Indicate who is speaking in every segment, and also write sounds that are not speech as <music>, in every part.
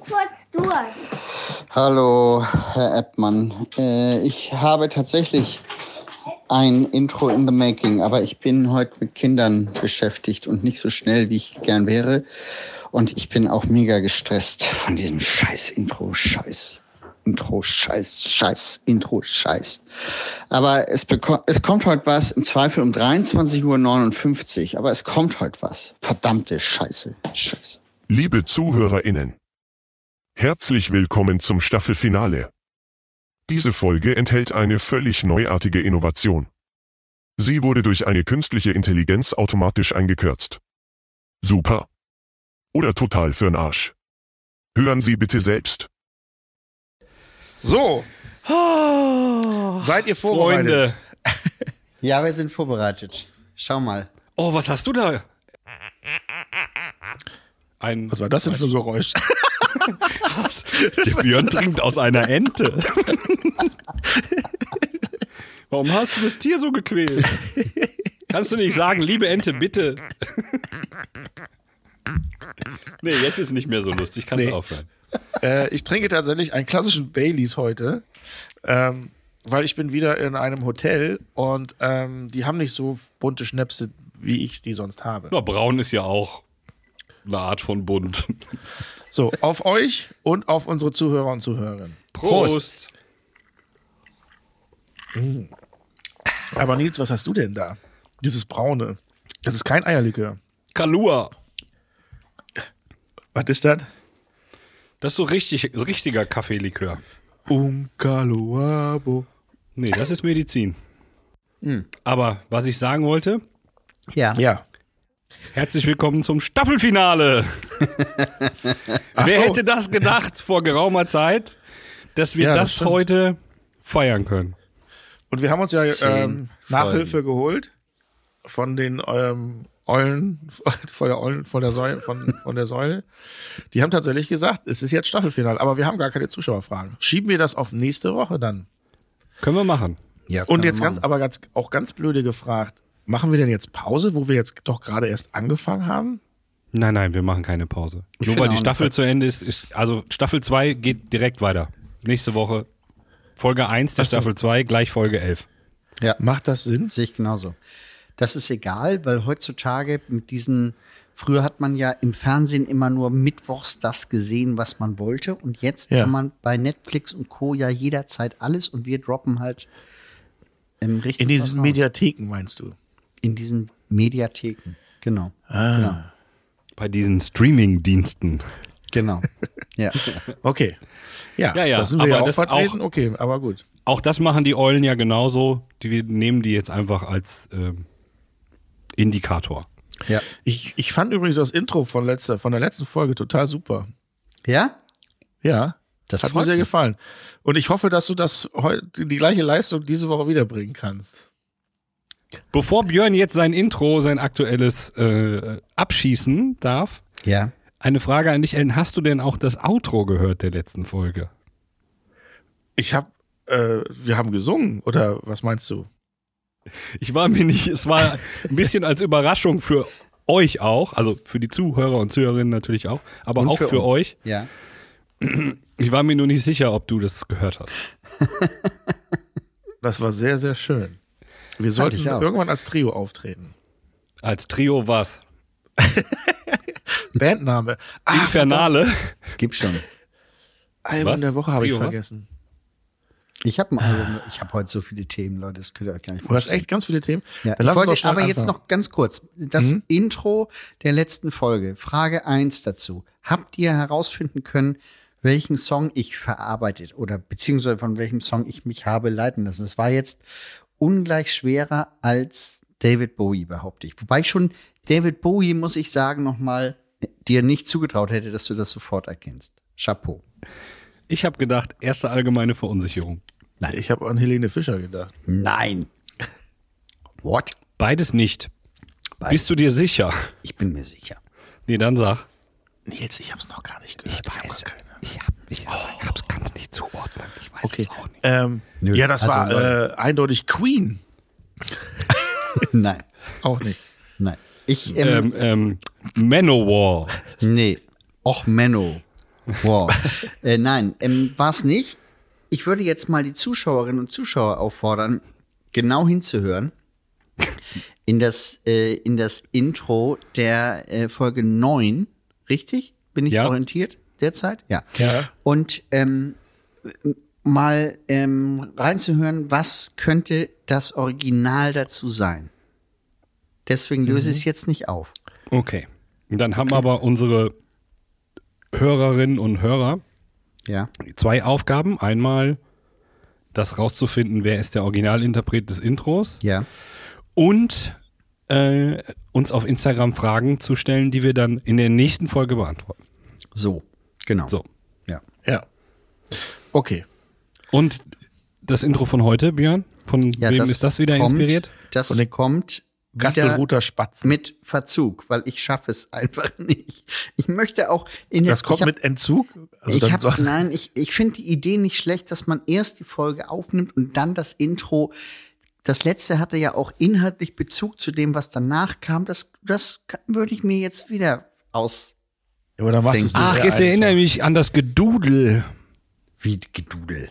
Speaker 1: kurz durch.
Speaker 2: Hallo, Herr Eppmann. Äh, ich habe tatsächlich ein Intro in the Making, aber ich bin heute mit Kindern beschäftigt und nicht so schnell, wie ich gern wäre. Und ich bin auch mega gestresst von diesem scheiß Intro, scheiß. Intro, Scheiß, Scheiß, Intro, Scheiß. Aber es, beko- es kommt heute was, im Zweifel um 23.59 Uhr, aber es kommt heute was. Verdammte Scheiße, Scheiße.
Speaker 3: Liebe ZuhörerInnen, herzlich willkommen zum Staffelfinale. Diese Folge enthält eine völlig neuartige Innovation. Sie wurde durch eine künstliche Intelligenz automatisch eingekürzt. Super. Oder total für'n Arsch. Hören Sie bitte selbst.
Speaker 4: So,
Speaker 5: Oh.
Speaker 4: seid ihr vorbereitet?
Speaker 5: Freunde.
Speaker 2: Ja, wir sind vorbereitet. Schau mal.
Speaker 5: Oh, was hast du da? Ein
Speaker 4: Was war das denn für ein Geräusch?
Speaker 5: Der Björn trinkt aus einer Ente. <laughs> Warum hast du das Tier so gequält? Kannst du nicht sagen, liebe Ente, bitte? Nee, jetzt ist nicht mehr so lustig. Kannst
Speaker 4: Nee.
Speaker 5: aufhören.
Speaker 4: <laughs> äh, ich trinke tatsächlich einen klassischen Baileys heute, ähm, weil ich bin wieder in einem Hotel und ähm, die haben nicht so bunte Schnäpse, wie ich die sonst habe.
Speaker 5: Na, braun ist ja auch eine Art von bunt.
Speaker 4: So, auf euch und auf unsere Zuhörer und Zuhörerinnen.
Speaker 5: Prost.
Speaker 4: Aber Nils, was hast du denn da? Dieses braune. Das ist kein Eierlikör.
Speaker 5: Kalua.
Speaker 4: Was ist das?
Speaker 5: Das ist so richtig, so richtiger Kaffeelikör.
Speaker 4: Umkaluabo.
Speaker 5: Nee, das ist Medizin.
Speaker 4: Hm.
Speaker 5: Aber was ich sagen wollte,
Speaker 2: Ja.
Speaker 4: Ja.
Speaker 5: Herzlich willkommen zum Staffelfinale.
Speaker 4: <laughs>
Speaker 5: Wer
Speaker 4: so.
Speaker 5: hätte das gedacht vor geraumer Zeit, dass wir
Speaker 4: Ja, das
Speaker 5: das,
Speaker 4: stimmt.
Speaker 5: heute feiern können?
Speaker 4: Und wir haben uns ja ähm,
Speaker 2: Zehn
Speaker 4: Nachhilfe geholt von den ähm, Eulen, <laughs> von der Eulen, von der Säule, von, von der Säule. Die haben tatsächlich gesagt, es ist jetzt Staffelfinale, aber wir haben gar keine Zuschauerfragen. Schieben wir das auf nächste Woche dann.
Speaker 5: Können wir machen.
Speaker 2: ja
Speaker 4: Und
Speaker 2: kann
Speaker 4: jetzt
Speaker 2: man
Speaker 4: ganz,
Speaker 2: machen.
Speaker 4: aber ganz, auch ganz blöde gefragt, machen wir denn jetzt Pause, wo wir jetzt doch gerade erst angefangen haben?
Speaker 5: Nein, nein, wir machen keine Pause. Nur
Speaker 2: finde
Speaker 5: weil die
Speaker 2: auch
Speaker 5: Staffel zu Ende ist, ist also Staffel 2 geht direkt weiter. Nächste Woche Folge 1 der
Speaker 4: Ach so.
Speaker 5: Staffel 2 gleich Folge 11.
Speaker 2: Ja.
Speaker 4: Macht das Sinn?
Speaker 2: Sehe ich genauso. Das ist egal, weil heutzutage mit diesen, früher hat man ja im Fernsehen immer nur mittwochs das gesehen, was man wollte. Und jetzt
Speaker 4: Ja.
Speaker 2: kann man bei Netflix und Co. ja jederzeit alles und wir droppen halt im richtigen
Speaker 4: In diesen
Speaker 2: was raus.
Speaker 4: Mediatheken meinst du?
Speaker 2: In diesen Mediatheken. Genau.
Speaker 4: Ah.
Speaker 5: Bei diesen Streaming-Diensten.
Speaker 4: <laughs>
Speaker 2: Genau. ja.
Speaker 4: Okay. Ja,
Speaker 5: Ja, ja,
Speaker 4: das sind wir
Speaker 5: aber
Speaker 4: ja auch
Speaker 5: das
Speaker 4: vertreten.
Speaker 5: auch-
Speaker 4: okay, aber gut.
Speaker 5: Auch das machen die Eulen ja genauso. Die, wir nehmen die jetzt einfach als ähm, Indikator.
Speaker 2: Ja.
Speaker 4: Ich, ich fand übrigens das Intro von, letzter, von der letzten Folge total super.
Speaker 2: Ja?
Speaker 4: Ja.
Speaker 2: Das
Speaker 4: hat mir
Speaker 2: freut
Speaker 4: sehr
Speaker 2: mich.
Speaker 4: gefallen. Und ich hoffe, dass du das heu- die gleiche Leistung diese Woche wiederbringen kannst.
Speaker 5: Bevor Björn jetzt sein Intro, sein aktuelles äh, abschießen darf,
Speaker 2: Ja.
Speaker 5: eine Frage an dich, Ellen. Hast du denn auch das Outro gehört der letzten Folge?
Speaker 4: Ich habe, äh, wir haben gesungen, oder was meinst du?
Speaker 5: Ich war mir nicht, es war ein bisschen als Überraschung für euch auch, also für die Zuhörer und Zuhörerinnen natürlich auch, aber
Speaker 2: Und
Speaker 5: auch für,
Speaker 2: uns.
Speaker 5: euch.
Speaker 2: Ja.
Speaker 5: Ich war mir nur nicht sicher, ob du das gehört hast.
Speaker 4: Das war sehr, sehr schön. Wir sollten
Speaker 2: ich auch.
Speaker 4: irgendwann als Trio auftreten.
Speaker 5: Als Trio war's.
Speaker 4: Bandname.
Speaker 2: Ah,
Speaker 4: Ach,
Speaker 5: Infernale.
Speaker 2: Gib schon.
Speaker 4: Album
Speaker 5: Was?
Speaker 4: der Woche habe ich
Speaker 5: Trio was?
Speaker 4: vergessen.
Speaker 2: Ich
Speaker 4: Ah.
Speaker 2: habe ein Album. Ich habe heute so viele Themen, Leute. Das könnt ihr euch gar nicht
Speaker 4: Du hast echt ganz viele Themen.
Speaker 2: Ja,
Speaker 4: Dann
Speaker 2: ich
Speaker 4: lass uns
Speaker 2: wollte,
Speaker 4: doch schnell
Speaker 2: aber jetzt
Speaker 4: anfangen. Mhm.
Speaker 2: noch ganz kurz. Das Intro der letzten Folge. Frage 1 dazu. Habt ihr herausfinden können, welchen Song ich verarbeitet oder beziehungsweise von welchem Song ich mich habe leiten lassen? Es war jetzt ungleich schwerer als David Bowie, behaupte ich. Wobei ich schon David Bowie, muss ich sagen, nochmal dir nicht zugetraut hätte, dass du das sofort erkennst. Chapeau.
Speaker 5: Ich habe gedacht, erste allgemeine Verunsicherung.
Speaker 4: Ich habe an Helene Fischer gedacht.
Speaker 2: Nein. What?
Speaker 5: Beides nicht. Bist du dir sicher? <laughs>
Speaker 2: Ich bin mir sicher.
Speaker 5: Nee, dann sag.
Speaker 4: Nils, ich habe es noch gar nicht gehört. Ich weiß. keine.
Speaker 5: Ich, hab, ich, also, ich
Speaker 2: Oh.
Speaker 5: hab's, kann's nicht zuordnen. Ich weiß
Speaker 4: Okay. Ähm,
Speaker 2: Nö,
Speaker 4: ja, das
Speaker 2: also
Speaker 4: war
Speaker 2: Leute.
Speaker 4: äh, eindeutig Queen.
Speaker 2: <laughs> Nein.
Speaker 4: Auch nicht.
Speaker 2: Nein. Ich, ähm,
Speaker 5: Ähm, ähm, Manowar.
Speaker 2: Nee. Och, Menno. Wow. äh, nein, ähm, war es nicht. Ich würde jetzt mal die Zuschauerinnen und Zuschauer auffordern, genau hinzuhören in das, äh, in das Intro der äh, Folge 9. Richtig? Bin ich
Speaker 5: Ja.
Speaker 2: orientiert derzeit? Ja. Und ähm, mal ähm, reinzuhören, was könnte das Original dazu sein? Deswegen löse ich es jetzt nicht auf.
Speaker 5: Okay. Und dann haben aber unsere Hörerinnen und Hörer
Speaker 2: Ja.
Speaker 5: zwei Aufgaben. Einmal das rauszufinden, wer ist der Originalinterpret des Intros.
Speaker 2: Ja.
Speaker 5: Und äh, uns auf Instagram Fragen zu stellen, die wir dann in der nächsten Folge beantworten.
Speaker 2: So. Genau.
Speaker 5: So.
Speaker 2: Ja.
Speaker 4: Ja. Okay.
Speaker 5: Und das Intro von heute, Björn, von
Speaker 2: ja
Speaker 5: wem ist das wieder
Speaker 2: kommt,
Speaker 5: inspiriert?
Speaker 2: Das
Speaker 4: Von den
Speaker 2: kommt wieder
Speaker 4: Kastelruther Spatzen.
Speaker 2: mit Verzug, weil ich schaffe es einfach <laughs> nicht. Ich möchte auch in der
Speaker 4: Das kommt
Speaker 2: ich hab-
Speaker 4: mit Entzug. Also
Speaker 2: ich
Speaker 4: dann
Speaker 2: hab,
Speaker 4: so- <laughs>
Speaker 2: nein, ich, ich finde die Idee nicht schlecht, dass man erst die Folge aufnimmt und dann das Intro. Das letzte hatte ja auch inhaltlich Bezug zu dem, was danach kam. Das, das ka- würde ich mir jetzt wieder aus.
Speaker 4: aber dann machst du es
Speaker 2: Denk-
Speaker 4: dir
Speaker 5: Ach,
Speaker 4: sehr
Speaker 5: jetzt erinnere
Speaker 4: einfach.
Speaker 5: mich an das Gedudel.
Speaker 2: Wie Gedudel.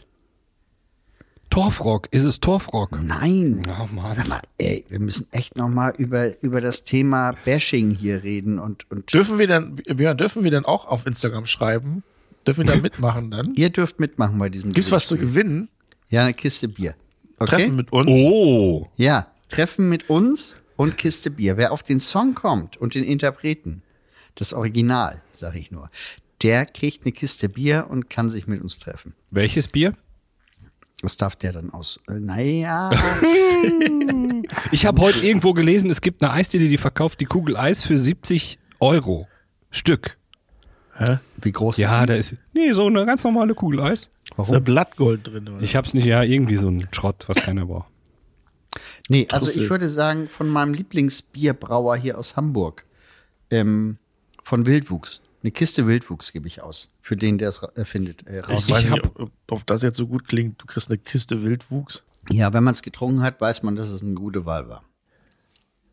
Speaker 5: Torfrock, ist es Torfrock?
Speaker 2: Nein.
Speaker 5: Oh Mann.
Speaker 2: Sag mal, ey, wir müssen echt nochmal über, über das Thema Bashing hier reden und, und
Speaker 4: Dürfen wir dann, Björn, dürfen wir dann auch auf Instagram schreiben? Dürfen wir
Speaker 5: <laughs>
Speaker 4: dann mitmachen dann?
Speaker 2: ihr dürft mitmachen bei diesem
Speaker 4: Gibt's was zu gewinnen?
Speaker 2: Ja, eine Kiste Bier.
Speaker 4: Treffen mit uns.
Speaker 5: Oh.
Speaker 2: Ja, Treffen mit uns und Kiste Bier. Wer auf den Song kommt und den Interpreten, das Original, sage ich nur, der kriegt eine Kiste Bier und kann sich mit uns treffen.
Speaker 5: Welches Bier?
Speaker 2: Das darf der dann aus. äh, Naja,
Speaker 4: <laughs>
Speaker 5: Ich habe heute irgendwo gelesen, es gibt eine Eisdiele, die verkauft die Kugel Eis für 70 Euro Stück.
Speaker 2: wie groß
Speaker 5: Ja, da ist. Nee, so eine ganz normale Kugel Eis.
Speaker 4: Ist da Blattgold drin? Oder?
Speaker 5: Ich hab's nicht, ja, irgendwie so ein Schrott, was keiner braucht.
Speaker 2: Nee, also ich
Speaker 4: Trüffel.
Speaker 2: würde sagen, von meinem Lieblingsbierbrauer hier aus Hamburg, ähm, von Wildwuchs. Eine Kiste Wildwuchs gebe ich aus, für den, der es ra- äh, findet, äh, raus.
Speaker 4: ich weiß nicht, ob, ob das jetzt so gut klingt. Du kriegst eine Kiste Wildwuchs.
Speaker 2: Ja, wenn man es getrunken hat, weiß man, dass es eine gute Wahl war.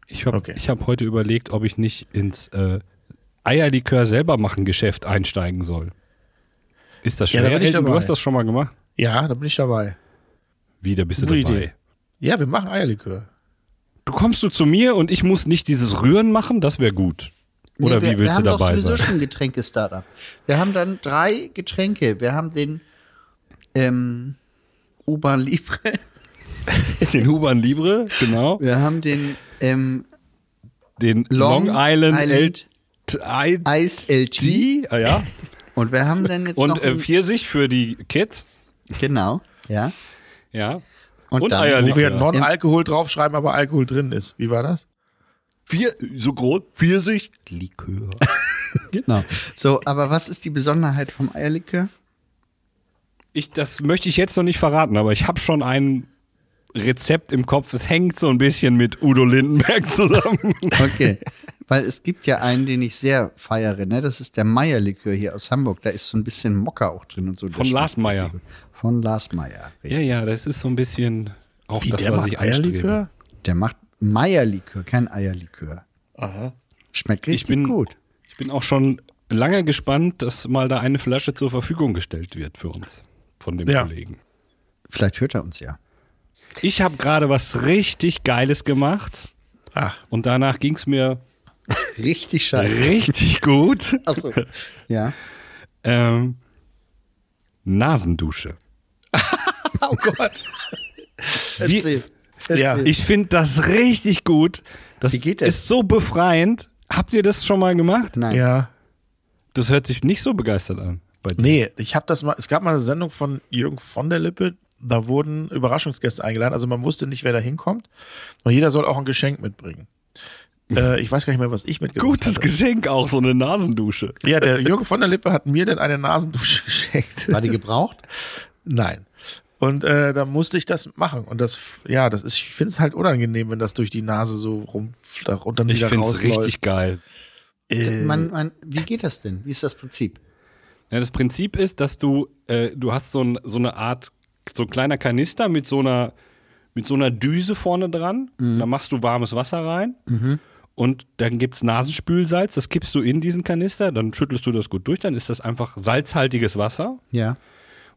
Speaker 5: Ich habe
Speaker 4: Okay.
Speaker 5: ich hab heute überlegt, ob ich nicht ins äh, Eierlikör selber machen Geschäft einsteigen soll. Ist das
Speaker 4: Ja,
Speaker 5: schwer?
Speaker 4: da bin ich
Speaker 5: Elton, du
Speaker 4: dabei.
Speaker 5: hast das schon mal gemacht?
Speaker 4: Ja, da bin ich dabei.
Speaker 5: Wie, da bist du
Speaker 4: Gute
Speaker 5: dabei.
Speaker 4: Idee. Ja, wir machen Eierlikör.
Speaker 5: Du kommst du zu mir und ich muss nicht dieses Rühren machen, das wäre gut. Oder
Speaker 2: Nee, wir,
Speaker 5: wie willst
Speaker 2: wir
Speaker 5: du
Speaker 2: haben
Speaker 5: dabei
Speaker 2: doch sowieso
Speaker 5: sein?
Speaker 2: schon ein Getränke-Startup. Wir haben dann drei Getränke. Wir haben den ähm, Uber Libre, <laughs>
Speaker 5: <laughs> Den Huban Libre, genau.
Speaker 2: wir haben den ähm,
Speaker 5: Den
Speaker 2: Long
Speaker 5: Long, Island,
Speaker 2: Island
Speaker 5: Island
Speaker 2: Ice LT
Speaker 5: Ah, ja.
Speaker 2: und wir haben dann jetzt
Speaker 5: Und
Speaker 2: noch
Speaker 5: äh,
Speaker 2: ein-
Speaker 5: Pfirsich für die Kids.
Speaker 2: genau, ja.
Speaker 5: Ja.
Speaker 2: Und,
Speaker 5: Und
Speaker 2: dann
Speaker 4: Wo wir
Speaker 5: Eierlikör.
Speaker 4: Non-Alkohol draufschreiben, aber Alkohol drin ist. Wie war das?
Speaker 5: Vier, so groß, Pfirsich, Likör.
Speaker 2: genau. So, aber was ist die Besonderheit vom Eierlikör?
Speaker 5: <laughs> Ich, das möchte ich jetzt noch nicht verraten, aber ich habe schon ein Rezept im Kopf. Es hängt so ein bisschen mit Udo Lindenberg <laughs> zusammen.
Speaker 2: Okay. <laughs> Weil es gibt ja einen, den ich sehr feiere, ne? Das ist der Meierlikör hier aus Hamburg. Da ist so ein bisschen Mokka auch drin und so. Der
Speaker 5: Von
Speaker 2: schmeckt
Speaker 5: Lars Meyer.
Speaker 2: richtig gut. Von Lars Meyer.
Speaker 5: Ja, ja, das ist so ein bisschen auch das, was
Speaker 4: macht
Speaker 5: ich anstrebe.
Speaker 2: Der macht Meierlikör, kein Eierlikör.
Speaker 4: Aha.
Speaker 2: Schmeckt richtig
Speaker 5: Ich bin,
Speaker 2: gut.
Speaker 5: ich bin auch schon lange gespannt, dass mal da eine Flasche zur Verfügung gestellt wird für uns von dem
Speaker 4: Ja.
Speaker 5: Kollegen.
Speaker 2: Vielleicht hört er uns ja.
Speaker 5: Ich habe gerade was richtig Geiles gemacht
Speaker 4: Ach,
Speaker 5: und danach ging es mir
Speaker 2: Richtig scheiße. <laughs>
Speaker 5: richtig gut.
Speaker 2: Achso. Ja.
Speaker 5: Ähm, Nasendusche.
Speaker 4: oh Gott.
Speaker 5: Wie,
Speaker 4: Ja.
Speaker 2: Erzähl.
Speaker 5: ich finde das richtig gut. Das
Speaker 2: Wie geht das?
Speaker 5: ist so befreiend. Habt ihr das schon mal gemacht?
Speaker 2: Nein.
Speaker 4: Ja.
Speaker 5: Das hört sich nicht so begeistert an. Bei dir.
Speaker 4: Nee, ich habe das mal, es gab mal eine Sendung von Jürgen von der Lippe, da wurden Überraschungsgäste eingeladen, also man wusste nicht, wer da hinkommt und jeder soll auch ein Geschenk
Speaker 5: <laughs>
Speaker 4: mitbringen. Äh, ich weiß gar nicht mehr, was ich mitgebracht
Speaker 5: Gutes
Speaker 4: hatte.
Speaker 5: Geschenk auch, so eine Nasendusche.
Speaker 4: Ja, der Jürgen von der Lippe hat mir dann eine Nasendusche <laughs> geschenkt.
Speaker 2: War die
Speaker 5: <laughs>
Speaker 2: gebraucht?
Speaker 4: Nein. Und äh, da musste ich das machen. Und das, ja, das ist, ich finde es halt unangenehm, wenn das durch die Nase so rum da und dann
Speaker 5: Ich
Speaker 4: wieder
Speaker 5: finde es
Speaker 4: rausläuft.
Speaker 5: richtig geil.
Speaker 4: Äh,
Speaker 2: Man, man, wie geht das denn? Wie ist das Prinzip?
Speaker 5: Ja, das Prinzip ist, dass du, äh, du hast so, ein, so eine Art, so ein kleiner Kanister mit so einer, mit so einer Düse vorne dran. Da machst du warmes Wasser rein. Und dann gibt es Nasenspülsalz, das kippst du in diesen Kanister, dann schüttelst du das gut durch, dann ist das einfach salzhaltiges Wasser.
Speaker 2: Ja.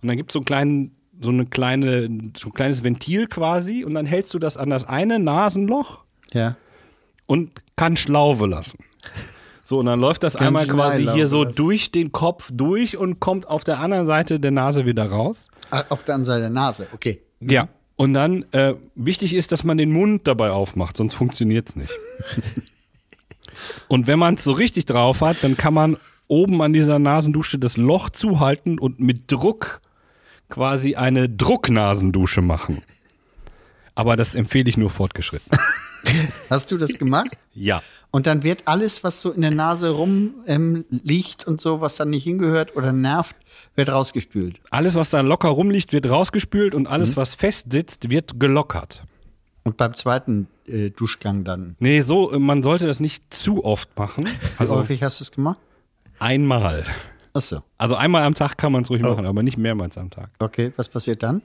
Speaker 5: Und dann gibt es so, einen kleinen- so, eine kleine, so ein kleines Ventil quasi und dann hältst du das an das eine Nasenloch
Speaker 2: Ja.
Speaker 5: und kann Schlaufe lassen. So, und dann läuft das
Speaker 2: Ganz
Speaker 5: einmal
Speaker 2: schnell
Speaker 5: quasi
Speaker 2: laufen
Speaker 5: hier so
Speaker 2: lassen.
Speaker 5: durch den Kopf durch und kommt auf der anderen Seite der Nase wieder raus.
Speaker 2: Ah, Auf der anderen Seite der Nase, okay.
Speaker 5: Ja. Und dann, äh, wichtig ist, dass man den Mund dabei aufmacht, sonst
Speaker 2: <laughs>
Speaker 5: funktioniert's nicht. und wenn man es so richtig drauf hat, dann kann man oben an dieser Nasendusche das Loch zuhalten und mit Druck quasi eine Drucknasendusche machen. Aber das empfehle ich nur fortgeschritten. <laughs>
Speaker 2: Hast du das gemacht?
Speaker 5: ja.
Speaker 2: Und dann wird alles, was so in der Nase rum ähm, liegt und so, was dann nicht hingehört oder nervt, wird rausgespült.
Speaker 5: Alles, was da locker rumliegt, wird rausgespült und alles, was fest sitzt, wird gelockert.
Speaker 2: Und beim zweiten äh, Duschgang dann.
Speaker 5: Nee, so, äh, man sollte das nicht zu oft <laughs> machen.
Speaker 2: Wie
Speaker 5: Also
Speaker 2: häufig hast du es gemacht?
Speaker 5: einmal.
Speaker 2: Achso,
Speaker 5: Also einmal am Tag kann man es ruhig machen, aber nicht mehrmals am Tag.
Speaker 2: okay. Was passiert dann?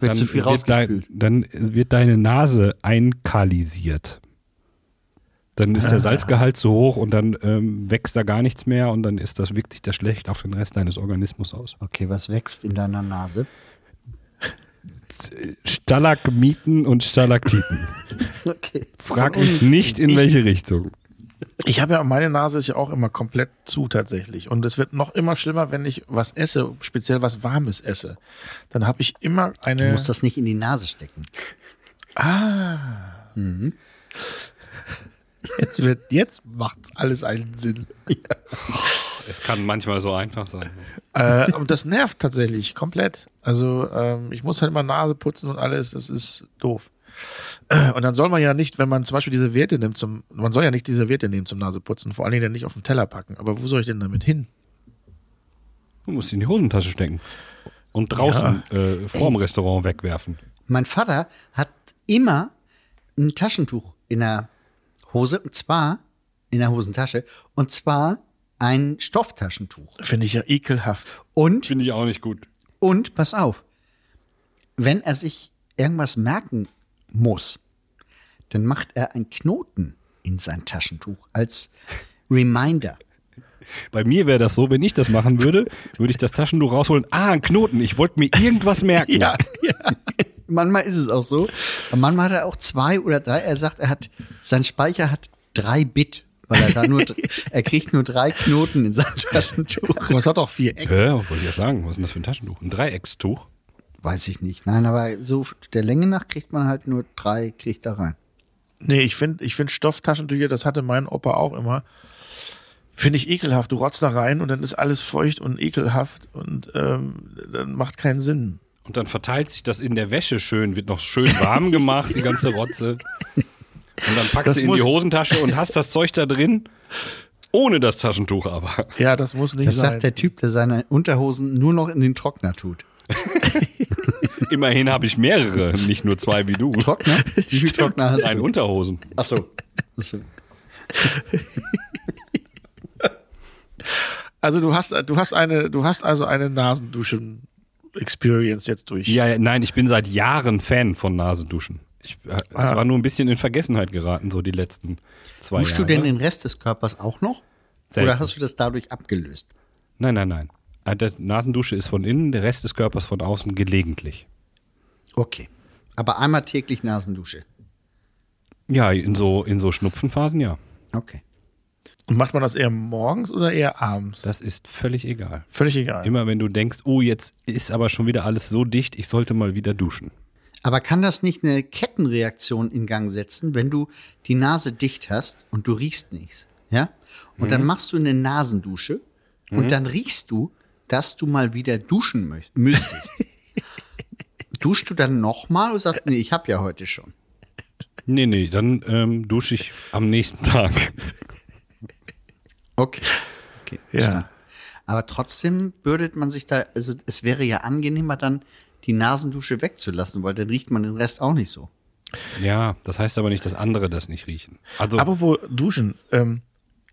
Speaker 2: Wird zu viel
Speaker 5: wird dein-
Speaker 2: rausgespült.
Speaker 5: dann wird deine Nase einkalisiert. Dann ist der Salzgehalt zu hoch und dann ähm, wächst da gar nichts mehr und dann ist das, wirkt sich das schlecht auf den Rest deines Organismus aus.
Speaker 2: Okay, was wächst in deiner Nase?
Speaker 5: Stalagmiten und Stalaktiten.
Speaker 2: Okay.
Speaker 5: Frag <laughs> mich nicht, in welche Richtung.
Speaker 4: Ich habe ja, meine Nase ist ja auch immer komplett zu tatsächlich. Und es wird noch immer schlimmer, wenn ich was esse, speziell was Warmes esse. Dann habe ich immer
Speaker 2: Du
Speaker 4: eine.
Speaker 2: musst das nicht in die Nase stecken.
Speaker 4: Jetzt wird, jetzt macht's alles einen Sinn. <laughs>
Speaker 5: Es kann manchmal so einfach sein.
Speaker 4: äh, und das nervt tatsächlich komplett. Also ähm, ich muss halt immer Nase putzen und alles, das ist doof. Äh, Und dann soll man ja nicht, wenn man zum Beispiel diese Werte nimmt zum, man soll ja nicht diese Werte nehmen zum Naseputzen, vor allen Dingen dann nicht auf den Teller packen. Aber wo soll ich denn damit hin?
Speaker 5: Du musst in die Hosentasche stecken und draußen äh, vorm Restaurant wegwerfen.
Speaker 2: Mein Vater hat immer ein Taschentuch in der Hose, und zwar in der Hosentasche, und zwar ein Stofftaschentuch.
Speaker 4: Finde ich ja ekelhaft.
Speaker 2: Und,
Speaker 5: Finde ich auch nicht gut.
Speaker 2: und, pass auf, wenn er sich irgendwas merken muss, dann macht er einen Knoten in sein Taschentuch als Reminder.
Speaker 5: Bei mir wäre das so, wenn ich das machen würde, würde ich das Taschentuch rausholen. Ah, ein Knoten. Ich wollte mir irgendwas merken.
Speaker 4: <laughs> Ja, ja.
Speaker 2: <laughs> Manchmal ist es auch so. Und manchmal hat er auch zwei oder drei. Er sagt, er hat, sein Speicher hat drei Bit, weil er da nur, er kriegt nur drei Knoten in seinem Taschentuch.
Speaker 4: <laughs> Aber es hat auch vier Ecken.
Speaker 5: Hä, was wollte ich das sagen? Was ist denn das für ein Taschentuch? Ein Dreieckstuch?
Speaker 2: Weiß ich nicht. Nein, aber so der Länge nach kriegt man halt nur drei, kriegt da rein.
Speaker 4: Nee, ich finde ich find Stofftaschentücher, das hatte mein Opa auch immer. Finde ich ekelhaft. Du rotzt da rein und dann ist alles feucht und ekelhaft und ähm, dann macht keinen Sinn.
Speaker 5: Und dann verteilt sich das in der Wäsche schön, wird noch schön warm gemacht, die ganze Rotze. Und dann packst
Speaker 4: Das
Speaker 5: du in
Speaker 4: muss-
Speaker 5: die Hosentasche und hast das Zeug da drin, ohne das Taschentuch aber.
Speaker 4: Ja, das muss nicht
Speaker 2: Das
Speaker 4: sein.
Speaker 2: sagt der Typ, der seine Unterhosen nur noch in den Trockner tut.
Speaker 5: Immerhin habe ich mehrere, nicht nur zwei wie du.
Speaker 2: Trockner? <laughs> Wie viel Trockner hast
Speaker 5: Ein
Speaker 2: du?
Speaker 5: Unterhosen.
Speaker 2: Achso. Achso.
Speaker 4: Also du hast, du hast eine, du hast also eine Nasenduschen-Experience jetzt durch.
Speaker 5: Ja, ja, nein, ich bin seit Jahren Fan von Nasenduschen. Ich, äh, Es
Speaker 4: Ah.
Speaker 5: war nur ein bisschen in Vergessenheit geraten, so die letzten zwei
Speaker 2: Duschst
Speaker 5: Jahre.
Speaker 2: du denn den Rest des Körpers auch noch?
Speaker 5: Selten.
Speaker 2: Oder hast du das dadurch abgelöst?
Speaker 5: Nein, nein, nein. Äh, Der Nasendusche ist von innen, der Rest des Körpers von außen gelegentlich.
Speaker 2: Okay. Aber einmal täglich Nasendusche.
Speaker 5: Ja, in so, in so Schnupfenphasen ja.
Speaker 2: Okay.
Speaker 4: Und macht man das eher morgens oder eher abends?
Speaker 5: Das ist völlig egal.
Speaker 4: Völlig egal.
Speaker 5: Immer wenn du denkst, oh, jetzt ist aber schon wieder alles so dicht, ich sollte mal wieder duschen.
Speaker 2: Aber kann das nicht eine Kettenreaktion in Gang setzen, wenn du die Nase dicht hast und du riechst nichts? Ja? Und dann machst du eine Nasendusche und dann riechst du, dass du mal wieder duschen möcht- <laughs> müsstest. Duschst du dann nochmal und sagst, nee, ich habe ja heute schon.
Speaker 5: Nee, nee, dann ähm, dusche ich am nächsten <laughs> Tag.
Speaker 2: Okay. okay verstanden.
Speaker 4: ja.
Speaker 2: Aber trotzdem bürdet man sich da, also es wäre ja angenehmer, dann die Nasendusche wegzulassen, weil dann riecht man den Rest auch nicht so.
Speaker 5: Ja, das heißt aber nicht, dass andere das nicht riechen. Also
Speaker 4: Aber wo duschen? Ähm,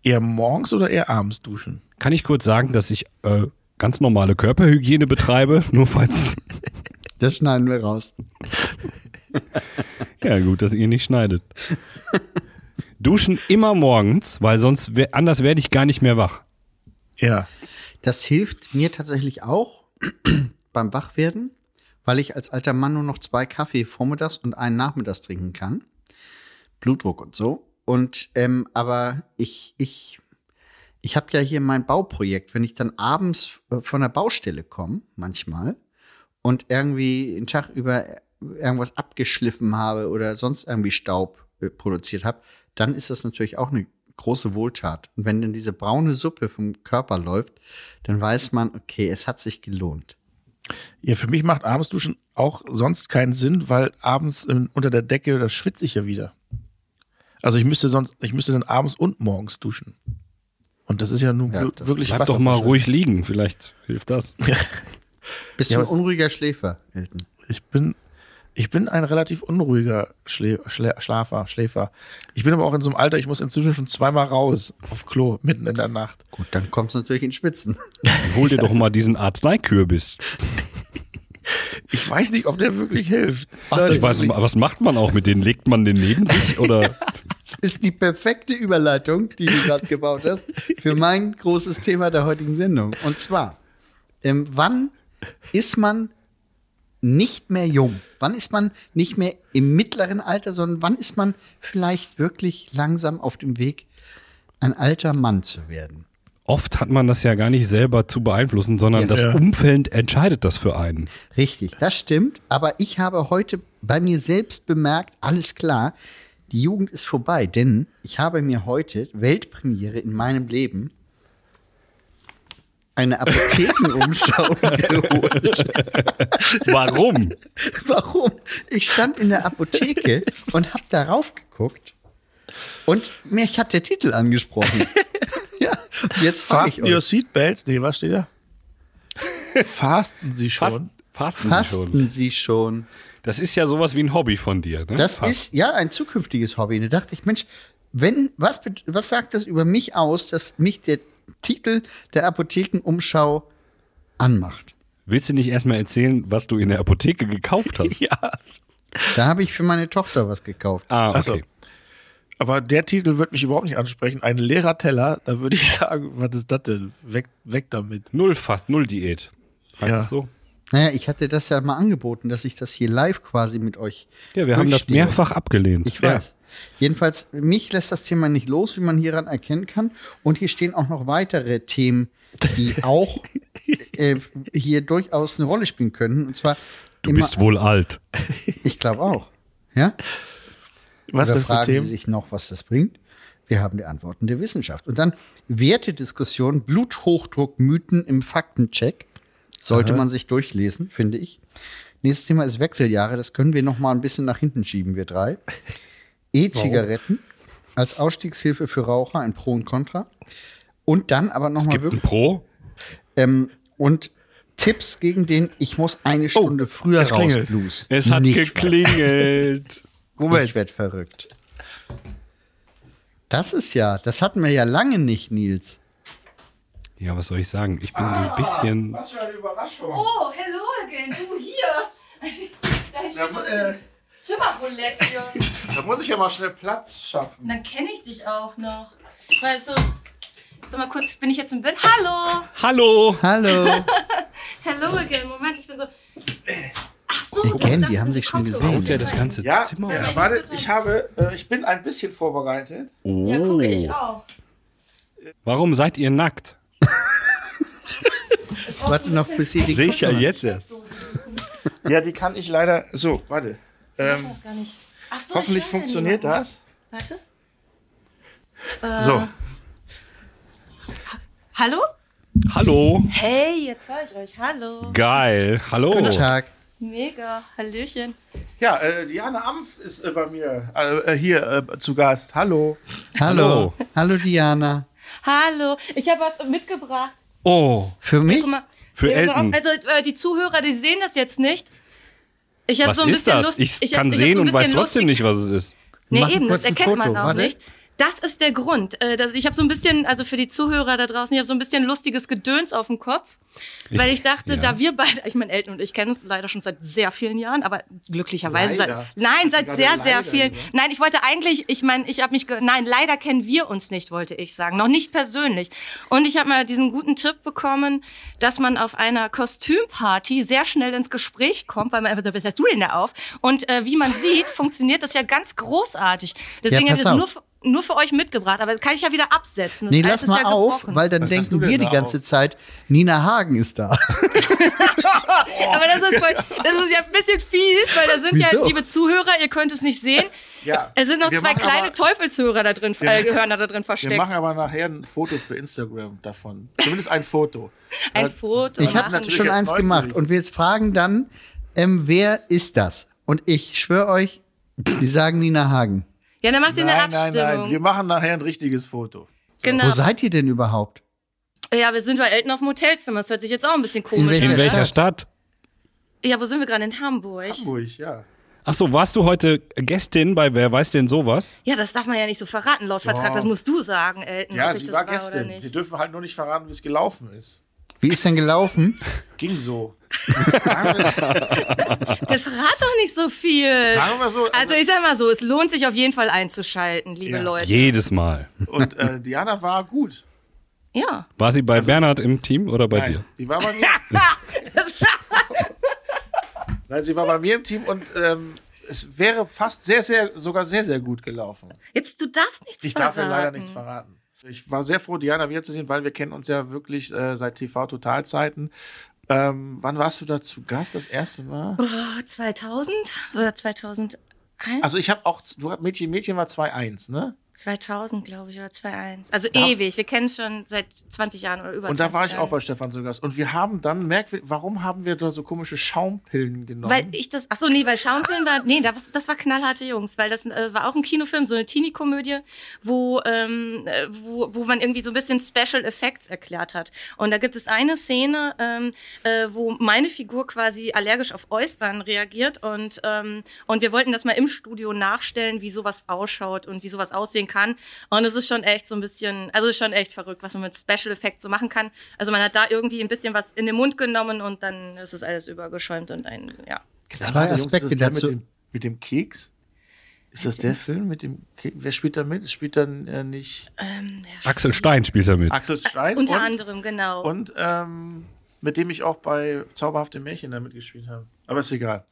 Speaker 4: eher morgens oder eher abends duschen?
Speaker 5: kann ich kurz sagen, dass ich äh, ganz normale Körperhygiene betreibe, <laughs> nur falls.
Speaker 2: Das schneiden wir raus.
Speaker 5: Ja, gut, dass ihr nicht schneidet. Duschen immer morgens, weil sonst we- anders werde ich gar nicht mehr wach.
Speaker 4: Ja.
Speaker 2: Das hilft mir tatsächlich auch <clears throat> beim Wachwerden, weil ich als alter Mann nur noch zwei Kaffee vormittags und einen nachmittags trinken kann. Blutdruck und so. Und ähm, aber ich, ich, ich habe ja hier mein Bauprojekt. Wenn ich dann abends äh, von der Baustelle komme, manchmal, und irgendwie den Tag über irgendwas abgeschliffen habe oder sonst irgendwie Staub äh, produziert habe, dann ist das natürlich auch eine große Wohltat. Und wenn dann diese braune Suppe vom Körper läuft, dann weiß man, okay, es hat sich gelohnt.
Speaker 4: Ja, für mich macht Abendsduschen auch sonst keinen Sinn, weil abends ähm, unter der Decke, da schwitze ich ja wieder. Also ich müsste sonst, ich müsste dann abends und morgens duschen. Und das ist ja nun
Speaker 2: Ja,
Speaker 4: wir-
Speaker 2: das
Speaker 4: wirklich
Speaker 5: Bleib doch mal ruhig liegen, vielleicht hilft das.
Speaker 2: Bist
Speaker 4: Ja,
Speaker 2: du ein
Speaker 4: aber es-
Speaker 2: unruhiger Schläfer, Elton?
Speaker 4: Ich bin, ich bin ein relativ unruhiger Schlä Schlä Schlafer, Schläfer. Ich bin aber auch in so einem Alter, ich muss inzwischen schon zweimal raus auf Klo mitten in der Nacht.
Speaker 2: Gut, dann kommst du natürlich in Spitzen.
Speaker 5: Hol dir doch mal diesen Arzneikürbis.
Speaker 4: Ich weiß nicht, ob der wirklich hilft. Ach,
Speaker 5: Ich weiß,
Speaker 4: nicht.
Speaker 5: was macht man auch mit denen? Legt man den neben sich oder?
Speaker 2: Das ist die perfekte Überleitung, die du gerade gebaut hast, für mein großes Thema der heutigen Sendung. Und zwar, ähm, wann ist man nicht mehr jung? Wann ist man nicht mehr im mittleren Alter, sondern wann ist man vielleicht wirklich langsam auf dem Weg, ein alter Mann zu werden?
Speaker 5: Oft hat man das ja gar nicht selber zu beeinflussen, sondern
Speaker 2: Ja.
Speaker 5: das
Speaker 4: Ja.
Speaker 5: Umfeld entscheidet das für einen.
Speaker 2: Richtig, das stimmt. Aber ich habe heute bei mir selbst bemerkt, alles klar, die Jugend ist vorbei, denn ich habe mir heute Weltpremiere in meinem Leben eine Apothekenumschau
Speaker 5: <laughs>
Speaker 2: <laughs> geholt.
Speaker 5: Warum?
Speaker 2: Warum? Ich stand in der Apotheke und habe darauf geguckt und mich hat der Titel angesprochen.
Speaker 5: <laughs>
Speaker 2: Ja, und jetzt frage ich
Speaker 4: Fasten your
Speaker 2: euch.
Speaker 4: seatbelts. Nee, was steht da? Fasten Sie schon?
Speaker 5: Fasten, fasten Sie schon.
Speaker 2: Fasten Sie schon?
Speaker 5: Das ist ja sowas wie ein Hobby von dir. Ne?
Speaker 2: Das
Speaker 5: Fast.
Speaker 2: ist ja ein zukünftiges Hobby. Da dachte ich, Mensch, wenn, was, bet- was sagt das über mich aus, dass mich der Titel der Apothekenumschau anmacht?
Speaker 5: Willst du nicht erstmal erzählen, was du in der Apotheke gekauft hast?
Speaker 4: Ja.
Speaker 2: Da habe ich für meine Tochter was gekauft.
Speaker 5: Ah, okay.
Speaker 4: Ach so. Also, Aber der Titel wird mich überhaupt nicht ansprechen. Ein leerer Teller, da würde ich <laughs> sagen, was ist das denn? Weg, weg damit.
Speaker 5: Null fast, null Diät. Heißt
Speaker 4: Ja.
Speaker 5: es so?
Speaker 2: Naja, ich hatte das ja mal angeboten, dass ich das hier live quasi mit euch.
Speaker 5: Ja, wir haben das
Speaker 2: durchstehe.
Speaker 5: mehrfach abgelehnt.
Speaker 2: Ich weiß. Jedenfalls, mich lässt das Thema nicht los, wie man hieran erkennen kann. Und hier stehen auch noch weitere Themen,
Speaker 5: <laughs>
Speaker 2: die auch äh, hier durchaus eine Rolle spielen können. Und zwar,
Speaker 5: du
Speaker 2: immer-
Speaker 5: bist wohl alt.
Speaker 2: ich glaube auch. Ja?
Speaker 4: Was
Speaker 2: Oder
Speaker 4: denn für
Speaker 2: fragen Sie
Speaker 4: Themen?
Speaker 2: sich noch, was das bringt? Wir haben die Antworten der Wissenschaft. Und dann Wertediskussion, Bluthochdruck, Mythen im Faktencheck. Sollte man sich durchlesen, finde ich. Nächstes Thema ist Wechseljahre. Das können wir noch mal ein bisschen nach hinten schieben, wir drei. E-Zigaretten als Ausstiegshilfe für Raucher, ein Pro und Contra. Und dann aber noch mal
Speaker 5: Ein
Speaker 2: wirklich
Speaker 5: Pro?
Speaker 2: ähm, und Tipps gegen den Ich muss eine Stunde früher
Speaker 4: Oh, es
Speaker 2: raus
Speaker 4: klingelt.
Speaker 2: Blues.
Speaker 5: Es hat
Speaker 2: Nicht wahr.
Speaker 5: geklingelt.
Speaker 2: Ich werd verrückt. Das ist ja, das hatten wir ja lange nicht, Nils.
Speaker 5: Ja, was soll ich sagen? Ich bin ein bisschen.
Speaker 6: Oh, hello again, du hier. Da ist schon so
Speaker 5: äh.
Speaker 6: ein Zimmerroulette hier.
Speaker 4: Da muss ich ja mal schnell Platz schaffen.
Speaker 6: Und dann kenne ich dich auch noch. Weißt du, sag mal kurz, bin ich jetzt im Bett? Hallo,
Speaker 5: Hallo!
Speaker 2: Hallo.
Speaker 7: <laughs>
Speaker 6: hello again. Moment, ich bin so. Ach so,
Speaker 2: Die
Speaker 6: ich
Speaker 2: kennen,
Speaker 6: dachte,
Speaker 2: die haben
Speaker 6: du
Speaker 2: sich schon
Speaker 6: kommst
Speaker 2: gesehen.
Speaker 6: überhaupt
Speaker 5: Haut ja
Speaker 6: nicht
Speaker 5: das
Speaker 6: rein.
Speaker 5: ganze Zimmer.
Speaker 7: äh,
Speaker 6: ja,
Speaker 5: um.
Speaker 6: warte, ich
Speaker 4: habe, ich bin ein bisschen vorbereitet.
Speaker 6: Ja,
Speaker 2: Oh.
Speaker 6: gucke ich auch.
Speaker 5: Warum seid ihr nackt?
Speaker 6: Oh,
Speaker 2: Warte noch, bis sie die.
Speaker 5: Sehe ich ja jetzt erst.
Speaker 4: Ja, die kann ich leider. So, warte. Ähm,
Speaker 6: Ich weiß gar nicht. Ach so, ich
Speaker 4: Hoffentlich
Speaker 6: höre ja
Speaker 4: funktioniert
Speaker 6: niemanden.
Speaker 4: das.
Speaker 6: Warte. Äh,
Speaker 4: So,
Speaker 6: Hallo?
Speaker 5: Hallo!
Speaker 6: Hey, jetzt höre ich euch. Hallo.
Speaker 5: Geil! Hallo!
Speaker 2: Guten Tag.
Speaker 6: Mega. Hallöchen.
Speaker 4: ja, äh, Diana Amft ist äh, bei mir äh, äh, hier äh, zu Gast. Hallo.
Speaker 2: Hallo. Hallo, Diana.
Speaker 6: Hallo. Ich habe was mitgebracht.
Speaker 5: Oh!
Speaker 2: Für mich?
Speaker 6: Guck mal.
Speaker 5: Für
Speaker 6: Ja,
Speaker 5: Elton.
Speaker 6: Also äh, die Zuhörer, die sehen das jetzt nicht. Ich habe
Speaker 5: Was
Speaker 6: so ein
Speaker 5: ist
Speaker 6: bisschen
Speaker 5: das?
Speaker 6: Lust.
Speaker 5: ich
Speaker 6: hab-
Speaker 5: kann
Speaker 6: ich hab
Speaker 5: sehen
Speaker 6: so ein
Speaker 5: und weiß
Speaker 6: bisschen
Speaker 5: trotzdem
Speaker 6: lustig-
Speaker 5: nicht, was es ist.
Speaker 6: Nee,
Speaker 2: Mach
Speaker 6: eben,
Speaker 2: kurz
Speaker 6: das
Speaker 2: ein
Speaker 6: erkennt man
Speaker 2: Foto,
Speaker 6: auch
Speaker 2: warte.
Speaker 6: nicht. Das ist der Grund. Äh, dass ich habe so ein bisschen, also für die Zuhörer da draußen, ich habe so ein bisschen lustiges Gedöns auf dem Kopf, weil ich dachte,
Speaker 5: ja.
Speaker 6: da wir beide, ich meine, Elton und ich kennen uns leider schon seit sehr vielen Jahren, aber glücklicherweise
Speaker 7: Leider.
Speaker 6: seit, nein, seit
Speaker 7: gerade
Speaker 6: sehr, sehr
Speaker 7: leider
Speaker 6: vielen.
Speaker 7: gesagt?
Speaker 6: Nein, ich wollte eigentlich, ich meine, ich habe mich, ge nein, leider kennen wir uns nicht, wollte ich sagen, noch nicht persönlich. Und ich habe mal diesen guten Tipp bekommen, dass man auf einer Kostümparty sehr schnell ins Gespräch kommt, weil man einfach so, was hast du denn da auf? Und äh, wie man sieht, funktioniert das ja ganz großartig. Deswegen
Speaker 4: Ja,
Speaker 6: habe
Speaker 4: pass
Speaker 6: ich das nur
Speaker 4: auf.
Speaker 6: für- nur für euch mitgebracht, aber das kann ich ja wieder absetzen. Das
Speaker 4: Nee,
Speaker 6: Eis
Speaker 4: lass
Speaker 6: ist
Speaker 4: mal
Speaker 6: ja
Speaker 4: auf,
Speaker 6: gebrochen.
Speaker 4: weil dann
Speaker 7: hast du
Speaker 4: denken
Speaker 7: denn
Speaker 4: wir die
Speaker 7: da
Speaker 4: ganze Zeit, Nina Hagen ist da.
Speaker 6: <laughs> aber das ist, voll, das ist ja ein bisschen fies, weil da sind
Speaker 4: Wieso?
Speaker 6: ja, liebe Zuhörer, ihr könnt es nicht sehen.
Speaker 7: Ja.
Speaker 6: Es sind noch
Speaker 7: Wir
Speaker 6: zwei
Speaker 7: machen
Speaker 6: kleine
Speaker 7: aber-
Speaker 6: Teufelshörer da drin, äh, Gehörner da drin
Speaker 7: Wir
Speaker 6: versteckt.
Speaker 7: machen aber nachher ein Foto für Instagram davon. Zumindest ein Foto.
Speaker 6: Ein
Speaker 7: Äh,
Speaker 6: Foto.
Speaker 4: Ich
Speaker 6: machen.
Speaker 4: habe
Speaker 7: natürlich
Speaker 4: schon
Speaker 7: jetzt
Speaker 4: eins
Speaker 7: neugierig.
Speaker 4: gemacht und wir jetzt fragen dann, ähm, wer ist das? Und ich schwöre euch, die sagen Nina Hagen.
Speaker 6: Ja, dann macht ihr <laughs> eine
Speaker 7: Nein, nein,
Speaker 6: Abstimmung.
Speaker 7: nein. Wir machen nachher ein richtiges Foto.
Speaker 6: genau.
Speaker 4: Wo seid ihr denn überhaupt?
Speaker 6: Ja, wir sind bei Elton auf dem Hotelzimmer. Das hört sich jetzt auch ein
Speaker 4: In
Speaker 6: bisschen komisch
Speaker 4: welchem-
Speaker 6: an.
Speaker 5: In
Speaker 4: Ja.
Speaker 5: welcher Stadt?
Speaker 6: Ja, wo sind wir gerade? In Hamburg.
Speaker 7: Ruhig, ja.
Speaker 5: Ach so, warst du heute Gästin bei Wer weiß denn sowas?
Speaker 6: Ja, das darf man ja nicht so verraten laut Vertrag. Das musst du sagen, Elton,
Speaker 7: Ja,
Speaker 6: ob ich
Speaker 7: sie
Speaker 6: das
Speaker 7: war
Speaker 6: war oder
Speaker 7: gestern. Wir
Speaker 6: nicht.
Speaker 7: dürfen halt nur nicht verraten, wie es gelaufen ist.
Speaker 4: Wie ist denn gelaufen?
Speaker 7: Ging so.
Speaker 6: Der verrat doch nicht so viel.
Speaker 7: Sagen wir so.
Speaker 6: Also ich sag mal so, es lohnt sich auf jeden Fall einzuschalten, liebe
Speaker 7: Ja.
Speaker 6: Leute.
Speaker 5: Jedes Mal.
Speaker 7: Und äh, Diana war gut.
Speaker 6: Ja.
Speaker 5: War sie bei Bernhard im Team oder bei
Speaker 7: Nein,
Speaker 5: dir?
Speaker 7: Die war bei mir. Nein, sie war bei mir im Team und ähm, es wäre fast sehr, sehr, sogar sehr, sehr gut gelaufen.
Speaker 6: <laughs> Jetzt, du darfst nichts
Speaker 7: Ich darf
Speaker 6: verraten.
Speaker 7: ja leider nichts verraten. Ich war sehr froh, Diana wiederzusehen, weil wir kennen uns ja wirklich äh, seit TV-Totalzeiten. Ähm, wann warst du da zu Gast das erste Mal?
Speaker 6: Oh, 2000 oder 2001?
Speaker 7: Also ich habe auch, du hast Mädchen, Mädchen war 2-1, ne?
Speaker 6: 2000, glaube ich, oder 2001. Also
Speaker 7: Da-
Speaker 6: ewig. Wir kennen schon seit 20 Jahren oder über
Speaker 7: Und
Speaker 6: 20
Speaker 7: da war ich auch
Speaker 6: Jahren.
Speaker 7: bei Stefan zu Gast. Und wir haben dann, merkwürdig, warum haben wir da so komische Schaumpillen genommen?
Speaker 6: Weil ich das, ach so, nee, weil Schaumpillen war, nee, das, das war knallharte Jungs, weil das äh, war auch ein Kinofilm, so eine Teenie-Komödie, wo, ähm, äh, wo, wo man irgendwie so ein bisschen Special Effects erklärt hat. Und da gibt es eine Szene, ähm, äh, wo meine Figur quasi allergisch auf Äußern reagiert und, ähm, und wir wollten das mal im Studio nachstellen, wie sowas ausschaut und wie sowas aussehen kann. Und es ist schon echt so ein bisschen, also es ist schon echt verrückt, was man mit Special Effects so machen kann. Also man hat da irgendwie ein bisschen was in den Mund genommen und dann ist es alles übergeschäumt und ein, ja.
Speaker 4: Zwei
Speaker 7: Warte, Jungs, ist
Speaker 4: Aspekte
Speaker 7: das der
Speaker 4: dazu.
Speaker 7: Mit dem, mit dem Keks? Ist das der Film mit dem Keks? Wer spielt da mit? Spielt dann äh, nicht
Speaker 5: Axel Stein spielt damit.
Speaker 7: Axel Stein?
Speaker 6: Unter
Speaker 7: und,
Speaker 6: anderem, genau.
Speaker 7: Und ähm, mit dem ich auch bei Zauberhafte Märchen da mitgespielt habe. Aber ist egal.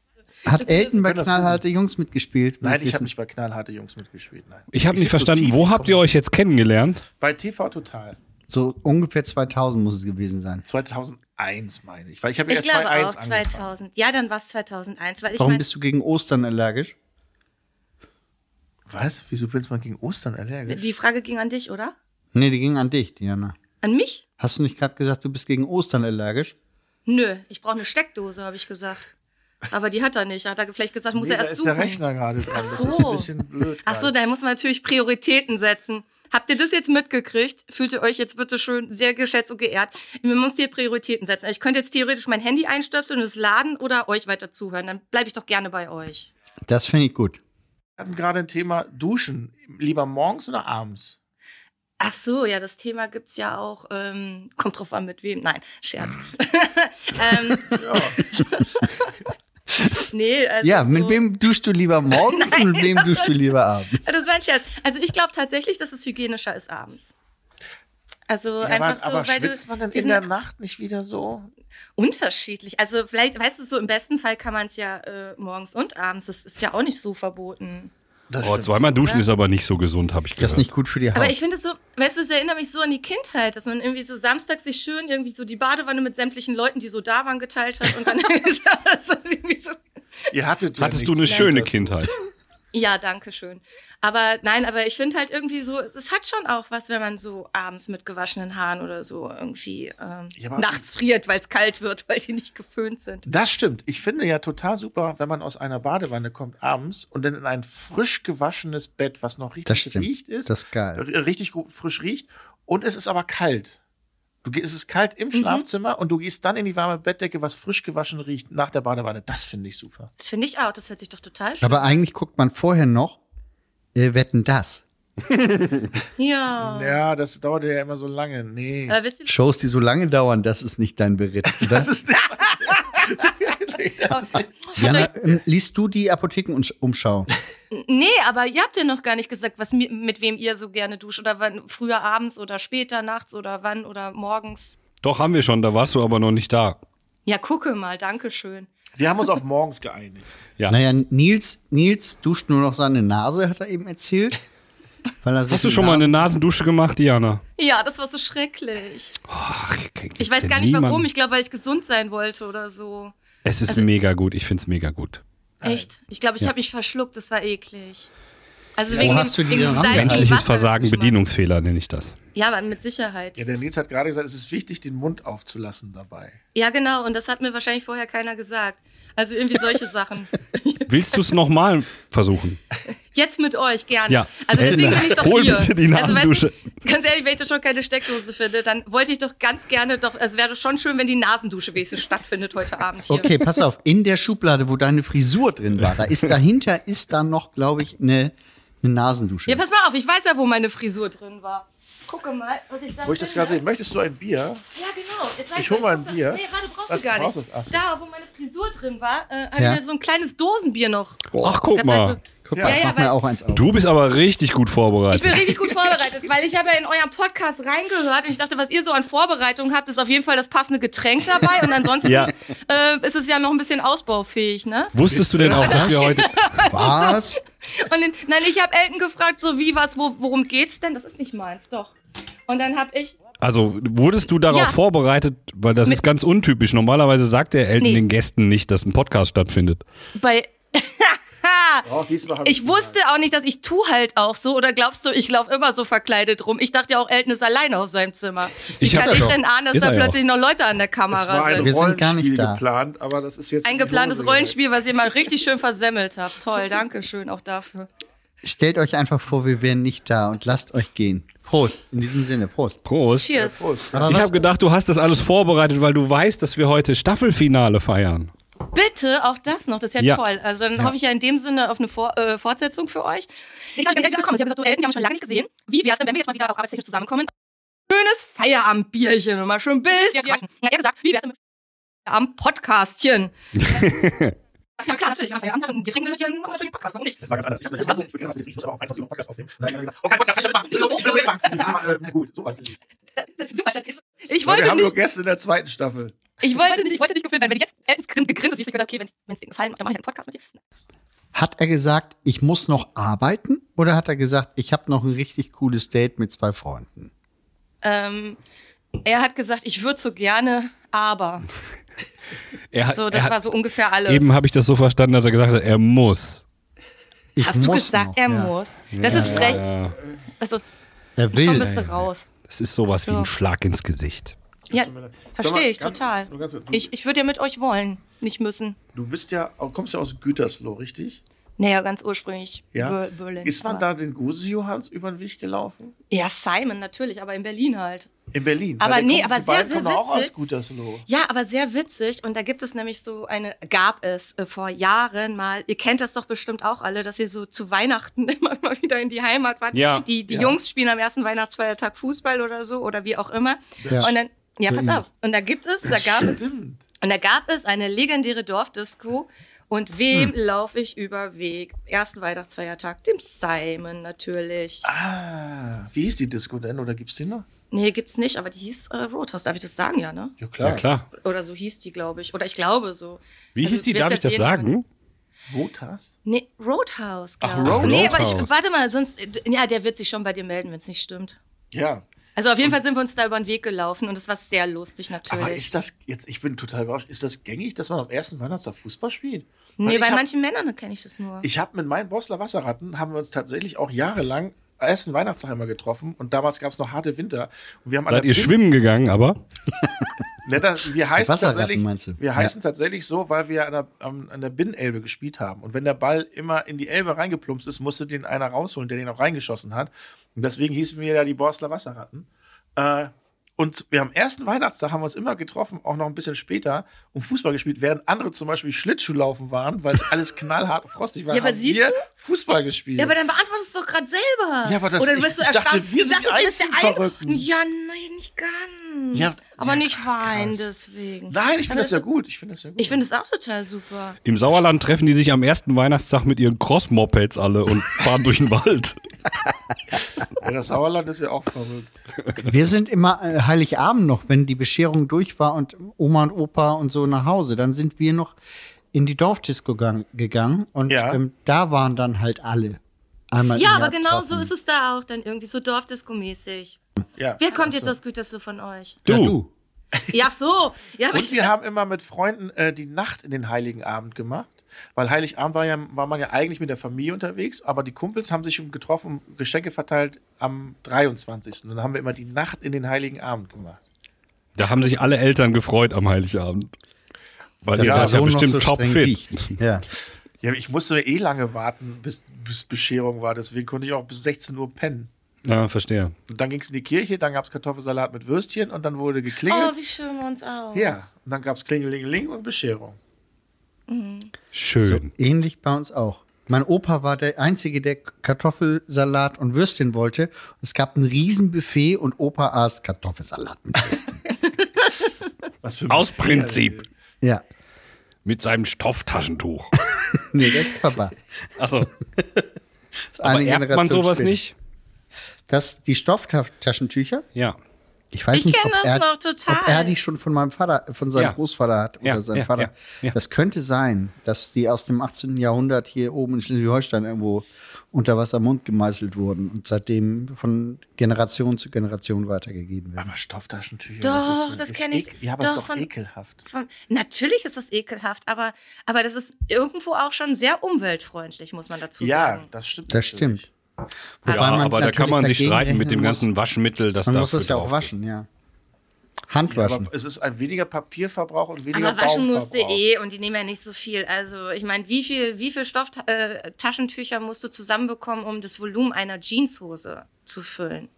Speaker 4: Hat Elton bei
Speaker 7: können das
Speaker 4: knallharte Jungs mitgespielt?
Speaker 7: Nein, ich
Speaker 4: Wissen.
Speaker 7: habe nicht bei Knallharte Jungs mitgespielt. Nein.
Speaker 5: Ich habe nicht
Speaker 7: sitz so
Speaker 5: verstanden,
Speaker 7: tief,
Speaker 5: wo
Speaker 7: ich
Speaker 5: habt
Speaker 7: komm-
Speaker 5: ihr euch jetzt kennengelernt?
Speaker 7: Bei TV Total.
Speaker 4: So ungefähr 2000 muss es gewesen sein.
Speaker 7: 2001 meine ich. Weil ich habe
Speaker 6: ich
Speaker 7: erst
Speaker 6: glaube
Speaker 7: 2001
Speaker 6: auch
Speaker 7: angefangen.
Speaker 6: 2000. Ja, dann war es 2001, weil ich
Speaker 4: Warum
Speaker 6: meine,
Speaker 4: bist du gegen Ostern allergisch?
Speaker 7: Was? Wieso bin ich mal gegen Ostern allergisch?
Speaker 6: die Frage ging an dich, oder?
Speaker 4: Nee, die ging an dich, Diana.
Speaker 6: An mich?
Speaker 4: Hast du nicht gerade gesagt, du bist gegen Ostern allergisch?
Speaker 6: Nö, ich brauche eine Steckdose, habe ich gesagt. Aber die hat er nicht. Hat er vielleicht gesagt, muss
Speaker 7: Nee,
Speaker 6: er
Speaker 7: da
Speaker 6: erst
Speaker 7: ist
Speaker 6: suchen.
Speaker 7: der Rechner gerade dran. Das ist
Speaker 6: so.
Speaker 7: ein bisschen blöd.
Speaker 6: Ach so,
Speaker 7: gerade.
Speaker 6: da muss man natürlich Prioritäten setzen. Habt ihr das jetzt mitgekriegt? Fühlt ihr euch jetzt bitte schön sehr geschätzt und geehrt? Man muss hier Prioritäten setzen. Also Ich könnte jetzt theoretisch mein Handy einstöpseln und es laden oder euch weiter zuhören. Dann bleibe ich doch gerne bei euch.
Speaker 4: Das finde ich gut.
Speaker 7: Wir hatten gerade ein Thema Duschen. Lieber morgens oder abends?
Speaker 6: Ach so, ja, das Thema gibt's ja auch. Ähm, kommt drauf an, mit wem. Nein, Scherz. <laughs> ähm,
Speaker 7: Hm. Ja.
Speaker 6: <laughs> nee, also
Speaker 4: ja, mit
Speaker 6: so-
Speaker 4: wem duschst du lieber
Speaker 7: <laughs>
Speaker 4: morgens und mit wem duschst du lieber abends?
Speaker 6: Das war ein Scherz. Also ich glaube tatsächlich, dass es hygienischer ist abends. Also
Speaker 7: Ja,
Speaker 6: einfach
Speaker 7: aber, aber
Speaker 6: so, weil
Speaker 7: schwitzt
Speaker 6: du
Speaker 7: man denn in
Speaker 6: diesen-
Speaker 7: der Nacht nicht wieder so?
Speaker 6: unterschiedlich. Also vielleicht, weißt du, so im besten Fall kann man es ja äh, morgens und abends. Das ist ja auch nicht so verboten.
Speaker 5: Oh, zweimal duschen ist aber nicht so gesund, habe ich
Speaker 4: Das ist
Speaker 5: gehört.
Speaker 4: nicht gut für die Haut.
Speaker 7: Oh.
Speaker 6: Aber ich finde es so, weißt du, es erinnert mich so an die Kindheit, dass man irgendwie so samstags sich schön irgendwie so die Badewanne mit sämtlichen Leuten, die so da waren, geteilt hat
Speaker 7: <laughs>
Speaker 6: und dann <laughs> ist das so irgendwie so.
Speaker 7: Ihr hattet ja
Speaker 5: Hattest du
Speaker 7: nichts
Speaker 5: eine schöne
Speaker 7: mehr.
Speaker 5: Kindheit?
Speaker 6: Ja, danke schön. Aber nein, aber ich finde halt irgendwie so, es hat schon auch was, wenn man so abends mit gewaschenen Haaren oder so irgendwie ähm,
Speaker 7: Ja, aber-
Speaker 6: nachts friert, weil es kalt wird, weil die nicht geföhnt sind.
Speaker 7: Das stimmt. Ich finde ja total super, wenn man aus einer Badewanne kommt abends und dann in ein frisch gewaschenes Bett, was noch
Speaker 4: Das
Speaker 7: richtig
Speaker 4: stimmt.
Speaker 7: riecht ist,
Speaker 4: Das ist
Speaker 7: r-
Speaker 4: geil.
Speaker 7: richtig gut frisch riecht und es ist aber kalt. Du gehst, es ist kalt
Speaker 6: Mhm.
Speaker 7: im Schlafzimmer und du gehst dann in die warme Bettdecke, was frisch gewaschen riecht nach der Badewanne. Das finde ich super.
Speaker 6: Das finde ich auch, das hört sich doch total schön.
Speaker 4: Aber eigentlich guckt man vorher noch, äh, wetten das.
Speaker 6: Ja.
Speaker 7: Ja, das dauerte ja immer so lange. Nee.
Speaker 6: Äh, wisst ihr,
Speaker 2: Shows, die so lange dauern, das ist nicht dein
Speaker 7: <laughs>
Speaker 2: Beritt. oder?
Speaker 7: Das ist nicht.
Speaker 6: <laughs>
Speaker 2: Jana, ähm, liest du die Apothekenumschau?
Speaker 6: nee, aber ihr habt ja noch gar nicht gesagt, was, mi- mit wem ihr so gerne duscht oder wann, früher abends oder später nachts oder wann oder morgens.
Speaker 5: Doch, haben wir schon, da warst du aber noch nicht da.
Speaker 6: Ja, gucke mal, danke schön.
Speaker 7: Wir haben uns auf morgens geeinigt.
Speaker 5: Ja.
Speaker 2: Naja, Nils, Nils duscht nur noch seine Nase, hat er eben erzählt. Weil er sich
Speaker 5: Hast du
Speaker 2: die
Speaker 5: schon mal eine Nasendusche gemacht, Diana?
Speaker 6: Ja, das war so schrecklich.
Speaker 5: Ach, ich krieg
Speaker 6: Ich weiß
Speaker 5: ja
Speaker 6: gar nicht warum. Also-
Speaker 5: niemanden.
Speaker 6: Ich glaube, weil ich gesund sein wollte oder so.
Speaker 5: es ist mega gut, ich find's mega gut. Äh,
Speaker 6: Echt? Ich glaube, ich habe mich verschluckt. Das war eklig. Also
Speaker 2: Wo
Speaker 6: wegen,
Speaker 2: hast
Speaker 6: dem,
Speaker 2: du die denn
Speaker 6: wegen diesem
Speaker 2: ran?
Speaker 6: salzigen
Speaker 5: Menschliches
Speaker 6: Also Wasser-
Speaker 5: Versagen,
Speaker 6: Geschmack.
Speaker 5: Bedienungsfehler nenne ich das.
Speaker 6: Ja, aber mit Sicherheit.
Speaker 7: Ja,
Speaker 6: Ja,
Speaker 7: der Nils hat gerade gesagt, es ist wichtig, den Mund aufzulassen dabei.
Speaker 6: genau. Und das hat mir wahrscheinlich vorher keiner gesagt. Also irgendwie solche
Speaker 5: <laughs>
Speaker 6: Sachen.
Speaker 5: Willst du es nochmal versuchen?
Speaker 6: Jetzt mit euch gerne.
Speaker 5: Ja.
Speaker 6: Also deswegen bin ich doch
Speaker 5: Hol
Speaker 6: hier.
Speaker 5: bitte die Nasendusche.
Speaker 6: Also, weißt du, ganz ehrlich, wenn ich da schon keine Steckdose finde, dann wollte ich doch ganz gerne doch, also wäre doch schon schön, wenn die Nasendusche wenigstens stattfindet heute Abend hier.
Speaker 2: Okay, pass auf. In der Schublade, wo deine Frisur drin war, da ist dahinter ist dann noch, glaube ich, eine, eine Nasendusche.
Speaker 6: Ja, pass mal auf, ich weiß ja, wo meine Frisur drin war. Gucke mal, was ich da
Speaker 7: Wo ich das
Speaker 6: finde.
Speaker 7: gerade sehe, möchtest du ein Bier?
Speaker 6: Ja, genau. Jetzt weißt
Speaker 7: Ich
Speaker 6: du,
Speaker 7: hol mal ein
Speaker 6: guck doch-
Speaker 7: Bier.
Speaker 6: Nee, warte, brauchst
Speaker 7: Was
Speaker 6: du gar
Speaker 7: brauchst
Speaker 6: nicht.
Speaker 7: du? Ach so.
Speaker 6: Da, wo meine Frisur drin war, äh, hatte
Speaker 2: Ja.
Speaker 6: ich so ein kleines Dosenbier noch.
Speaker 5: Ach, guck
Speaker 6: Das
Speaker 5: mal.
Speaker 6: weißt du-
Speaker 2: Guck
Speaker 6: Ja,
Speaker 2: mal, ich
Speaker 6: ja,
Speaker 2: mach mir
Speaker 6: weil-
Speaker 2: auch eins auf.
Speaker 5: Du bist aber richtig gut
Speaker 6: Ich bin
Speaker 5: vorbereitet.
Speaker 6: richtig gut vorbereitet, weil ich habe ja in euren Podcast reingehört und ich dachte, was ihr so an Vorbereitung habt, ist auf jeden Fall das passende Getränk dabei
Speaker 2: <laughs>
Speaker 6: und ansonsten
Speaker 5: Ja.
Speaker 6: äh, ist es ja noch ein bisschen ausbaufähig, ne?
Speaker 5: Wusstest du denn auch, dass wir heute.
Speaker 2: Was?
Speaker 6: Und den, nein, ich habe Elton gefragt, so wie was, wo, worum geht's denn? Das ist nicht meins, doch. Und dann habe ich
Speaker 5: Also, wurdest du darauf
Speaker 6: Ja.
Speaker 5: vorbereitet? Weil das
Speaker 6: Mit-
Speaker 5: ist ganz untypisch. Normalerweise sagt der Elton
Speaker 6: Nee.
Speaker 5: den Gästen nicht, dass ein Podcast stattfindet.
Speaker 6: bei
Speaker 7: Oh, diesmal hab
Speaker 6: Ich wusste auch nicht, dass ich tu halt auch so. Oder glaubst du, ich laufe immer so verkleidet rum? Ich dachte ja auch, Elton ist alleine auf seinem Zimmer. Wie
Speaker 5: Ich hab
Speaker 6: kann
Speaker 5: ja
Speaker 6: ich
Speaker 5: doch.
Speaker 6: denn ahnen, dass
Speaker 5: Ist
Speaker 6: da
Speaker 5: er ja
Speaker 6: plötzlich noch Leute an der
Speaker 7: es war
Speaker 6: Kamera
Speaker 7: ein
Speaker 6: sind?
Speaker 2: Wir sind gar nicht
Speaker 7: Rollenspiel
Speaker 2: da.
Speaker 7: geplant, aber das ist jetzt in die
Speaker 6: Eingeplantes
Speaker 7: Hose gegangen.
Speaker 6: Rollenspiel, was ihr mal richtig schön versemmelt habt. Toll, danke schön auch dafür.
Speaker 2: Stellt euch einfach vor, wir wären nicht da und lasst euch gehen. Prost. In diesem Sinne, Prost.
Speaker 5: Prost.
Speaker 6: Cheers.
Speaker 2: Aber
Speaker 5: Ich
Speaker 2: was-
Speaker 5: habe gedacht, du hast das alles vorbereitet, weil du weißt, dass wir heute Staffelfinale feiern.
Speaker 6: Bitte auch das noch, das ist ja,
Speaker 5: Ja.
Speaker 6: toll. Also dann hoffe ich ja in dem Sinne auf eine Vor äh, Fortsetzung für euch. Ich habe gesagt, komm, ich habe gesagt, du Elton, wir haben schon lange nicht gesehen. Wie wär's denn, wenn wir jetzt mal wieder auch arbeitstechnisch zusammenkommen? Schönes Feierabendbierchen und mal schön ein bisschen. quatschen. Dann hat er gesagt, wie wär's denn mit <laughs> Feierabend-Podcastchen? ja klar, natürlich, wir haben Feierabend, haben ein Getränk mit dir, machen natürlich einen Podcast, warum nicht?
Speaker 7: Das war ganz anders. Ich hab das versucht, ich bin ganz ich muss aber auch einfach einen Podcast aufnehmen. Und dann hab ich gesagt, oh kein Podcast, kann ich heute machen. So, ich will unbedingt machen. Also, Ja, aber, äh, na gut, so eigentlich.
Speaker 6: Super, ich
Speaker 7: Wir
Speaker 6: wollte
Speaker 7: haben
Speaker 6: nicht,
Speaker 7: nur Gäste in der zweiten Staffel.
Speaker 6: ich wollte nicht, ich wollte nicht gefilmt werden. Wenn jetzt Eltons gegrinst ist, ich gedacht, okay, wenn es dir gefallen macht, dann mache ich einen Podcast mit dir.
Speaker 2: Hat er gesagt, ich muss noch arbeiten? Oder hat er gesagt, ich habe noch ein richtig cooles Date mit zwei Freunden?
Speaker 6: Ähm, er hat gesagt, ich würde so gerne, aber.
Speaker 5: Er, hat-
Speaker 6: So,
Speaker 5: Äh, er
Speaker 6: das
Speaker 5: hat-
Speaker 6: war so ungefähr alles.
Speaker 5: Eben habe ich das so verstanden, dass er gesagt hat, er muss.
Speaker 2: Ich
Speaker 6: Hast du
Speaker 2: muss
Speaker 6: gesagt,
Speaker 2: noch,
Speaker 6: er
Speaker 2: ja.
Speaker 6: muss? Das ist frech.
Speaker 5: Ja,
Speaker 6: Also,
Speaker 2: Er
Speaker 6: schon
Speaker 2: will.
Speaker 6: bist du raus.
Speaker 5: das Äh, ist sowas wie
Speaker 6: So.
Speaker 5: ein Schlag ins Gesicht.
Speaker 6: Ja,
Speaker 7: Sag mal,
Speaker 6: verstehe ich
Speaker 7: ganz-
Speaker 6: total.
Speaker 7: nur ganz kurz, du-
Speaker 6: Ich, ich würde ja mit euch wollen, nicht müssen.
Speaker 7: Du bist ja, kommst ja aus Gütersloh, richtig?
Speaker 6: Naja, ganz ursprünglich
Speaker 7: Ja.
Speaker 6: Bö- Berlin.
Speaker 7: Ist man
Speaker 6: aber-
Speaker 7: da den Guse-Johanns über den Weg gelaufen?
Speaker 6: Ja, Simon natürlich, aber in Berlin halt.
Speaker 7: In Berlin.
Speaker 6: Aber
Speaker 7: Weil der
Speaker 6: nee,
Speaker 7: kommt-
Speaker 6: aber
Speaker 7: die
Speaker 6: sehr,
Speaker 7: beiden
Speaker 6: sehr
Speaker 7: kommen auch aus
Speaker 6: witzig.
Speaker 7: Gütersloh.
Speaker 6: Ja, aber sehr witzig. Und da gibt es nämlich so eine, gab es äh, vor Jahren mal, ihr kennt das doch bestimmt auch alle, dass ihr so zu Weihnachten <laughs> immer mal wieder in die Heimat wart.
Speaker 5: Ja.
Speaker 6: Die, die Jungs spielen am ersten Weihnachtsfeiertag Fußball oder so oder wie auch immer.
Speaker 2: Ja.
Speaker 6: Und dann, ja,
Speaker 2: So
Speaker 6: pass
Speaker 2: ähnlich.
Speaker 6: auf. Und da gibt es, da gab es,
Speaker 7: Stimmt.
Speaker 6: und da gab es eine legendäre Dorfdisco. Und wem
Speaker 5: Hm.
Speaker 6: laufe ich über Weg? Ersten Weihnachtsfeiertag, dem Simon natürlich.
Speaker 7: Ah, wie hieß die Disco denn? Oder gibt's die noch?
Speaker 6: Nee, gibt's nicht, aber die hieß äh, Roadhouse, darf ich das sagen, ja, ne?
Speaker 7: Ja, klar.
Speaker 5: Ja, klar.
Speaker 6: Oder so hieß die, glaube ich. Oder ich glaube so.
Speaker 5: Wie
Speaker 6: Also,
Speaker 5: hieß die?
Speaker 6: wisst
Speaker 5: Darf ich das
Speaker 6: jetzt jeder-
Speaker 5: sagen?
Speaker 7: Votas?
Speaker 6: Nee, Roadhouse,
Speaker 5: Ach,
Speaker 6: glaube ich. Nee, aber ich,
Speaker 5: Roadhouse.
Speaker 6: warte mal, sonst, ja, der wird sich schon bei dir melden, wenn es nicht stimmt.
Speaker 7: Ja.
Speaker 6: Also auf jeden Fall sind wir uns da über den Weg gelaufen und es war sehr lustig natürlich.
Speaker 7: Aber ist das, jetzt, ich bin total überrascht, ist das gängig, dass man am ersten Weihnachtstag Fußball spielt?
Speaker 6: nee,
Speaker 7: ich
Speaker 6: bei
Speaker 7: hab-
Speaker 6: manchen Männern kenne ich das nur.
Speaker 7: Ich habe mit meinen Bosler Wasserratten, haben wir uns tatsächlich auch jahrelang am ersten Weihnachtstag immer getroffen und damals gab es noch harte Winter. Und wir haben an
Speaker 5: Seid
Speaker 7: der
Speaker 5: ihr
Speaker 7: Pin-
Speaker 5: schwimmen gegangen, aber?
Speaker 7: Ne, das, wir heißen
Speaker 2: Wasserratten,
Speaker 7: tatsächlich-
Speaker 2: meinst du?
Speaker 7: Wir
Speaker 2: Ja.
Speaker 7: heißen tatsächlich so, weil wir an der, am- an der Binnenelbe gespielt haben. Und wenn der Ball immer in die Elbe reingeplumpst ist, musste den einer rausholen, der den auch reingeschossen hat. Und deswegen hießen wir ja die Borsler Wasserratten. Äh, Und wir am ersten Weihnachtstag haben wir uns immer getroffen, auch noch ein bisschen später, und Fußball gespielt, während andere zum Beispiel Schlittschuhlaufen waren, weil es alles knallhart und frostig war.
Speaker 6: Ja, aber
Speaker 7: haben
Speaker 6: siehst
Speaker 7: wir
Speaker 6: du?
Speaker 7: Fußball gespielt.
Speaker 6: Ja, aber dann beantwortest du doch gerade selber.
Speaker 7: Ja, aber das-
Speaker 6: Oder du bist
Speaker 7: ich-
Speaker 6: so
Speaker 7: ich dachte,
Speaker 6: erstaunt.
Speaker 7: wir sind
Speaker 6: du
Speaker 7: die
Speaker 6: dachtest, du bist der
Speaker 7: einzigen
Speaker 6: Ein-
Speaker 7: Verrückten.
Speaker 6: Ja, nein, nicht ganz.
Speaker 7: Ja,
Speaker 6: aber
Speaker 7: ja,
Speaker 6: nicht weinen
Speaker 7: krass.
Speaker 6: deswegen.
Speaker 7: Nein, ich finde
Speaker 6: Ja,
Speaker 7: das ja gut. Ich finde das ja gut.
Speaker 6: Ich finde es auch total super.
Speaker 5: Im Sauerland treffen die sich am ersten Weihnachtstag mit ihren Cross-Mopeds
Speaker 2: <laughs>
Speaker 5: alle und fahren durch den Wald.
Speaker 7: ja, das Sauerland ist ja auch verrückt.
Speaker 2: Wir sind immer äh, Heiligabend noch, wenn die Bescherung durch war und Oma und Opa und so nach Hause. Dann sind wir noch in die Dorfdisco gang, gegangen und
Speaker 7: Ja.
Speaker 2: ähm, da waren dann halt alle. Einmal
Speaker 6: Ja,
Speaker 2: im
Speaker 6: aber
Speaker 2: Jahr
Speaker 6: genau
Speaker 2: getroffen.
Speaker 6: so ist es da auch dann irgendwie so Dorfdisco-mäßig.
Speaker 7: Ja.
Speaker 6: Wer kommt jetzt das Güterste von euch?
Speaker 2: Ja,
Speaker 5: Du.
Speaker 2: du.
Speaker 6: Ja, so. Ja, aber
Speaker 7: Und wir haben immer mit Freunden äh, die Nacht in den Heiligen Abend gemacht. Weil Heiligabend war, ja, war man ja eigentlich mit der Familie unterwegs, aber die Kumpels haben sich getroffen, Geschenke verteilt am 23. Und dann haben wir immer die Nacht in den Heiligen Abend gemacht.
Speaker 5: Da haben sich alle Eltern gefreut am Heiligabend. Weil ihr
Speaker 2: Dass der
Speaker 5: seid ja
Speaker 2: Sohn noch
Speaker 5: bestimmt
Speaker 2: so streng
Speaker 5: topfit.
Speaker 2: riecht. Ja.
Speaker 7: Ja, ich musste eh lange warten, bis, bis Bescherung war. Deswegen konnte ich auch bis 16 Uhr pennen.
Speaker 5: Ja, verstehe.
Speaker 7: Und dann ging es in die Kirche, dann gab es Kartoffelsalat mit Würstchen und dann wurde
Speaker 6: oh,
Speaker 7: geklingelt.
Speaker 6: wie schön wir uns auch.
Speaker 7: ja, und dann gab es Klingelingeling und Bescherung.
Speaker 2: So
Speaker 5: Schön.
Speaker 2: ähnlich bei uns auch. Mein Opa war der Einzige, der Kartoffelsalat und Würstchen wollte. Es gab ein Riesenbuffet und Opa aß Kartoffelsalat. Mit.
Speaker 7: Was für
Speaker 5: Aus Prinzip.
Speaker 2: Ja,
Speaker 5: Mit seinem Stofftaschentuch.
Speaker 2: <laughs> nee, das ist Papa.
Speaker 5: Achso,
Speaker 2: Das ist
Speaker 5: aber
Speaker 2: eine
Speaker 5: erbt man
Speaker 2: Generation
Speaker 5: sowas
Speaker 2: später.
Speaker 5: nicht?
Speaker 2: Das, die Stofftaschentücher,
Speaker 5: Ja.
Speaker 2: ich weiß
Speaker 6: Ich
Speaker 2: nicht,
Speaker 6: kenn
Speaker 2: ob
Speaker 6: das
Speaker 2: er,
Speaker 6: noch total.
Speaker 2: ob er die schon von meinem Vater, von seinem
Speaker 5: Ja.
Speaker 2: Großvater hat oder
Speaker 5: Ja,
Speaker 2: seinem
Speaker 5: ja,
Speaker 2: Vater.
Speaker 5: ja, ja.
Speaker 2: Das könnte sein, dass die aus dem 18. Jahrhundert hier oben in Schleswig-Holstein irgendwo unter Wassermund gemeißelt wurden und seitdem von Generation zu Generation weitergegeben werden.
Speaker 7: Aber Stofftaschentücher.
Speaker 6: Doch,
Speaker 7: ist-
Speaker 6: das
Speaker 7: ist
Speaker 6: kenn ich.
Speaker 7: ekel- Ja, aber es ist
Speaker 6: Doch,
Speaker 7: doch
Speaker 6: von-
Speaker 7: ekelhaft.
Speaker 6: Von, natürlich ist das ekelhaft, aber, aber das ist irgendwo auch schon sehr umweltfreundlich, muss man dazu
Speaker 7: Ja,
Speaker 6: sagen.
Speaker 7: das stimmt.
Speaker 2: Das
Speaker 7: natürlich.
Speaker 2: stimmt.
Speaker 5: Ja, aber da
Speaker 2: natürlich
Speaker 5: kann man sich
Speaker 2: dagegen
Speaker 5: streiten mit dem
Speaker 2: rechnen
Speaker 5: ganzen
Speaker 2: muss.
Speaker 5: Waschmittel, das
Speaker 2: Man
Speaker 5: da
Speaker 2: muss es ja auch waschen, ja.
Speaker 7: Ja,
Speaker 2: Handwaschen.
Speaker 7: aber es ist ein weniger Papierverbrauch und weniger
Speaker 6: Aber waschen musste
Speaker 7: Baumverbrauch.
Speaker 6: eh und die nehmen ja nicht so viel. Also ich meine, wie viel, wie viel Stofftaschentücher äh, Taschentücher musst du zusammenbekommen, um das Volumen einer Jeanshose zu füllen?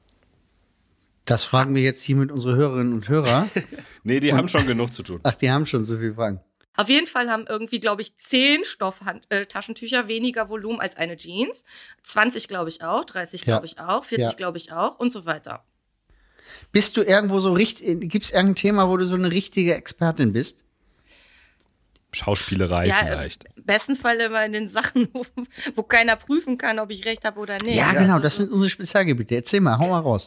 Speaker 2: das fragen wir jetzt hiermit unsere Hörerinnen und
Speaker 5: <laughs>
Speaker 2: Hörer.
Speaker 5: Nee, die haben schon genug zu tun.
Speaker 2: Ach, die haben schon so viel Fragen.
Speaker 6: Auf jeden Fall haben irgendwie, glaube ich, zehn Stofftaschentücher äh, Taschentücher weniger Volumen als eine Jeans. 20 glaube ich auch, 30
Speaker 2: Ja.
Speaker 6: glaube ich auch, 40
Speaker 2: Ja.
Speaker 6: glaube ich auch und so weiter.
Speaker 2: Bist du irgendwo so richtig, gibt es irgendein Thema, wo du so eine richtige Expertin bist?
Speaker 5: Schauspielerei
Speaker 6: Ja, äh,
Speaker 5: vielleicht.
Speaker 6: im besten Fall immer in den Sachen, <laughs> wo, wo keiner prüfen kann, ob ich recht habe oder nicht.
Speaker 2: ja,
Speaker 6: Also
Speaker 2: genau, das
Speaker 6: so
Speaker 2: sind unsere Spezialgebiete. Erzähl mal, hau mal
Speaker 6: <laughs>
Speaker 2: raus.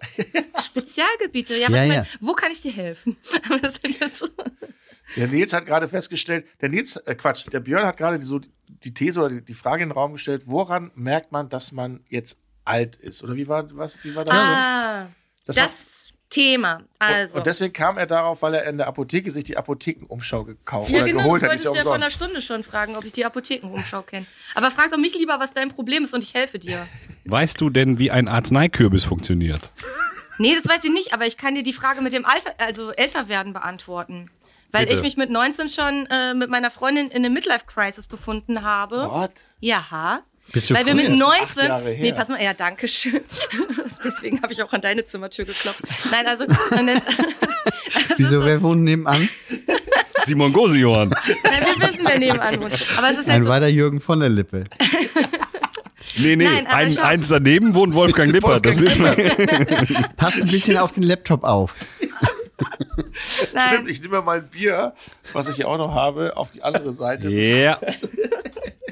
Speaker 6: Spezialgebiete. Ja,
Speaker 2: Ja,
Speaker 6: was
Speaker 2: ja.
Speaker 6: Mein, wo kann ich dir helfen? <laughs> Das sind jetzt so-
Speaker 7: Der Nils hat gerade festgestellt, der Nils, äh Quatsch, der Björn hat gerade die, so die These oder die, die Frage in den Raum gestellt, woran merkt man, dass man jetzt alt ist? Oder wie war, was, wie war das?
Speaker 6: ah,
Speaker 7: Das
Speaker 6: das,
Speaker 7: war-
Speaker 6: Thema. Also.
Speaker 7: Und deswegen kam er darauf, weil er in der Apotheke sich die Apothekenumschau gekauft
Speaker 6: ja,
Speaker 7: oder
Speaker 6: genau,
Speaker 7: geholt
Speaker 6: das
Speaker 7: hat,
Speaker 6: wolltest
Speaker 7: ist ja
Speaker 6: du ja vor einer
Speaker 7: umsonst.
Speaker 6: Stunde schon fragen, ob ich die Apothekenumschau kenne. Aber frag doch mich lieber, was dein Problem ist und ich helfe dir.
Speaker 5: Weißt du denn, wie ein
Speaker 2: <laughs>
Speaker 5: Arzneikürbis funktioniert?
Speaker 6: Nee, das weiß ich nicht, aber ich kann dir die Frage mit dem Alter, also älter werden beantworten. Weil
Speaker 5: Bitte.
Speaker 6: ich mich mit 19 schon äh, mit meiner Freundin in einer Midlife-Crisis befunden habe.
Speaker 7: What?
Speaker 6: Ja.
Speaker 2: Bist du
Speaker 6: Weil wir mit
Speaker 2: früh?
Speaker 7: Das ist acht
Speaker 6: 19.
Speaker 7: Jahre her.
Speaker 6: Nee, pass mal, ja, danke schön. <laughs> Deswegen habe ich auch an deine Zimmertür geklopft. Nein, also, und dann, <laughs>
Speaker 2: Wieso, wer wohnt nebenan?
Speaker 5: Simon Gosion.
Speaker 6: nein, wir wissen, wer nebenan wohnt. Aber es ist halt
Speaker 2: Ein
Speaker 6: so,
Speaker 2: weiter Jürgen von der Lippe.
Speaker 5: Nee, nee,
Speaker 6: Nein, aber
Speaker 5: ein,
Speaker 6: schau-
Speaker 5: eins daneben wohnt Wolfgang Lippert, das wissen wir.
Speaker 2: Passt ein bisschen auf den Laptop auf.
Speaker 7: Stimmt,
Speaker 6: nein,
Speaker 7: ich nehme mein Bier, was ich hier auch noch habe, auf die andere Seite.
Speaker 5: Ja.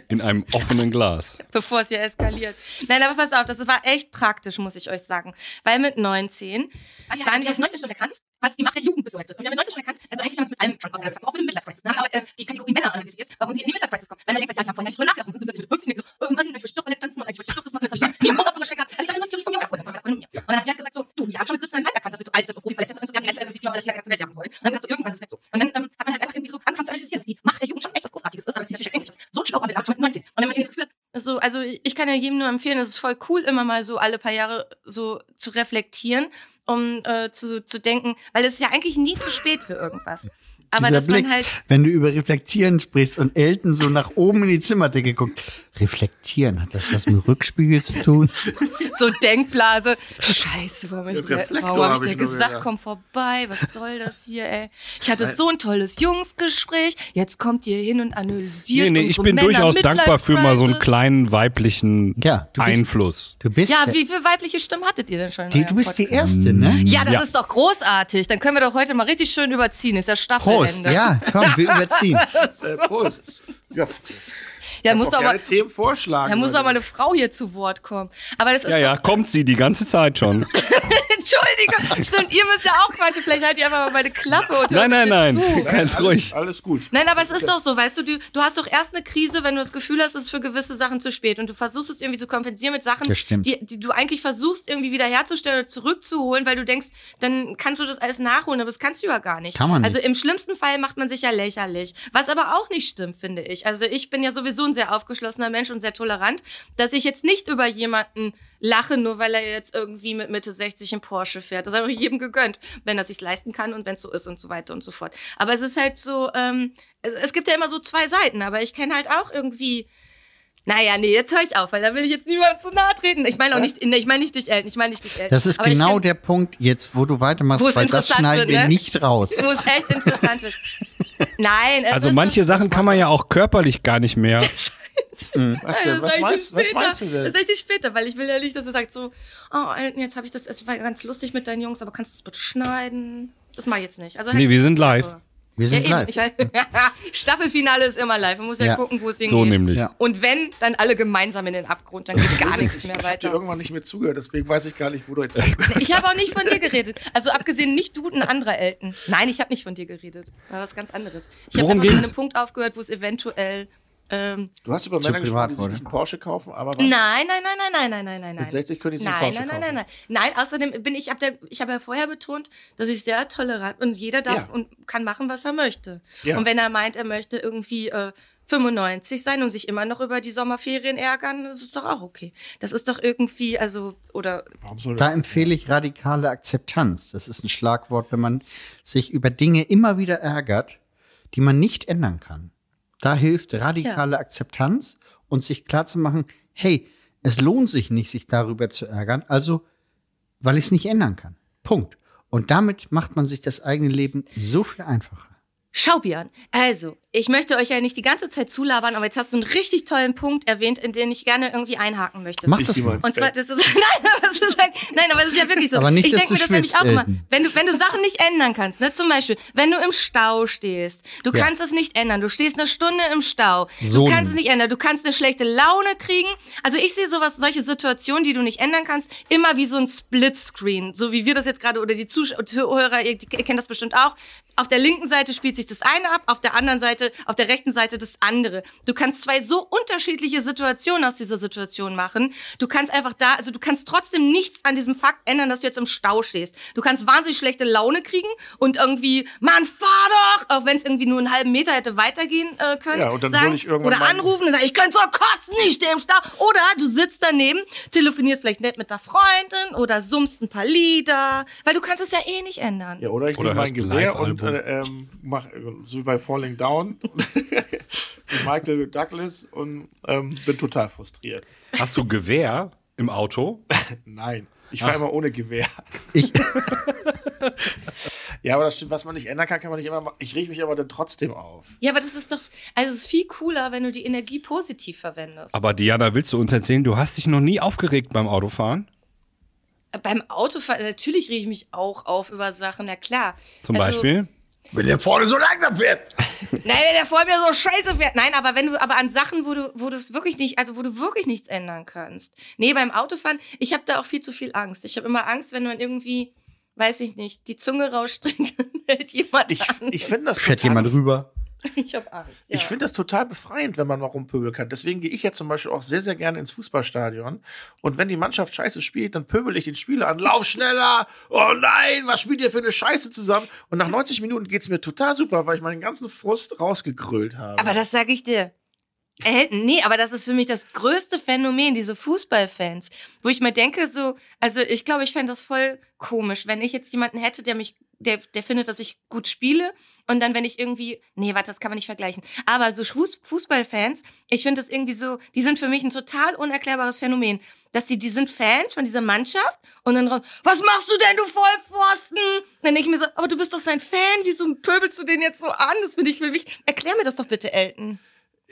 Speaker 5: In einem offenen Glas.
Speaker 6: bevor es hier eskaliert. Nein, aber pass auf, das war echt praktisch, muss ich euch sagen. Weil mit 19 waren wir mit 19 schon erkannt, was die Macht der Jugend bedeutet. Und wir haben mit 19 schon erkannt, also eigentlich haben wir uns mit allem schon auseinandergesetzt, auch mit dem Midlife Crisis. Ne? Aber äh, die Kategorie Männer analysiert, warum sie in die Midlife Crisis kommen. Weil man denkt, ja, ich habe vorhin nicht drüber nachgedacht, und sind plötzlich mit 15 denken so, oh Mann, ich will doch alle tanzen und ich will doch das machen, das ich nie im Ohr auf gehabt. Also ich habe eine Theorie von mir gefunden, von meiner Freundin und mir. Und dann hat er gesagt so, du, wir haben schon mit 17 Leib erkannt, dass wir zu alt sind, und Profi-Ballett tanzen, und die ganze Welt, die Leute, die ganze Welt jagen wollen. Und dann hat so irgendwann ist es weg so. Und dann ähm, hat man halt einfach irgendwie so angefangen zu analysieren, dass die Macht der Jugend schon echt was Großartiges ist, aber sie natürlich eigentlich so schlau am schon mit 19. Und wenn man irgendwie das Gefühl <laughs> hat, so, also ich kann ja jedem nur empfehlen, es ist voll cool, immer mal so alle paar Jahre so zu
Speaker 5: <laughs>
Speaker 6: reflektieren, um äh, zu, zu denken, weil es ist ja eigentlich nie zu spät für irgendwas. Aber
Speaker 2: Dieser
Speaker 6: dass
Speaker 2: Blick,
Speaker 6: man halt.
Speaker 2: wenn du über Reflektieren sprichst und Elton so nach oben in die Zimmerdecke guckt. Reflektieren, hat das was mit Rückspiegel zu tun?
Speaker 6: So Denkblase. Scheiße, warum hab ich, der,
Speaker 7: Reflektor
Speaker 6: warum hab
Speaker 7: hab
Speaker 6: ich dir
Speaker 7: ich nur
Speaker 6: gesagt,
Speaker 7: gedacht.
Speaker 6: komm vorbei, was soll das hier, ey? Ich hatte so ein tolles Jungsgespräch, jetzt kommt ihr hin und analysiert
Speaker 5: Nee, nee, ich
Speaker 6: unsere
Speaker 5: bin
Speaker 6: Männer
Speaker 5: durchaus dankbar für mal so einen
Speaker 6: Midlife-Crisis.
Speaker 5: kleinen weiblichen
Speaker 2: Ja, du bist-
Speaker 5: Einfluss.
Speaker 2: Du bist,
Speaker 6: Ja, wie viele weibliche Stimmen hattet ihr denn schon? in
Speaker 2: die,
Speaker 6: eurem
Speaker 2: du bist die
Speaker 6: Podcast?
Speaker 2: Erste, ne?
Speaker 6: Ja, das
Speaker 5: Ja.
Speaker 6: ist doch großartig. Dann können wir doch heute mal richtig schön überziehen. Ist ja Staffelende.
Speaker 2: Prost, ja, komm, wir
Speaker 6: <laughs>
Speaker 2: überziehen.
Speaker 7: Äh, Prost. Ja,
Speaker 6: ja muss doch mal,
Speaker 7: gerne Themen vorschlagen.
Speaker 6: da muss doch
Speaker 7: Leute.
Speaker 6: mal eine Frau hier zu Wort kommen. Aber das ist
Speaker 5: Ja, ja, kommt sie die ganze Zeit schon.
Speaker 6: <laughs> Entschuldigung. Stimmt, ihr müsst ja auch quatschen. Vielleicht halt ihr einfach mal meine Klappe und hört
Speaker 5: Nein, nein, nein.
Speaker 6: ein bisschen zu.
Speaker 5: Ganz
Speaker 7: alles,
Speaker 5: ruhig.
Speaker 7: Alles gut.
Speaker 6: Nein, aber es ist doch so, weißt du, du, du hast doch erst eine Krise, wenn du das Gefühl hast, es ist für gewisse Sachen zu spät und du versuchst es irgendwie zu kompensieren mit Sachen,
Speaker 2: Das stimmt.
Speaker 6: die, die du eigentlich versuchst irgendwie wiederherzustellen oder zurückzuholen, weil du denkst, dann kannst du das alles nachholen, aber das kannst du ja gar nicht.
Speaker 2: Kann man nicht.
Speaker 6: Also im schlimmsten Fall macht man sich ja lächerlich, was aber auch nicht stimmt, finde ich. Also ich bin ja sowieso ein sehr aufgeschlossener Mensch und sehr tolerant, dass ich jetzt nicht über jemanden lache, nur weil er jetzt irgendwie mit Mitte 60 im Porsche fährt. Das habe ich jedem gegönnt, wenn er sich leisten kann und wenn es so ist und so weiter und so fort. Aber es ist halt so, ähm, es- es gibt ja immer so zwei Seiten, aber ich kenne halt auch irgendwie. Naja, nee, jetzt höre ich auf, weil da will ich jetzt niemandem zu nahe treten. Ich meine auch nicht, nee, ich meine nicht dich, Elton, ich meine nicht dich, Elton.
Speaker 2: Das ist
Speaker 6: Aber ich
Speaker 2: genau
Speaker 6: kenn-
Speaker 2: der Punkt, jetzt wo du weitermachst,
Speaker 6: Wo es
Speaker 2: weil das
Speaker 6: interessant
Speaker 2: schneiden
Speaker 6: wird,
Speaker 2: wir
Speaker 6: ne?
Speaker 2: nicht raus.
Speaker 6: Wo es echt interessant wird. Nein, es
Speaker 5: Also
Speaker 6: ist
Speaker 5: manche Sachen kann man ja auch körperlich gar nicht mehr.
Speaker 7: Was,
Speaker 6: Nein,
Speaker 7: denn?
Speaker 6: das
Speaker 7: was,
Speaker 6: sag ich
Speaker 7: meinst,
Speaker 6: dir
Speaker 7: was
Speaker 6: später.
Speaker 7: meinst du denn?
Speaker 6: Das sag ich dir später, weil ich will ja nicht, dass er sagt so, oh, Elton, jetzt habe ich das, es war ganz lustig mit deinen Jungs, aber kannst du es bitte schneiden? Das mache ich jetzt nicht. Also
Speaker 5: Nee, wir sind live.
Speaker 2: Wir sind
Speaker 6: ja,
Speaker 2: live.
Speaker 6: eben, ich, halt- <laughs> Staffelfinale ist immer live. Man muss ja,
Speaker 2: Ja.
Speaker 6: gucken, wo es hingeht.
Speaker 5: So nämlich.
Speaker 2: Ja.
Speaker 6: Und wenn, dann alle gemeinsam in den Abgrund, dann geht
Speaker 7: <laughs>
Speaker 6: gar nichts mehr
Speaker 7: Ich habe
Speaker 6: weiter.
Speaker 7: irgendwann nicht mehr zugehört, deswegen weiß ich gar nicht, wo du jetzt
Speaker 6: <laughs>
Speaker 7: aufgehört
Speaker 6: Ich habe auch nicht von dir geredet. Also abgesehen nicht du, ein anderer Elton. Nein, ich habe nicht von dir geredet. War was ganz anderes. Ich habe
Speaker 5: Worum
Speaker 6: einfach nur an
Speaker 5: ging's?
Speaker 6: einem Punkt aufgehört, wo es eventuell. Ähm,
Speaker 7: Du hast über
Speaker 2: Zu
Speaker 7: Männer gesprochen,
Speaker 2: privat
Speaker 7: die sich
Speaker 2: wurde.
Speaker 7: nicht einen Porsche kaufen, aber was-
Speaker 6: nein, nein, nein, nein, nein, nein, nein, nein, nein.
Speaker 7: mit 60 könnte ich sich einen
Speaker 6: Nein,
Speaker 7: Porsche
Speaker 6: nein, nein,
Speaker 7: kaufen.
Speaker 6: nein, nein. Nein, außerdem bin ich, ab der, ich habe ja vorher betont, dass ich sehr tolerant und jeder darf
Speaker 7: Ja.
Speaker 6: und kann machen, was er möchte.
Speaker 7: Ja.
Speaker 6: Und wenn er meint, er möchte irgendwie äh, 95 sein und sich immer noch über die Sommerferien ärgern, das ist doch auch okay. Das ist doch irgendwie, also, oder
Speaker 7: Warum soll
Speaker 2: Da empfehle ich radikale Akzeptanz. Das ist ein Schlagwort, wenn man sich über Dinge immer wieder ärgert, die man nicht ändern kann. Da hilft radikale Akzeptanz und sich klarzumachen, hey, es lohnt sich nicht, sich darüber zu ärgern, also weil ich es nicht ändern kann. Punkt. Und damit macht man sich das eigene Leben so viel einfacher.
Speaker 6: Schau, Björn, also, ich möchte euch ja nicht die ganze Zeit zulabern, aber jetzt hast du einen richtig tollen Punkt erwähnt, in den ich gerne irgendwie einhaken möchte.
Speaker 2: Mach
Speaker 7: Ich
Speaker 2: das
Speaker 7: gehe
Speaker 2: mal.
Speaker 7: mal.
Speaker 6: Und zwar, das ist, <laughs> nein, aber es ist, halt- nein, aber es ist ja wirklich so.
Speaker 2: Aber nicht,
Speaker 6: ich
Speaker 2: dass
Speaker 6: denke mir
Speaker 2: du
Speaker 6: das nämlich
Speaker 2: schwitzt,
Speaker 6: auch mal.
Speaker 2: Elton.
Speaker 6: Wenn du, wenn du Sachen nicht ändern kannst, ne, zum Beispiel, wenn du im Stau stehst, du
Speaker 2: Ja.
Speaker 6: kannst es nicht ändern, du stehst eine Stunde im Stau,
Speaker 2: So
Speaker 6: du kannst es
Speaker 2: nämlich.
Speaker 6: nicht ändern, du kannst eine schlechte Laune kriegen. Also ich sehe sowas, solche Situationen, die du nicht ändern kannst, immer wie so ein Splitscreen, so wie wir das jetzt gerade oder die Zuhörer, ihr, ihr kennt das bestimmt auch. Auf der linken Seite spielt sich das eine ab, auf der anderen Seite, auf der rechten Seite das andere. Du kannst zwei so unterschiedliche Situationen aus dieser Situation machen. Du kannst einfach da, also du kannst trotzdem nichts an diesem Fakt ändern, dass du jetzt im Stau stehst. Du kannst wahnsinnig schlechte Laune kriegen und irgendwie, Mann, fahr doch, auch wenn es irgendwie nur einen halben Meter hätte weitergehen äh, können.
Speaker 7: Ja, und dann
Speaker 6: sagen,
Speaker 7: hol ich irgendwann
Speaker 6: oder
Speaker 7: meinen-
Speaker 6: anrufen und sagen, ich kann so kotzen, ich stehe im Stau. Oder du sitzt daneben, telefonierst vielleicht nett mit einer Freundin oder summst ein paar Lieder, weil du kannst es ja eh nicht ändern.
Speaker 7: Ja, oder ich
Speaker 5: Oder
Speaker 7: nehme mein
Speaker 5: hast
Speaker 7: Gewehr und
Speaker 5: Live-Album.
Speaker 7: äh, ähm, mach, äh, so wie bei
Speaker 6: <laughs>
Speaker 7: Falling Down mit Michael Douglas und ähm, bin total frustriert.
Speaker 5: Hast du Gewehr im Auto?
Speaker 7: Nein, ich fahre immer ohne Gewehr.
Speaker 2: Ich,
Speaker 7: <laughs> Ja, aber das stimmt, was man nicht ändern kann, kann man nicht immer. ma- Ich reg mich aber dann trotzdem auf.
Speaker 6: Ja, aber das ist doch, also es ist viel cooler, wenn du die Energie positiv verwendest.
Speaker 5: Aber Diana, willst du uns erzählen, du hast dich noch nie aufgeregt beim Autofahren?
Speaker 6: Beim Autofahren, natürlich rieche ich mich auch auf über Sachen, na klar.
Speaker 5: Zum
Speaker 6: Also,
Speaker 5: Beispiel?
Speaker 2: wenn der vorne so langsam fährt.
Speaker 6: Nein, wenn der vor mir so scheiße fährt. Nein, aber wenn du, aber an Sachen, wo du, wo du es wirklich nicht, also wo du wirklich nichts ändern kannst. Nee, beim Autofahren, ich habe da auch viel zu viel Angst. Ich habe immer Angst, wenn man irgendwie, weiß ich nicht, die Zunge rausstreckt, <laughs> dann hält jemand <laughs>
Speaker 7: Ich,
Speaker 6: an.
Speaker 7: ich finde das
Speaker 2: Fährt
Speaker 7: total
Speaker 2: jemand rüber?
Speaker 6: Ich habe Angst. Ja.
Speaker 7: Ich finde das total befreiend, wenn man mal rumpöbeln kann. Deswegen gehe ich ja zum Beispiel auch sehr, sehr gerne ins Fußballstadion. Und wenn die Mannschaft scheiße spielt, dann pöbel ich den Spieler an. Lauf schneller! Oh nein, was spielt ihr für eine Scheiße zusammen? Und nach 90 Minuten geht's mir total super, weil ich meinen ganzen Frust rausgegrölt habe.
Speaker 6: aber das sage ich dir. Elton, nee, aber das ist für mich das größte Phänomen, diese Fußballfans, wo ich mir denke, so, also ich glaube, ich fände das voll komisch, wenn ich jetzt jemanden hätte, der mich der, der findet, dass ich gut spiele. Und dann, wenn ich irgendwie, nee, warte, das kann man nicht vergleichen. Aber so Fuß- Fußballfans, ich finde das irgendwie so, die sind für mich ein total unerklärbares Phänomen. Dass die, die sind Fans von dieser Mannschaft und dann raus, was machst du denn, du Vollpfosten? Dann denke ich mir so, aber du bist doch sein Fan, wieso pöbelst du den jetzt so an? Das finde ich für mich, erklär mir das doch bitte, Elton.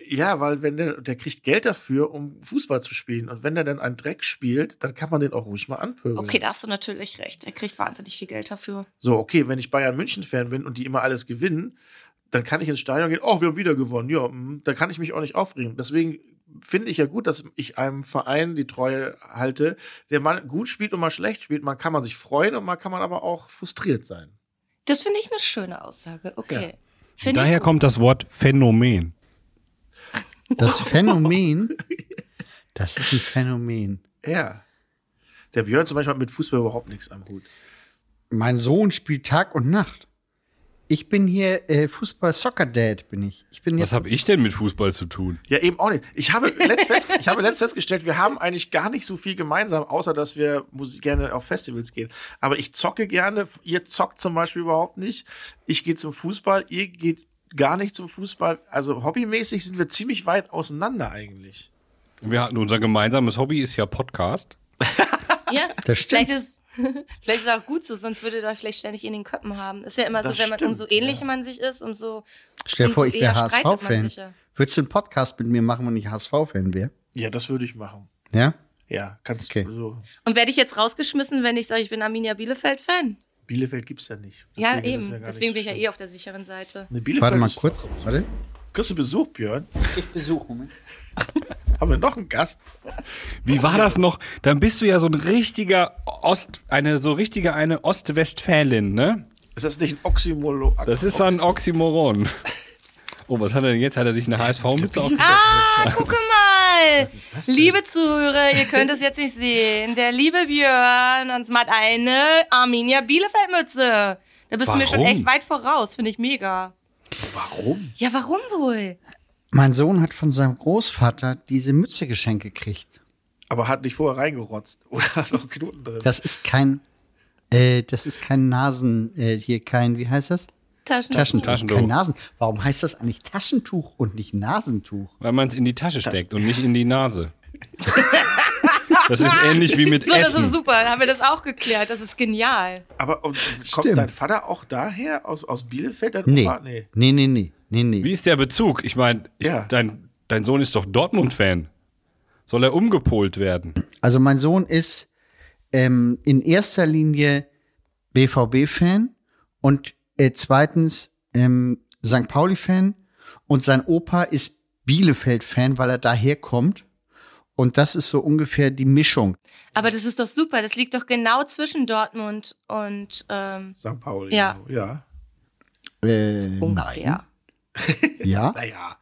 Speaker 7: Ja, weil wenn der, der kriegt Geld dafür, um Fußball zu spielen. Und wenn der dann einen Dreck spielt, dann kann man den auch ruhig mal anpöbeln.
Speaker 6: Okay, da hast du natürlich recht. Er kriegt wahnsinnig viel Geld dafür.
Speaker 7: So, okay, wenn ich Bayern München-Fan bin und die immer alles gewinnen, dann kann ich ins Stadion gehen, oh, wir haben wieder gewonnen. Ja, mm, da kann ich mich auch nicht aufregen. Deswegen finde ich ja gut, dass ich einem Verein die Treue halte, der mal gut spielt und mal schlecht spielt. Man kann man sich freuen und man kann man aber auch frustriert sein.
Speaker 6: Das finde ich eine schöne Aussage. Okay. Finde ich
Speaker 5: Daher
Speaker 6: gut.
Speaker 5: kommt das Wort Phänomen.
Speaker 2: Das Phänomen, das ist ein Phänomen.
Speaker 7: Ja. Der Björn zum Beispiel hat mit Fußball überhaupt nichts am Hut.
Speaker 2: Mein Sohn spielt Tag und Nacht. Ich bin hier äh, Fußball-Soccer-Dad, bin ich. Ich bin
Speaker 5: Was
Speaker 2: jetzt.
Speaker 5: habe ich denn mit Fußball zu tun?
Speaker 7: Ja, eben auch nicht. Ich
Speaker 6: <laughs>
Speaker 7: habe letzt, fest, ich habe letzt festgestellt, wir haben eigentlich gar nicht so viel gemeinsam, außer dass wir Musik gerne auf Festivals gehen. Aber ich zocke gerne, ihr zockt zum Beispiel überhaupt nicht. Ich gehe zum Fußball, ihr geht gar nicht zum Fußball. Also hobbymäßig sind wir ziemlich weit auseinander eigentlich.
Speaker 5: Wir hatten unser gemeinsames Hobby ist ja Podcast.
Speaker 6: Ja,
Speaker 2: Das stimmt.
Speaker 6: vielleicht ist, vielleicht ist es <laughs> auch gut so, sonst würde da vielleicht ständig in den Köpfen haben. Ist ja immer
Speaker 7: Das
Speaker 6: so, wenn man
Speaker 7: stimmt,
Speaker 6: umso ähnlicher man sich ist, umso
Speaker 2: Stell dir vor, ich
Speaker 6: umso
Speaker 2: wäre
Speaker 6: eher streitet man
Speaker 2: HSV-Fan.
Speaker 6: sich ja.
Speaker 2: Würdest du einen Podcast mit mir machen, wenn ich HSV-Fan wäre?
Speaker 7: Ja, das würde ich machen.
Speaker 2: Ja?
Speaker 7: Ja, kannst
Speaker 2: Okay.
Speaker 7: du so.
Speaker 6: Und werde ich jetzt rausgeschmissen, wenn ich sage, ich bin Arminia Bielefeld-Fan?
Speaker 7: Bielefeld gibt's ja nicht.
Speaker 6: Ja,
Speaker 7: Deswegen ist es
Speaker 6: eben.
Speaker 7: gar
Speaker 6: Deswegen bin
Speaker 7: nicht
Speaker 6: ich ja eh auf der sicheren Seite.
Speaker 7: so schlimm. Nee, Bielefeld
Speaker 2: Warte mal
Speaker 7: ist-
Speaker 2: kurz. Warte.
Speaker 7: Kriegst du Besuch, Björn?
Speaker 2: Ich besuche mich.
Speaker 7: <laughs> Haben wir noch einen Gast?
Speaker 5: Wie war das noch? Dann bist du ja so ein richtiger Ost, eine so richtige eine Ostwestfälin, ne?
Speaker 7: Ist das nicht ein Oxymolo?
Speaker 5: Das ist ein Oxymoron. Oh, was hat er denn jetzt? Hat er sich eine HSV-Mütze auf?
Speaker 6: Ah, gucke mal!
Speaker 7: das denn?
Speaker 6: Liebe Zuhörer, ihr könnt es jetzt nicht sehen. Der liebe Björn uns macht eine Arminia Bielefeld-Mütze. Da bist du mir schon
Speaker 5: Warum?
Speaker 6: echt weit voraus, finde ich mega.
Speaker 7: Warum?
Speaker 6: Ja, warum wohl?
Speaker 2: Mein Sohn hat von seinem Großvater diese Mütze geschenkt gekriegt.
Speaker 7: Aber hat nicht vorher reingerotzt oder <laughs> hat noch einen Knoten drin.
Speaker 2: Das ist kein, äh, das ist kein Nasen, äh, hier kein, wie heißt das?
Speaker 6: Taschen.
Speaker 2: Taschentuch.
Speaker 5: Taschentuch.
Speaker 2: Kein Nasen. Warum heißt das eigentlich Taschentuch und nicht Nasentuch?
Speaker 5: Weil man es in die Tasche steckt und nicht in die Nase. Das ist ähnlich wie mit
Speaker 6: So, das ist
Speaker 5: Essen.
Speaker 6: super. Dann haben wir das auch geklärt. Das ist genial.
Speaker 7: Aber und, kommt
Speaker 2: Stimmt.
Speaker 7: dein Vater auch daher? Aus, aus Bielefeld? Dein
Speaker 2: Nee.
Speaker 7: Opa? Nee.
Speaker 2: Nee, nee, nee. Nee, nee.
Speaker 5: Wie ist der Bezug? Ich meine, ich-
Speaker 7: Ja.
Speaker 5: dein, dein Sohn ist doch Dortmund-Fan. Soll er umgepolt werden?
Speaker 2: Also mein Sohn ist ähm, in erster Linie BVB-Fan und äh, zweitens ähm, St. Pauli-Fan und sein Opa ist Bielefeld-Fan, weil er daherkommt. Und das ist so ungefähr die Mischung.
Speaker 6: Aber das ist doch super. Das liegt doch genau zwischen Dortmund und ähm,
Speaker 7: St. Pauli.
Speaker 6: Ja.
Speaker 7: genau. ja.
Speaker 2: Äh, nein.
Speaker 6: ungefähr.
Speaker 2: Ja.
Speaker 7: Naja.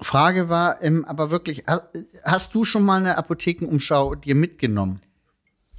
Speaker 2: Frage war, ähm, aber wirklich, ha- hast du schon mal eine Apothekenumschau dir mitgenommen?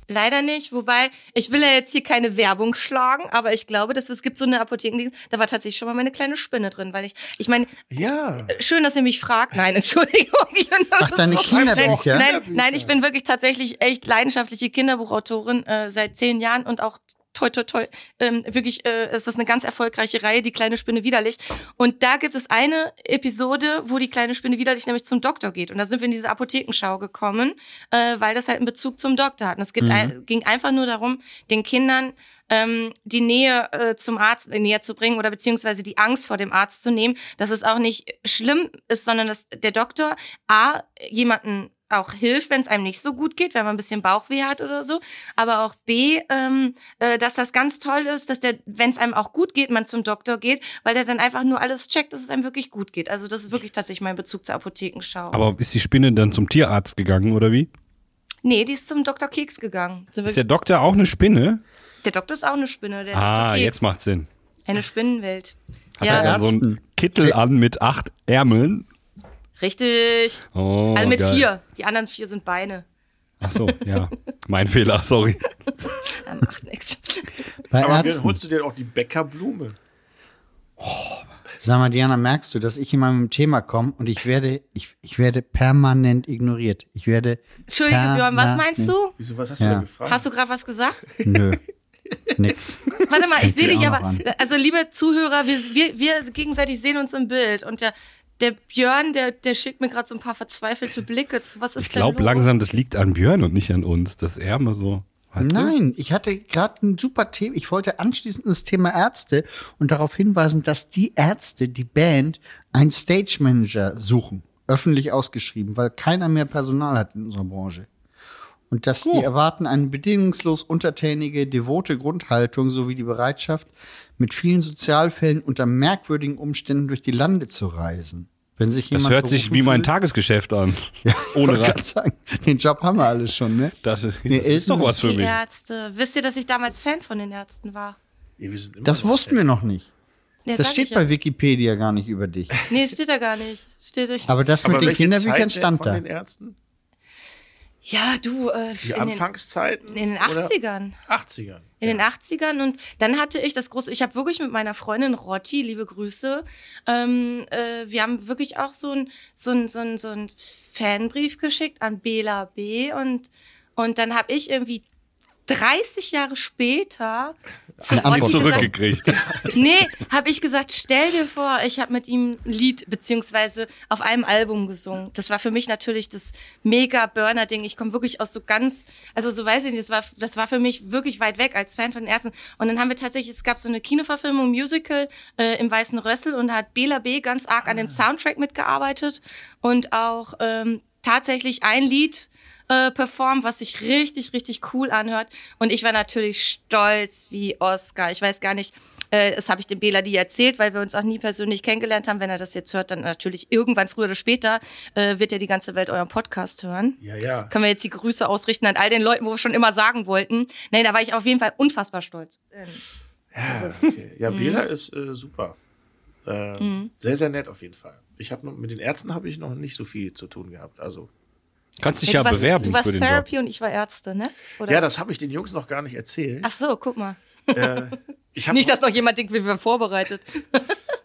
Speaker 6: Leider nicht. Wobei, ich will ja jetzt hier keine Werbung schlagen, aber ich glaube, dass es gibt so eine Apotheke, die- da war tatsächlich schon mal meine kleine Spinne drin, weil ich, ich meine,
Speaker 7: Ja.
Speaker 6: schön, dass ihr mich fragt. Nein, <laughs> Entschuldigung. Ich bin
Speaker 2: Ach, deine Kinderbücher?
Speaker 6: Nein, nein, ich bin wirklich tatsächlich echt leidenschaftliche Kinderbuchautorin äh, seit zehn Jahren und auch toi toi toi. Ähm, wirklich äh, es ist das eine ganz erfolgreiche Reihe, die kleine Spinne widerlich. Und da gibt es eine Episode, wo die kleine Spinne widerlich nämlich zum Doktor geht. Und da sind wir in diese Apothekenschau gekommen, äh, weil das halt einen Bezug zum Doktor hat. Und es
Speaker 2: Mhm.
Speaker 6: gibt ein, ging einfach nur darum, den Kindern ähm, die Nähe äh, zum Arzt äh, näher zu bringen oder beziehungsweise die Angst vor dem Arzt zu nehmen, dass es auch nicht schlimm ist, sondern dass der Doktor A, jemanden auch hilft, wenn es einem nicht so gut geht, wenn man ein bisschen Bauchweh hat oder so, aber auch B, ähm, äh, dass das ganz toll ist, dass der, wenn es einem auch gut geht, man zum Doktor geht, weil der dann einfach nur alles checkt, dass es einem wirklich gut geht. Also das ist wirklich tatsächlich mein Bezug zur Apothekenschau.
Speaker 5: Aber ist die Spinne dann zum Tierarzt gegangen oder wie?
Speaker 6: nee, die ist zum Doktor Keks gegangen. Sind wir-
Speaker 5: Ist der Doktor auch eine Spinne?
Speaker 6: der Doktor ist auch eine Spinne. Der Dr.
Speaker 5: Ah,
Speaker 6: Keks.
Speaker 5: jetzt macht Sinn.
Speaker 6: Eine Spinnenwelt.
Speaker 5: Hat
Speaker 6: Ja.
Speaker 5: er dann so einen
Speaker 2: Äh.
Speaker 5: Kittel an mit acht Ärmeln?
Speaker 6: Richtig.
Speaker 5: Oh,
Speaker 6: also mit
Speaker 5: geil.
Speaker 6: vier. Die anderen vier sind Beine.
Speaker 5: Ach so, ja. Mein Fehler, sorry.
Speaker 6: Er
Speaker 5: <laughs>
Speaker 6: macht nichts.
Speaker 2: Bei
Speaker 7: Aber Björn,
Speaker 2: Ärzten.
Speaker 7: holst du dir auch die Bäckerblume?
Speaker 2: Sag mal, Diana, merkst du, dass ich immer mit dem Thema komme und ich werde, ich, ich werde permanent ignoriert. Ich werde.
Speaker 6: Entschuldige, Björn, was
Speaker 2: permanent-
Speaker 6: meinst du?
Speaker 7: Wieso, was hast
Speaker 2: Ja.
Speaker 7: du denn
Speaker 2: <laughs>
Speaker 7: gefragt?
Speaker 6: Hast du gerade was gesagt?
Speaker 2: Nö.
Speaker 6: <laughs>
Speaker 2: Nix.
Speaker 6: Warte mal, ich
Speaker 2: Fängt die
Speaker 6: sehe dich
Speaker 2: auch
Speaker 6: aber.
Speaker 2: noch an.
Speaker 6: Also, liebe Zuhörer, wir, wir, wir gegenseitig sehen uns im Bild. Und der, der Björn, der, der schickt mir gerade so ein paar verzweifelte Blicke zu. Was ist
Speaker 5: Ich
Speaker 6: denn
Speaker 5: glaube
Speaker 6: los?
Speaker 5: langsam, das liegt an Björn und nicht an uns, dass er mal so. Weißt du?
Speaker 2: Nein, ich hatte gerade ein super Thema. Ich wollte anschließend ins Thema Ärzte und darauf hinweisen, dass die Ärzte, die Band, einen Stage Manager suchen. Öffentlich ausgeschrieben, weil keiner mehr Personal hat in unserer Branche. Und dass die erwarten eine bedingungslos untertänige, devote Grundhaltung sowie die Bereitschaft, mit vielen Sozialfällen unter merkwürdigen Umständen durch die Lande zu reisen. Wenn sich
Speaker 5: Das
Speaker 2: jemand
Speaker 5: hört sich
Speaker 2: berufen
Speaker 5: wie mein
Speaker 2: fühlt-
Speaker 5: Tagesgeschäft
Speaker 2: <laughs>
Speaker 5: an. Ohne
Speaker 2: Wollte
Speaker 5: Rat.
Speaker 2: grad sagen, Den Job haben wir alle schon, ne?
Speaker 5: Das ist,
Speaker 2: Nee,
Speaker 5: das ist doch was für
Speaker 6: Die
Speaker 5: mich.
Speaker 6: Ärzte. Wisst ihr, dass ich damals Fan von den Ärzten war?
Speaker 2: Das wussten wir noch nicht.
Speaker 6: Ja,
Speaker 2: Das
Speaker 6: sag
Speaker 2: steht
Speaker 6: ich ja.
Speaker 2: bei Wikipedia gar nicht über dich.
Speaker 6: Nee, steht da gar nicht. Steht nicht.
Speaker 2: Aber das mit den Kinderbüchern stand
Speaker 7: von
Speaker 2: da.
Speaker 7: den Ärzten?
Speaker 6: Ja, du. Äh,
Speaker 7: Die
Speaker 6: in den-
Speaker 7: Anfangszeiten?
Speaker 6: in den
Speaker 7: oder?
Speaker 6: 80ern.
Speaker 7: 80ern.
Speaker 6: In den 80ern und dann hatte ich das große, ich habe wirklich mit meiner Freundin Rotti, liebe Grüße, ähm, äh, wir haben wirklich auch so ein so ein, so ein, so ein Fanbrief geschickt an Bela B. Und, und dann habe ich irgendwie 30 Jahre später zu
Speaker 2: Antwort
Speaker 6: Rotti gesagt,
Speaker 5: Zurückgekriegt.
Speaker 6: nee, habe ich gesagt, stell dir vor, ich habe mit ihm ein Lied beziehungsweise auf einem Album gesungen. Das war für mich natürlich das mega Burner-Ding. Ich komme wirklich aus so ganz, also so weiß ich nicht, das war, das war für mich wirklich weit weg als Fan von den Ärzten. Und dann haben wir tatsächlich, es gab so eine Kinoverfilmung, Musical äh, im Weißen Rössel und da hat Bela B. ganz arg an dem Soundtrack mitgearbeitet und auch ähm, tatsächlich ein Lied äh, performt, was sich richtig, richtig cool anhört. Und ich war natürlich stolz wie Oscar. Ich weiß gar nicht, äh, das habe ich dem Bela die erzählt, weil wir uns auch nie persönlich kennengelernt haben. Wenn er das jetzt hört, dann natürlich irgendwann früher oder später äh, wird ja die ganze Welt euren Podcast hören.
Speaker 7: Ja, ja.
Speaker 6: Können wir jetzt die Grüße ausrichten an all den Leuten, wo wir schon immer sagen wollten. Nein, da war ich auf jeden Fall unfassbar stolz. Ähm,
Speaker 7: Ja, okay.
Speaker 6: Mhm.
Speaker 7: ja Bela ist äh, super. Äh, Sehr, sehr nett auf jeden Fall. Ich habe mit den Ärzten habe ich noch nicht so viel zu tun gehabt. Also
Speaker 5: Kannst dich
Speaker 6: ja,
Speaker 5: ja,
Speaker 6: du warst,
Speaker 5: bewerben
Speaker 6: du warst
Speaker 5: für den Job.
Speaker 6: Therapy und ich war Ärzte, ne? Oder?
Speaker 7: ja, das habe ich den Jungs noch gar nicht erzählt.
Speaker 6: Ach so, guck mal.
Speaker 7: Äh, ich habe
Speaker 6: Nicht, dass noch jemand denkt, wir wären vorbereitet.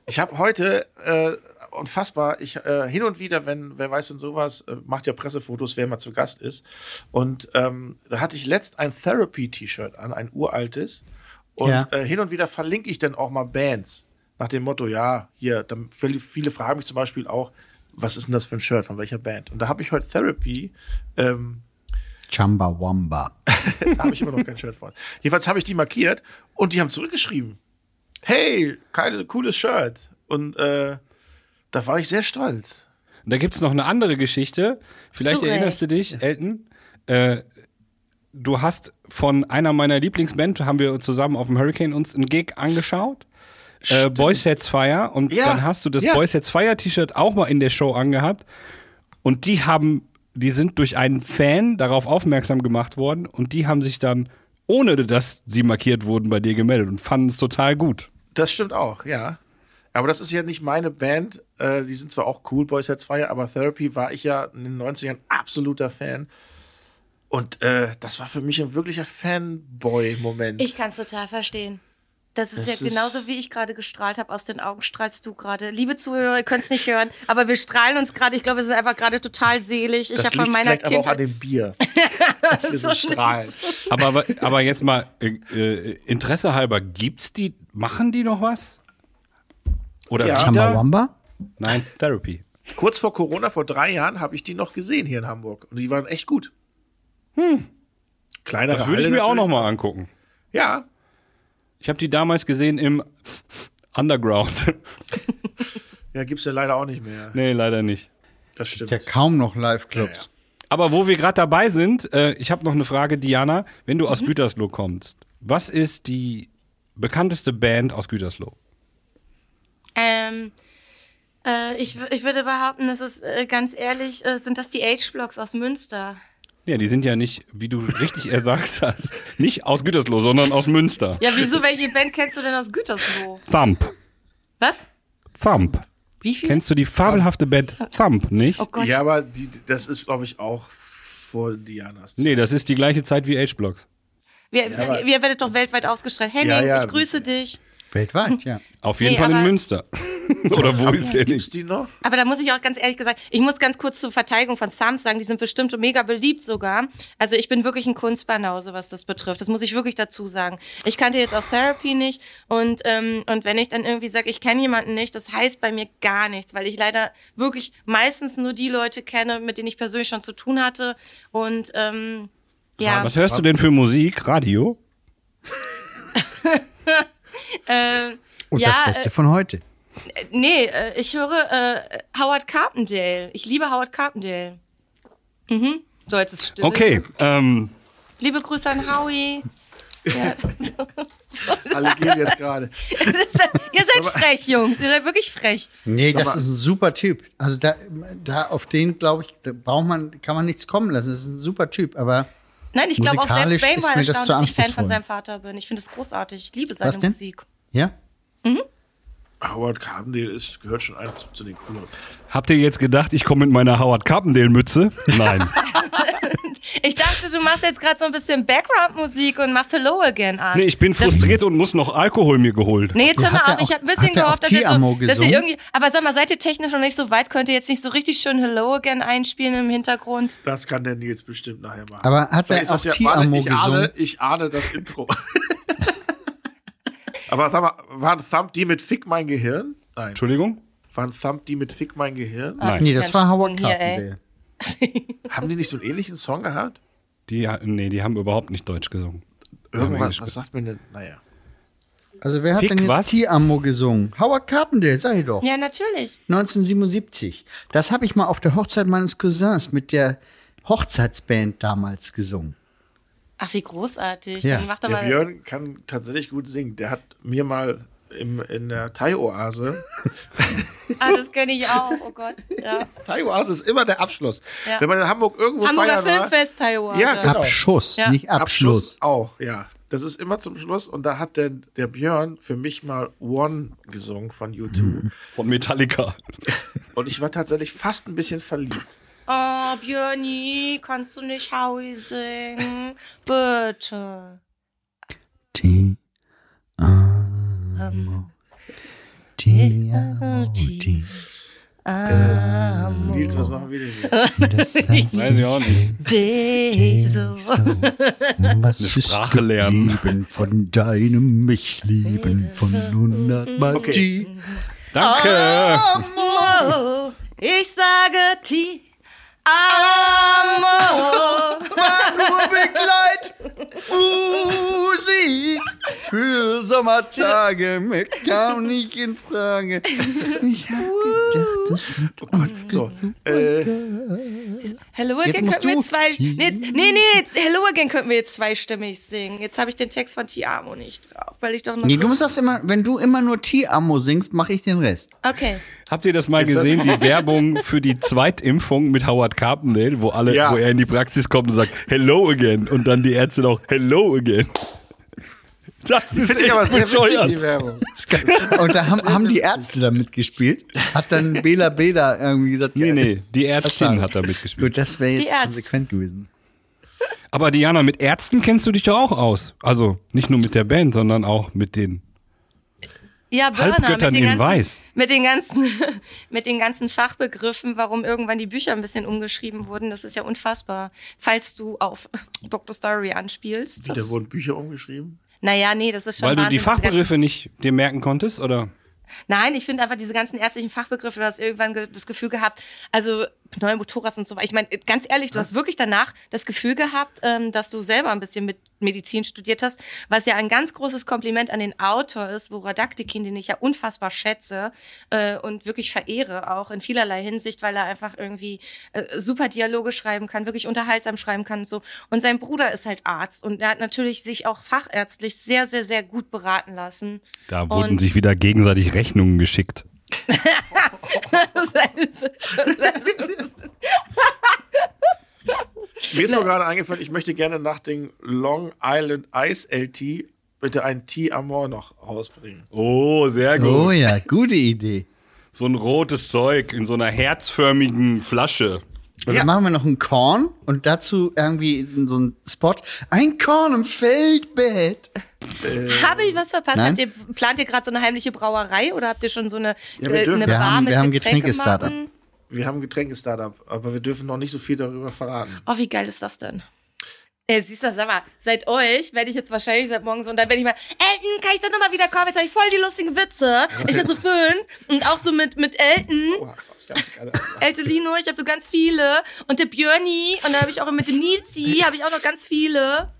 Speaker 7: Ich habe heute äh, unfassbar, ich äh, hin und wieder, wenn wer weiß denn sowas, äh, macht ja Pressefotos, wer mal zu Gast ist. Und ähm, da hatte ich letzt ein Therapy-T-Shirt an, ein uraltes. Und
Speaker 2: Ja.
Speaker 7: äh, hin und wieder verlinke ich dann auch mal Bands nach dem Motto, ja, hier, dann viele, viele fragen mich zum Beispiel auch, was ist denn das für ein Shirt von welcher Band? Und da habe ich heute Therapy ähm,
Speaker 2: Chumbawamba.
Speaker 7: da habe ich immer noch kein Shirt von. Jedenfalls habe ich die markiert und die haben zurückgeschrieben. Hey, Kyle, cooles Shirt. Und äh, da war ich sehr stolz.
Speaker 5: Da gibt es noch eine andere Geschichte. Vielleicht
Speaker 6: Zu
Speaker 5: erinnerst du dich, Elton. Äh, du hast von einer meiner Lieblingsband, haben wir zusammen auf dem Hurricane uns einen Gig angeschaut. Äh, Boy Sets Fire. Und
Speaker 7: Ja,
Speaker 5: dann hast du das
Speaker 7: ja.
Speaker 5: Boy Sets Fire T-Shirt auch mal in der Show angehabt. Und die haben, die sind durch einen Fan darauf aufmerksam gemacht worden. Und die haben sich dann, ohne dass sie markiert wurden, bei dir gemeldet und fanden es total gut.
Speaker 7: Das stimmt auch, ja. Aber das ist ja nicht meine Band. Äh, die sind zwar auch cool, Boys Heads Fire, aber Therapy war ich ja in den 90ern absoluter Fan. Und äh, das war für mich ein wirklicher Fanboy-Moment.
Speaker 6: Ich kann es total verstehen. Das ist
Speaker 7: Das
Speaker 6: ja genauso,
Speaker 7: ist-
Speaker 6: wie ich gerade gestrahlt habe. Aus den Augen strahlst du gerade. Liebe Zuhörer, ihr könnt es nicht hören, aber wir strahlen uns gerade. Ich glaube, wir sind einfach gerade total selig. Ich
Speaker 7: das
Speaker 6: habe von
Speaker 7: liegt
Speaker 6: meiner
Speaker 7: vielleicht aber auch an
Speaker 6: Kindheit.
Speaker 7: dem Bier, dass wir so
Speaker 6: Das ist <laughs> so
Speaker 7: strahlen.
Speaker 5: Aber, aber jetzt mal, äh, äh, Interesse halber, gibt's die, machen die noch was? Oder
Speaker 7: Ja.
Speaker 5: wieder?
Speaker 2: Chumbawamba?
Speaker 5: Nein, Therapy.
Speaker 7: Kurz vor Corona, vor drei Jahren, habe ich die noch gesehen hier in Hamburg. Und die waren echt gut. Hm. Kleinere
Speaker 5: Hm. Das würde ich
Speaker 7: Halle
Speaker 5: mir auch
Speaker 7: natürlich.
Speaker 5: nochmal angucken.
Speaker 7: Ja.
Speaker 5: Ich habe die damals gesehen im Underground. <laughs>
Speaker 7: Ja, gibt's ja leider auch nicht mehr.
Speaker 5: nee, leider nicht.
Speaker 7: Das stimmt.
Speaker 2: Ja, kaum noch Live-Clubs.
Speaker 5: Aber wo wir gerade dabei sind, äh, ich habe noch eine Frage, Diana. Wenn du
Speaker 7: Mhm.
Speaker 5: aus Gütersloh kommst, was ist die bekannteste Band aus Gütersloh?
Speaker 6: Ähm, äh, ich, wü- ich würde behaupten, das ist äh, ganz ehrlich, äh, sind das die H-Blocks aus Münster.
Speaker 5: Ja, die sind ja nicht, wie du richtig <laughs> gesagt hast, nicht aus Gütersloh, sondern aus Münster.
Speaker 6: Ja, wieso? Welche Band kennst du denn aus Gütersloh?
Speaker 5: Thump.
Speaker 6: Was?
Speaker 5: Thump.
Speaker 6: Wie viel?
Speaker 5: Kennst du die fabelhafte Band Thump, nicht?
Speaker 6: oh Gott.
Speaker 7: ja aber die, das ist, glaube ich, auch vor Dianas. Zeit.
Speaker 5: Nee, das ist die gleiche Zeit wie H-Blocks.
Speaker 6: Wir, wir, wir werdet doch weltweit ausgestrahlt. Henning,
Speaker 7: Ja, ja,
Speaker 6: ich grüße dich. <laughs>
Speaker 2: Weltweit, ja.
Speaker 5: Auf jeden
Speaker 6: Nee,
Speaker 5: Fall in
Speaker 6: aber-
Speaker 5: Münster. <laughs> Oder wo ist er
Speaker 7: Gibt's
Speaker 5: nicht?
Speaker 7: die noch?
Speaker 6: Aber da muss ich auch ganz ehrlich gesagt, ich muss ganz kurz zur Verteidigung von Sams sagen, die sind bestimmt mega beliebt sogar. Also ich bin wirklich ein Kunstbanause, was das betrifft. Das muss ich wirklich dazu sagen. Ich kannte jetzt auch Therapy nicht und, ähm, und wenn ich dann irgendwie sage, ich kenne jemanden nicht, das heißt bei mir gar nichts, weil ich leider wirklich meistens nur die Leute kenne, mit denen ich persönlich schon zu tun hatte und ähm, ja,
Speaker 5: Was hörst du denn für Musik? Radio?
Speaker 6: äh,
Speaker 2: Und
Speaker 6: ja,
Speaker 2: das
Speaker 6: äh,
Speaker 2: Beste von heute.
Speaker 6: Nee, äh, ich höre äh, Howard Carpendale. Ich liebe Howard Carpendale. Mhm. So, jetzt ist still.
Speaker 5: Okay, ähm,
Speaker 6: Liebe Grüße an Howie.
Speaker 7: Alle gehen jetzt gerade.
Speaker 6: Ihr seid frech, Jungs. Ihr seid wirklich frech.
Speaker 2: Nee, das ist ein super Typ. Also da, da auf den, glaube ich, da braucht man, kann man nichts kommen lassen. Das ist ein super Typ. Aber
Speaker 6: Nein, ich glaube auch selbst
Speaker 2: Musikalisch
Speaker 6: Bane
Speaker 2: ist
Speaker 6: war
Speaker 2: mir das
Speaker 6: erstaunt,
Speaker 2: zu
Speaker 6: dass ich Fan
Speaker 2: anspruchsvoll.
Speaker 6: von seinem Vater bin. Ich finde es großartig. Ich liebe
Speaker 2: Was
Speaker 6: seine
Speaker 2: denn?
Speaker 6: Musik.
Speaker 2: ja,
Speaker 7: Howard Carpendale ist, gehört schon eins zu den coolen.
Speaker 5: habt ihr jetzt gedacht, ich komme mit meiner Howard Carpendale-Mütze? Nein.
Speaker 6: Ich dachte, du machst jetzt gerade so ein bisschen Background-Musik und machst Hello Again an.
Speaker 5: Nee, ich bin frustriert und muss noch Alkohol mir geholt.
Speaker 6: Nee, jetzt hör
Speaker 2: Hat
Speaker 6: mal
Speaker 2: er
Speaker 6: auf. Ich
Speaker 2: auch-
Speaker 6: habe ein bisschen
Speaker 2: hat er auch
Speaker 6: gehofft, dass ihr,
Speaker 2: Tiamo
Speaker 6: so, dass ihr
Speaker 2: gesungen?
Speaker 6: irgendwie. Aber sag mal, seid ihr technisch noch nicht so weit? Könnt ihr jetzt nicht so richtig schön Hello Again einspielen im Hintergrund?
Speaker 7: Das kann der Nils bestimmt nachher machen.
Speaker 2: Aber hat
Speaker 7: Vielleicht
Speaker 2: er
Speaker 7: ist das
Speaker 2: auch
Speaker 7: ja-
Speaker 2: Ti
Speaker 7: warte,
Speaker 2: Amo
Speaker 7: ich ahne,
Speaker 2: gesungen?
Speaker 7: ich ahne das Intro. <laughs> Aber sag mal, waren Thump die mit Fick mein Gehirn? Nein.
Speaker 5: Entschuldigung?
Speaker 7: Waren Thump die mit Fick mein Gehirn?
Speaker 6: Ah.
Speaker 5: Nein.
Speaker 2: nee, das war Howard
Speaker 6: Hier, ey.
Speaker 2: Carpendale.
Speaker 7: Haben die nicht so einen ähnlichen Song gehabt?
Speaker 5: Die, nee, die haben überhaupt nicht Deutsch gesungen.
Speaker 7: Irgendwas,
Speaker 5: Englisch
Speaker 7: was sagt mir denn? Naja.
Speaker 2: Also wer hat
Speaker 5: Fick
Speaker 2: denn
Speaker 5: was?
Speaker 2: jetzt Ti Amo gesungen? Howard Carpendale, sag ich doch.
Speaker 6: Ja, natürlich.
Speaker 2: 1977. Das habe ich mal auf der Hochzeit meines Cousins mit der Hochzeitsband damals gesungen.
Speaker 6: Ach, wie großartig.
Speaker 2: Ja.
Speaker 6: Dann mach doch
Speaker 7: Der
Speaker 6: mal.
Speaker 7: Björn kann tatsächlich gut singen. Der hat mir mal im, in
Speaker 6: <laughs>
Speaker 7: der Thai-Oase.
Speaker 6: Ah, das kenne ich auch. Oh Gott. Ja.
Speaker 7: Thai-Oase ist immer der Abschluss.
Speaker 6: Ja.
Speaker 7: Wenn man in Hamburg irgendwo
Speaker 6: Hamburger
Speaker 7: feiern war,
Speaker 6: Filmfest, Taiwan.
Speaker 7: Ja,
Speaker 6: Ja.
Speaker 7: Genau.
Speaker 2: Abschuss,
Speaker 6: Ja.
Speaker 2: nicht Abschluss.
Speaker 7: auch, ja. Das ist immer zum Schluss. Und da hat der, der Björn für mich mal One gesungen von U2.
Speaker 5: Von Metallica.
Speaker 7: Und ich war tatsächlich fast ein bisschen verliebt.
Speaker 6: Oh, Björni, kannst du nicht Howie singen? Bitte.
Speaker 2: Ti Amo. Ti Amo. Ti
Speaker 6: Oh.
Speaker 2: Amo.
Speaker 7: Nils, was machen wir denn hier?
Speaker 6: <laughs>
Speaker 2: Das heißt,
Speaker 5: Weiß ich auch nicht.
Speaker 6: Dich so.
Speaker 2: so, was ist
Speaker 5: Sprache lernen.
Speaker 2: Lieben von deinem mich lieben von hundertmal
Speaker 7: Okay.
Speaker 2: Ti.
Speaker 6: Ah!
Speaker 5: Danke.
Speaker 6: Amo. Ich sage Ti. Amo.
Speaker 2: nur Begleit Musik für Sommertage mir kam nicht in Frage. Ich hab gedacht, das
Speaker 5: Oh
Speaker 2: wird
Speaker 7: So, äh,
Speaker 6: Hello Again
Speaker 2: musst
Speaker 6: könnten wir
Speaker 2: du.
Speaker 6: zwei. Nee, nee, nee, Hello Again könnten wir jetzt zweistimmig singen. Jetzt habe ich den Text von Ti Amo nicht drauf, weil ich doch noch.
Speaker 2: Nee,
Speaker 6: so-
Speaker 2: du musst das immer, wenn du immer nur T-Amo singst, mache ich den Rest.
Speaker 6: Okay.
Speaker 5: Habt ihr das mal
Speaker 7: <laughs>
Speaker 5: gesehen, die Werbung für die Zweitimpfung mit Howard Carpendale, wo alle,
Speaker 7: Ja.
Speaker 5: wo er in die Praxis kommt und sagt, hello again. Und dann die Ärzte noch, hello again. <laughs> Das ist
Speaker 7: finde ich
Speaker 5: echt
Speaker 7: aber sehr witzig, die
Speaker 5: bescheuert.
Speaker 6: <laughs>
Speaker 7: Werbung.
Speaker 2: Und da haben, haben die Ärzte da mitgespielt. Hat <laughs> dann Bela Bela irgendwie gesagt,
Speaker 5: Nee,
Speaker 2: ja,
Speaker 5: nee, die Ärztin
Speaker 2: Verzeihung.
Speaker 5: hat da mitgespielt.
Speaker 2: Gut, das wäre
Speaker 6: Die
Speaker 2: jetzt
Speaker 6: Ärzte.
Speaker 2: konsequent gewesen.
Speaker 5: Aber Diana, mit Ärzten kennst du dich doch auch aus. Also nicht nur mit der Band, sondern auch mit den
Speaker 6: Ja, Burner, mit
Speaker 5: Halbgöttern
Speaker 6: den,
Speaker 5: in
Speaker 6: ganzen,
Speaker 5: Weiß.
Speaker 6: mit den ganzen, <laughs> mit den ganzen Fachbegriffen, warum irgendwann die Bücher ein bisschen umgeschrieben wurden, das ist ja unfassbar. Falls du auf <laughs> Dr. Story anspielst.
Speaker 7: Da
Speaker 6: Das,
Speaker 7: wurden Bücher umgeschrieben.
Speaker 6: naja, nee, das ist schon
Speaker 5: Weil du die
Speaker 6: Wahnsinn, diese ganzen-
Speaker 5: Fachbegriffe nicht dir merken konntest, oder?
Speaker 6: Nein, ich finde einfach diese ganzen ärztlichen Fachbegriffe, du hast irgendwann ge das Gefühl gehabt, also Pneumothorax und so weiter. Ich meine, ganz ehrlich, du hast wirklich danach das Gefühl gehabt, ähm, dass du selber ein bisschen mit Medizin studiert hast, was ja ein ganz großes Kompliment an den Autor ist, Bora Daktikin, den ich ja unfassbar schätze äh, und wirklich verehre, auch in vielerlei Hinsicht, weil er einfach irgendwie äh, super Dialoge schreiben kann, wirklich unterhaltsam schreiben kann und so. Und sein Bruder ist halt Arzt und er hat natürlich sich auch fachärztlich sehr, sehr, sehr gut beraten lassen.
Speaker 5: Da wurden
Speaker 6: Und-
Speaker 5: sich wieder gegenseitig Rechnungen geschickt.
Speaker 6: Das halt heißt-
Speaker 7: Mir ist nur gerade eingefallen, ich möchte gerne nach dem Long Island Ice LT bitte ein Tea Amor noch rausbringen.
Speaker 5: Oh, sehr gut.
Speaker 2: Oh ja, gute Idee.
Speaker 5: So ein rotes Zeug in so einer herzförmigen Flasche.
Speaker 2: Und
Speaker 7: Ja.
Speaker 2: dann machen wir noch ein Korn und dazu irgendwie so ein Spot. Ein Korn im Feldbett.
Speaker 6: Habe ich was verpasst?
Speaker 2: Nein.
Speaker 6: Habt ihr, plant ihr gerade so eine heimliche Brauerei oder habt ihr schon so eine,
Speaker 7: Ja, wir
Speaker 6: äh,
Speaker 7: dürfen-
Speaker 6: eine
Speaker 7: Wir
Speaker 6: Bar
Speaker 2: haben-
Speaker 6: mit
Speaker 2: wir haben
Speaker 6: Getränke
Speaker 2: Getränke-Startup.
Speaker 6: machen?
Speaker 7: Wir haben ein Getränke-Startup, aber wir dürfen noch nicht so viel darüber verraten.
Speaker 6: Oh, wie geil ist das denn? Ey, siehst du, sag mal, seit euch werde ich jetzt wahrscheinlich seit morgen so und dann werde ich mal, Elton, kann ich doch nochmal wiederkommen? Jetzt habe ich voll die lustigen Witze. Ich hatte so fünf und auch so mit, mit Elton,
Speaker 7: Boah, ich hab keine Ahnung.
Speaker 6: Eltolino, ich habe so ganz viele und der Björni und dann habe ich auch mit dem Nizi, habe ich auch noch ganz viele.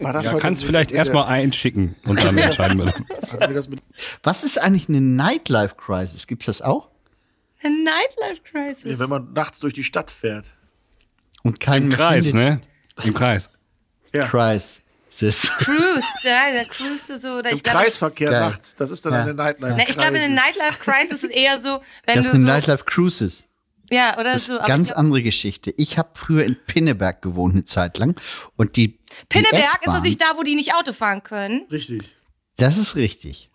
Speaker 7: War das
Speaker 5: Ja,
Speaker 7: heute
Speaker 5: kannst
Speaker 7: mit-
Speaker 5: vielleicht
Speaker 7: mit
Speaker 5: erstmal einschicken und
Speaker 7: <laughs>
Speaker 5: dann entscheiden wir. dann.
Speaker 7: der- hatten wir das mit-
Speaker 2: Was ist eigentlich eine Nightlife Crisis? Gibt's das auch?
Speaker 6: A Nightlife Crisis.
Speaker 7: Ja, Wenn man nachts durch die Stadt fährt.
Speaker 2: Und kein
Speaker 5: Kreis, ne? Im Kreis.
Speaker 7: Ja.
Speaker 2: Crisis.
Speaker 6: Cruise, ja, da cruise so oder
Speaker 7: Im
Speaker 6: ich glaube,
Speaker 7: Kreisverkehr
Speaker 2: Geil.
Speaker 7: nachts. Das ist dann
Speaker 2: Ja.
Speaker 7: eine Nightlife.
Speaker 6: Na, Ne, ich glaube, eine
Speaker 7: Crisis.
Speaker 6: Nightlife Crisis ist eher so, wenn
Speaker 2: Das
Speaker 6: du
Speaker 2: ist eine
Speaker 6: so,
Speaker 2: Nightlife Cruises.
Speaker 6: ja, oder
Speaker 2: Das ist
Speaker 6: so.
Speaker 2: eine
Speaker 6: aber
Speaker 2: ganz
Speaker 6: ich glaub,
Speaker 2: andere Geschichte. Ich habe früher in Pinneberg gewohnt eine Zeit lang und die die
Speaker 6: Pinneberg ist das
Speaker 2: S-Bahn-
Speaker 6: nicht da, wo die nicht Auto fahren können.
Speaker 7: Richtig.
Speaker 2: Das ist richtig.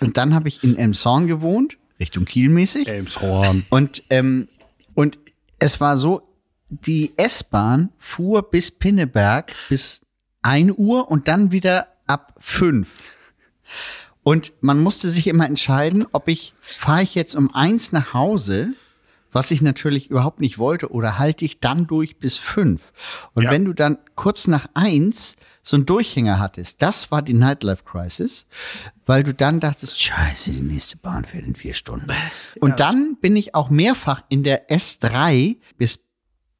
Speaker 2: Und dann habe ich in Elmshorn gewohnt, Richtung Kiel mäßig.
Speaker 5: Elmshorn.
Speaker 2: Und, ähm, und es war so, die S-Bahn fuhr bis Pinneberg bis 1 Uhr und dann wieder ab 5. Und man musste sich immer entscheiden, ob ich, fahre ich jetzt um 1 nach Hause, was ich natürlich überhaupt nicht wollte, oder halte ich dann durch bis 5. Und
Speaker 7: Ja.
Speaker 2: wenn du dann kurz nach 1 so einen Durchhänger hattest, das war die Nightlife Crisis, weil du dann dachtest, scheiße, die nächste Bahn fährt in vier Stunden. Und dann bin ich auch mehrfach in der S3 bis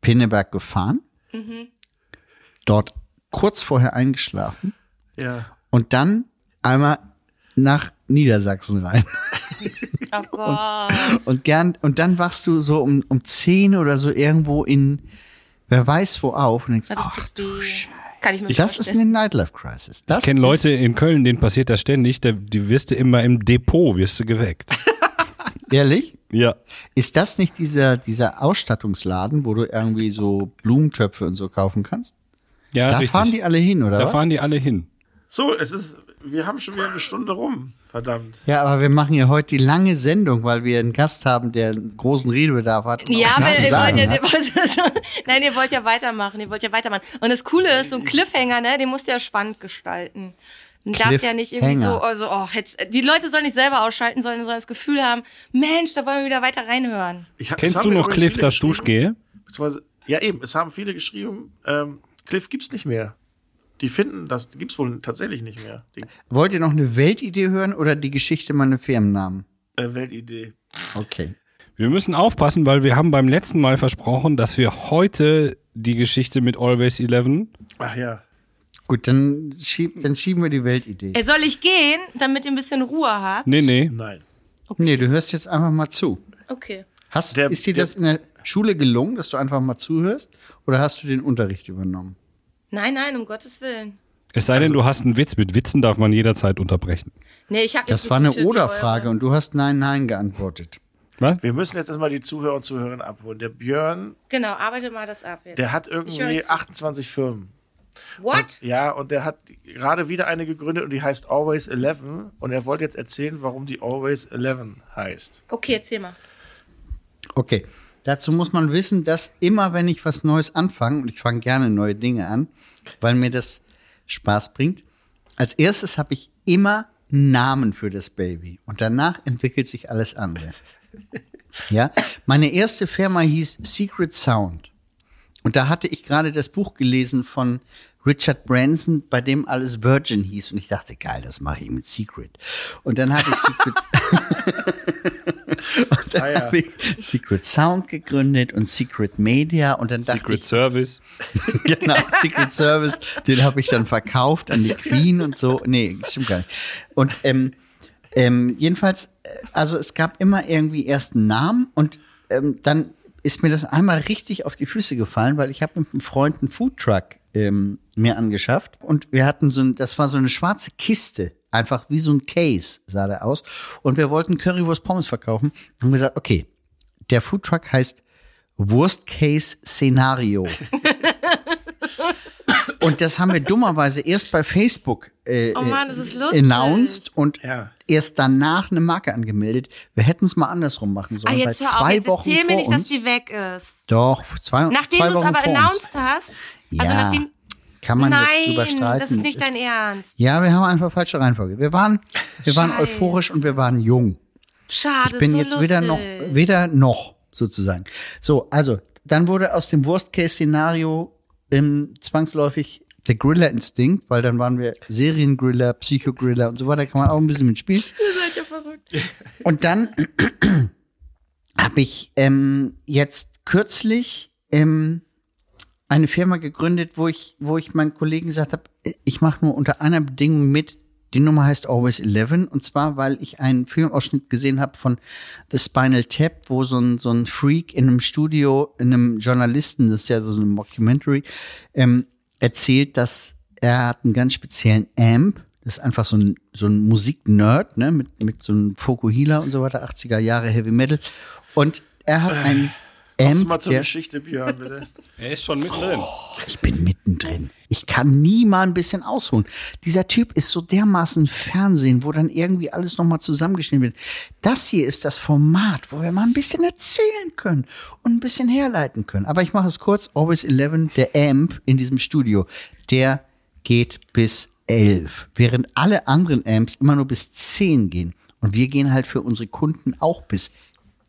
Speaker 2: Pinneberg gefahren,
Speaker 6: Mhm.
Speaker 2: dort kurz vorher eingeschlafen
Speaker 7: Ja.
Speaker 2: und dann einmal nach Niedersachsen rein.
Speaker 6: Oh Gott.
Speaker 2: Und gern, und dann wachst du so um, um 10 oder so irgendwo in, wer weiß wo auf und denkst,
Speaker 6: Das
Speaker 2: ach
Speaker 6: tut
Speaker 2: du
Speaker 6: weh.
Speaker 2: Scheiße.
Speaker 6: Kann ich mir
Speaker 2: Das ist
Speaker 6: vorstellen.
Speaker 2: eine Nightlife Crisis. Das
Speaker 5: Ich kenne
Speaker 2: ist-
Speaker 5: Leute in Köln, denen passiert das ständig, da, die wirst du immer im Depot, wirst du geweckt.
Speaker 2: Ehrlich?
Speaker 5: Ja.
Speaker 2: Ist das nicht dieser, dieser Ausstattungsladen, wo du irgendwie so Blumentöpfe und so kaufen kannst?
Speaker 5: Ja,
Speaker 2: da
Speaker 5: richtig.
Speaker 2: fahren die alle hin, oder
Speaker 5: da
Speaker 2: was?
Speaker 5: fahren die alle hin.
Speaker 7: So, es ist. Wir haben schon wieder eine Stunde rum. Verdammt.
Speaker 2: Ja, aber wir machen ja heute die lange Sendung, weil wir einen Gast haben, der einen großen Redebedarf hat. und
Speaker 6: Ja,
Speaker 2: auch
Speaker 6: aber
Speaker 2: was zu
Speaker 6: ihr
Speaker 2: sagen ne?
Speaker 6: wollt ja,
Speaker 2: hat.
Speaker 6: nein, ihr wollt ja weitermachen, ihr wollt ja weitermachen. Und das Coole ist, so ein Cliffhanger, ne, den musst du ja spannend gestalten. Du darfst ja nicht irgendwie so,
Speaker 2: Cliffhanger.
Speaker 6: also, oh, hätte, die Leute sollen nicht selber ausschalten, sondern sollen das Gefühl haben, Mensch, da wollen wir wieder weiter reinhören.
Speaker 7: Ich hab- es
Speaker 5: Kennst
Speaker 7: haben
Speaker 5: du
Speaker 7: mir
Speaker 5: noch
Speaker 7: übrigens
Speaker 5: Cliff,
Speaker 7: viele
Speaker 5: das
Speaker 7: geschrieben,
Speaker 5: Duschgel?
Speaker 7: beziehungsweise- Ja, eben. Es haben viele geschrieben, ähm, Cliff gibt's nicht mehr. Die finden, das gibt's wohl tatsächlich nicht mehr. Die
Speaker 2: Wollt ihr noch eine Weltidee hören oder die Geschichte meiner Firmennamen?
Speaker 7: äh, Weltidee.
Speaker 2: Okay.
Speaker 5: Wir müssen aufpassen, weil wir haben beim letzten Mal versprochen, dass wir heute die Geschichte mit Always 11
Speaker 7: Ach ja.
Speaker 2: Gut, dann, schieb, dann schieben wir die Weltidee.
Speaker 6: Ey, soll ich gehen, damit ihr ein bisschen Ruhe habt?
Speaker 5: Nee, nee.
Speaker 7: Nein.
Speaker 2: Nee, du hörst jetzt einfach mal zu.
Speaker 6: Okay.
Speaker 2: Hast,
Speaker 7: Der-
Speaker 2: ist dir
Speaker 7: der-
Speaker 2: das in der Schule gelungen, dass du einfach mal zuhörst? Oder hast du den Unterricht übernommen?
Speaker 6: Nein, nein, um Gottes Willen.
Speaker 5: Es sei denn, du hast einen Witz. Mit Witzen darf man jederzeit unterbrechen.
Speaker 6: Nee, ich habe
Speaker 2: Das war eine Oder-Frage und du hast Nein, Nein geantwortet.
Speaker 5: Was?
Speaker 7: Wir müssen jetzt erstmal die Zuhörer und Zuhörerinnen abholen. Der Björn,
Speaker 6: Genau, arbeite mal das ab jetzt.
Speaker 7: der hat
Speaker 6: höre
Speaker 7: irgendwie
Speaker 6: jetzt zu.
Speaker 7: 28 Firmen.
Speaker 6: What?
Speaker 7: Ja, und der hat gerade wieder eine gegründet und die heißt Always 11. Und er wollte jetzt erzählen, warum die Always 11 heißt.
Speaker 6: Okay, erzähl mal.
Speaker 2: Okay. Dazu muss man wissen, dass immer, wenn ich was Neues anfange, und ich fange gerne neue Dinge an, weil mir das Spaß bringt, als erstes habe ich immer einen Namen für das Baby und danach entwickelt sich alles andere. Ja, meine erste Firma hieß Secret Sound. Und da hatte ich gerade das Buch gelesen von Richard Branson, bei dem alles Virgin hieß. Und ich dachte, geil, das mache ich mit Secret. Und dann habe ich Secret
Speaker 7: <laughs>
Speaker 2: <laughs> und dann
Speaker 7: Ah ja.
Speaker 2: habe ich Secret Sound gegründet und Secret Media. Und dann dachte ich,
Speaker 5: Secret Service.
Speaker 2: <laughs> genau, Secret Service, den habe ich dann verkauft an die Queen und so. Nee, stimmt gar nicht. Und ähm, ähm, jedenfalls, äh, also es gab immer irgendwie erst einen Namen und ähm, dann ist mir das einmal richtig auf die Füße gefallen, weil ich habe mit einem Freund einen Foodtruck ähm, mir angeschafft und wir hatten so ein, das war so eine schwarze Kiste, einfach wie so ein Case sah der aus und wir wollten Currywurst Pommes verkaufen und haben gesagt, okay, der Foodtruck heißt Worst Case
Speaker 6: <laughs>
Speaker 2: Szenario. Und das haben wir dummerweise erst bei Facebook äh,
Speaker 6: Oh Mann, das ist
Speaker 2: äh,
Speaker 6: lustig.
Speaker 2: announced und
Speaker 7: Ja.
Speaker 2: erst danach eine Marke angemeldet. Wir hätten es mal andersrum machen sollen.
Speaker 6: Ah, jetzt
Speaker 2: weil
Speaker 6: hör
Speaker 2: zwei
Speaker 6: auf, jetzt
Speaker 2: Wochen
Speaker 6: erzähl
Speaker 2: vor
Speaker 6: mir nicht,
Speaker 2: uns,
Speaker 6: dass die weg ist.
Speaker 2: Doch, zwei,
Speaker 6: Nachdem
Speaker 2: zwei
Speaker 6: du es
Speaker 2: Wochen
Speaker 6: aber
Speaker 2: vor uns.
Speaker 6: announced hast, also
Speaker 2: Ja,
Speaker 6: nachdem,
Speaker 2: kann man jetzt drüber
Speaker 6: nein,
Speaker 2: streiten.
Speaker 6: das ist nicht dein Ernst.
Speaker 2: ja, wir haben einfach falsche Reihenfolge. Wir waren, wir waren
Speaker 6: Scheiße.
Speaker 2: euphorisch und wir waren jung.
Speaker 6: Schade,
Speaker 2: Ich bin
Speaker 6: Ah, so
Speaker 2: jetzt
Speaker 6: lustig.
Speaker 2: weder noch, weder noch sozusagen. So, also, dann wurde aus dem Worst-Case-Szenario ähm, zwangsläufig der Griller-Instinkt, weil dann waren wir Seriengriller, Psychogriller und so weiter, kann man auch ein bisschen mitspielen.
Speaker 6: Ihr seid ja verrückt.
Speaker 2: Und dann <clears throat> habe ich ähm, jetzt kürzlich ähm, eine Firma gegründet, wo ich, wo ich meinen Kollegen gesagt habe, ich mache nur unter einer Bedingung mit. Die Nummer heißt Always 11 und zwar, weil ich einen Filmausschnitt gesehen habe von The Spinal Tap, wo so ein, so ein Freak in einem Studio, in einem Journalisten, das ist ja so eine Mockumentary, ähm, erzählt, dass er hat einen ganz speziellen Amp. Das ist einfach so ein, so ein Musiknerd, ne, mit, mit so einem Fokuhila und so weiter, 80er Jahre Heavy Metal. Und er hat einen
Speaker 7: Kommst du
Speaker 2: Amp.
Speaker 7: mal zur
Speaker 2: der-
Speaker 7: Geschichte, Björn, bitte?
Speaker 5: Er ist schon mittendrin.
Speaker 2: ich bin mittendrin. Ich kann nie mal ein bisschen ausholen. Dieser Typ ist so dermaßen Fernsehen, wo dann irgendwie alles nochmal zusammengeschnitten wird. Das hier ist das Format, wo wir mal ein bisschen erzählen können und ein bisschen herleiten können. Aber ich mache es kurz. Always 11, der Amp in diesem Studio, der geht bis 11, während alle anderen Amps immer nur bis 10 gehen. Und wir gehen halt für unsere Kunden auch bis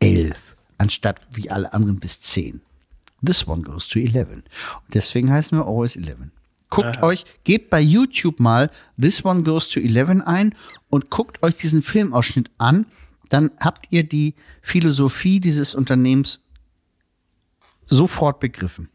Speaker 2: 11, anstatt wie alle anderen bis 10. This one goes to 11. Und deswegen heißen wir Always 11. Guckt euch, gebt bei YouTube mal This one goes to 11 ein und guckt euch diesen Filmausschnitt an. Dann habt ihr die Philosophie dieses Unternehmens sofort begriffen.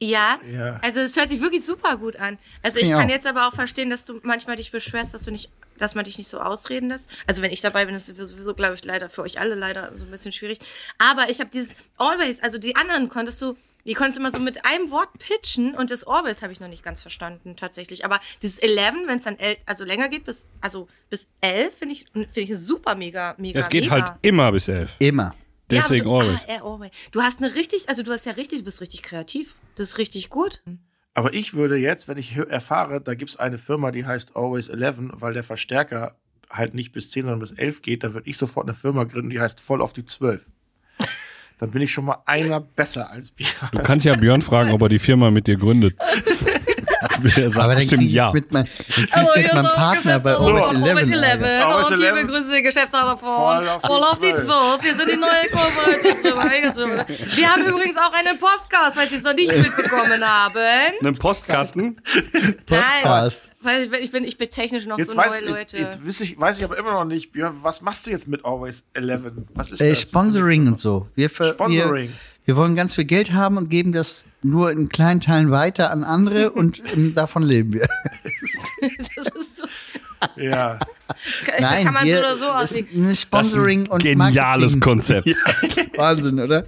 Speaker 6: Ja,
Speaker 7: Ja.
Speaker 6: also es hört sich wirklich super gut an. Also ich
Speaker 2: Ja.
Speaker 6: kann jetzt aber auch verstehen, dass du manchmal dich beschwerst, dass du nicht, dass man dich nicht so ausreden lässt. Also wenn ich dabei bin, ist es sowieso, glaube ich, leider für euch alle leider so ein bisschen schwierig. Aber ich habe dieses Always, also die anderen konntest du, die konntest du immer so mit einem Wort pitchen und das Always habe ich noch nicht ganz verstanden tatsächlich. Aber dieses 11, wenn es dann el also länger geht bis also bis 11, finde ich finde ich super mega mega.
Speaker 5: Es geht
Speaker 6: mega.
Speaker 5: halt immer bis elf.
Speaker 2: Immer.
Speaker 5: Deswegen
Speaker 6: ja, aber du,
Speaker 5: Always.
Speaker 6: Ah, äh, Orwell. Du hast eine richtig, also du hast ja richtig, du bist richtig kreativ. Das ist richtig gut.
Speaker 7: Aber ich würde jetzt, wenn ich hö- erfahre, da gibt es eine Firma, die heißt Always 11, weil der Verstärker halt nicht bis 10, sondern bis 11 geht, dann würde ich sofort eine Firma gründen, die heißt Voll auf die 12. Dann bin ich schon mal einer besser als Björn.
Speaker 5: Du kannst ja Björn fragen, ob er die Firma mit
Speaker 2: <laughs>
Speaker 5: dir gründet. Er sagt
Speaker 2: Aber dann krieg
Speaker 5: bestimmt
Speaker 2: ich
Speaker 5: ja.
Speaker 2: mit, mein, dann
Speaker 6: Oh
Speaker 2: krieg ich mit meinem Partner bei
Speaker 7: Oh, so.
Speaker 2: Always
Speaker 7: So.
Speaker 2: 11. Alter.
Speaker 7: Always
Speaker 6: Und
Speaker 7: 11.
Speaker 6: Oh, liebe Grüße, Geschäftsführer
Speaker 7: Voll
Speaker 6: von
Speaker 7: auf die
Speaker 6: Voll auf die
Speaker 7: 12.
Speaker 6: 12. Wir sind die
Speaker 7: <laughs>
Speaker 6: neue Kooperationsfirma. Eigensfirma. Wir haben übrigens auch einen Podcast, falls Sie es noch nicht mitbekommen haben.
Speaker 5: Einen Postkasten?
Speaker 2: Podcast.
Speaker 6: Nein, weil ich bin, ich bin, ich bin technisch noch
Speaker 7: Jetzt,
Speaker 6: so
Speaker 7: weiß,
Speaker 6: neu,
Speaker 7: jetzt,
Speaker 6: Leute.
Speaker 7: jetzt weiß, ich, weiß ich aber immer noch nicht, Björn, was machst du jetzt mit Always 11? Was ist
Speaker 2: Äh,
Speaker 7: das?
Speaker 2: Sponsoring und so. Wir, ver-
Speaker 7: Sponsoring.
Speaker 2: Wir, wir wollen ganz viel Geld haben und geben das nur in kleinen Teilen weiter an
Speaker 6: <laughs>
Speaker 2: andere und ähm, davon leben wir.
Speaker 6: <laughs> das ist so,
Speaker 7: Ja.
Speaker 2: Nein,
Speaker 6: kann man
Speaker 2: wir,
Speaker 6: so oder so
Speaker 2: das
Speaker 6: aussehen.
Speaker 2: ist ein Sponsoring und
Speaker 5: Geniales Konzept.
Speaker 6: Also
Speaker 2: Konzept. <laughs> Wahnsinn, oder?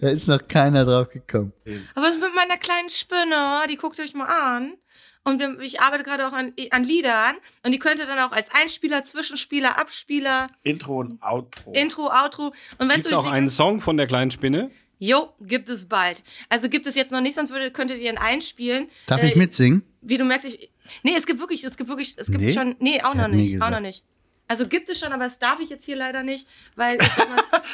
Speaker 2: Da ist noch keiner drauf gekommen.
Speaker 6: Aber mit meiner kleinen Spinne, die guckt euch mal an. Und wir, ich arbeite gerade auch an, an Liedern. Und die könnt ihr dann auch als Einspieler, Zwischenspieler, Abspieler,
Speaker 7: Intro und Outro.
Speaker 6: Intro, Outro. Und weißt
Speaker 5: Gibt es
Speaker 6: du,
Speaker 5: auch
Speaker 6: die-
Speaker 5: einen Song von der kleinen Spinne?
Speaker 6: Jo, gibt es bald. Also gibt es jetzt noch nicht, sonst würde, könntet ihr ihn einspielen.
Speaker 2: Darf ich mitsingen?
Speaker 6: Wie Äh, du merkst, ich. Nee, es gibt wirklich, es gibt wirklich, es gibt
Speaker 2: Nee?
Speaker 6: schon. Nee, auch
Speaker 2: Sie
Speaker 6: noch
Speaker 2: hat nie
Speaker 6: nicht. Auch
Speaker 2: gesagt.
Speaker 6: noch nicht. Also gibt es schon, aber das darf ich jetzt hier leider nicht, weil. Ich,
Speaker 2: <laughs>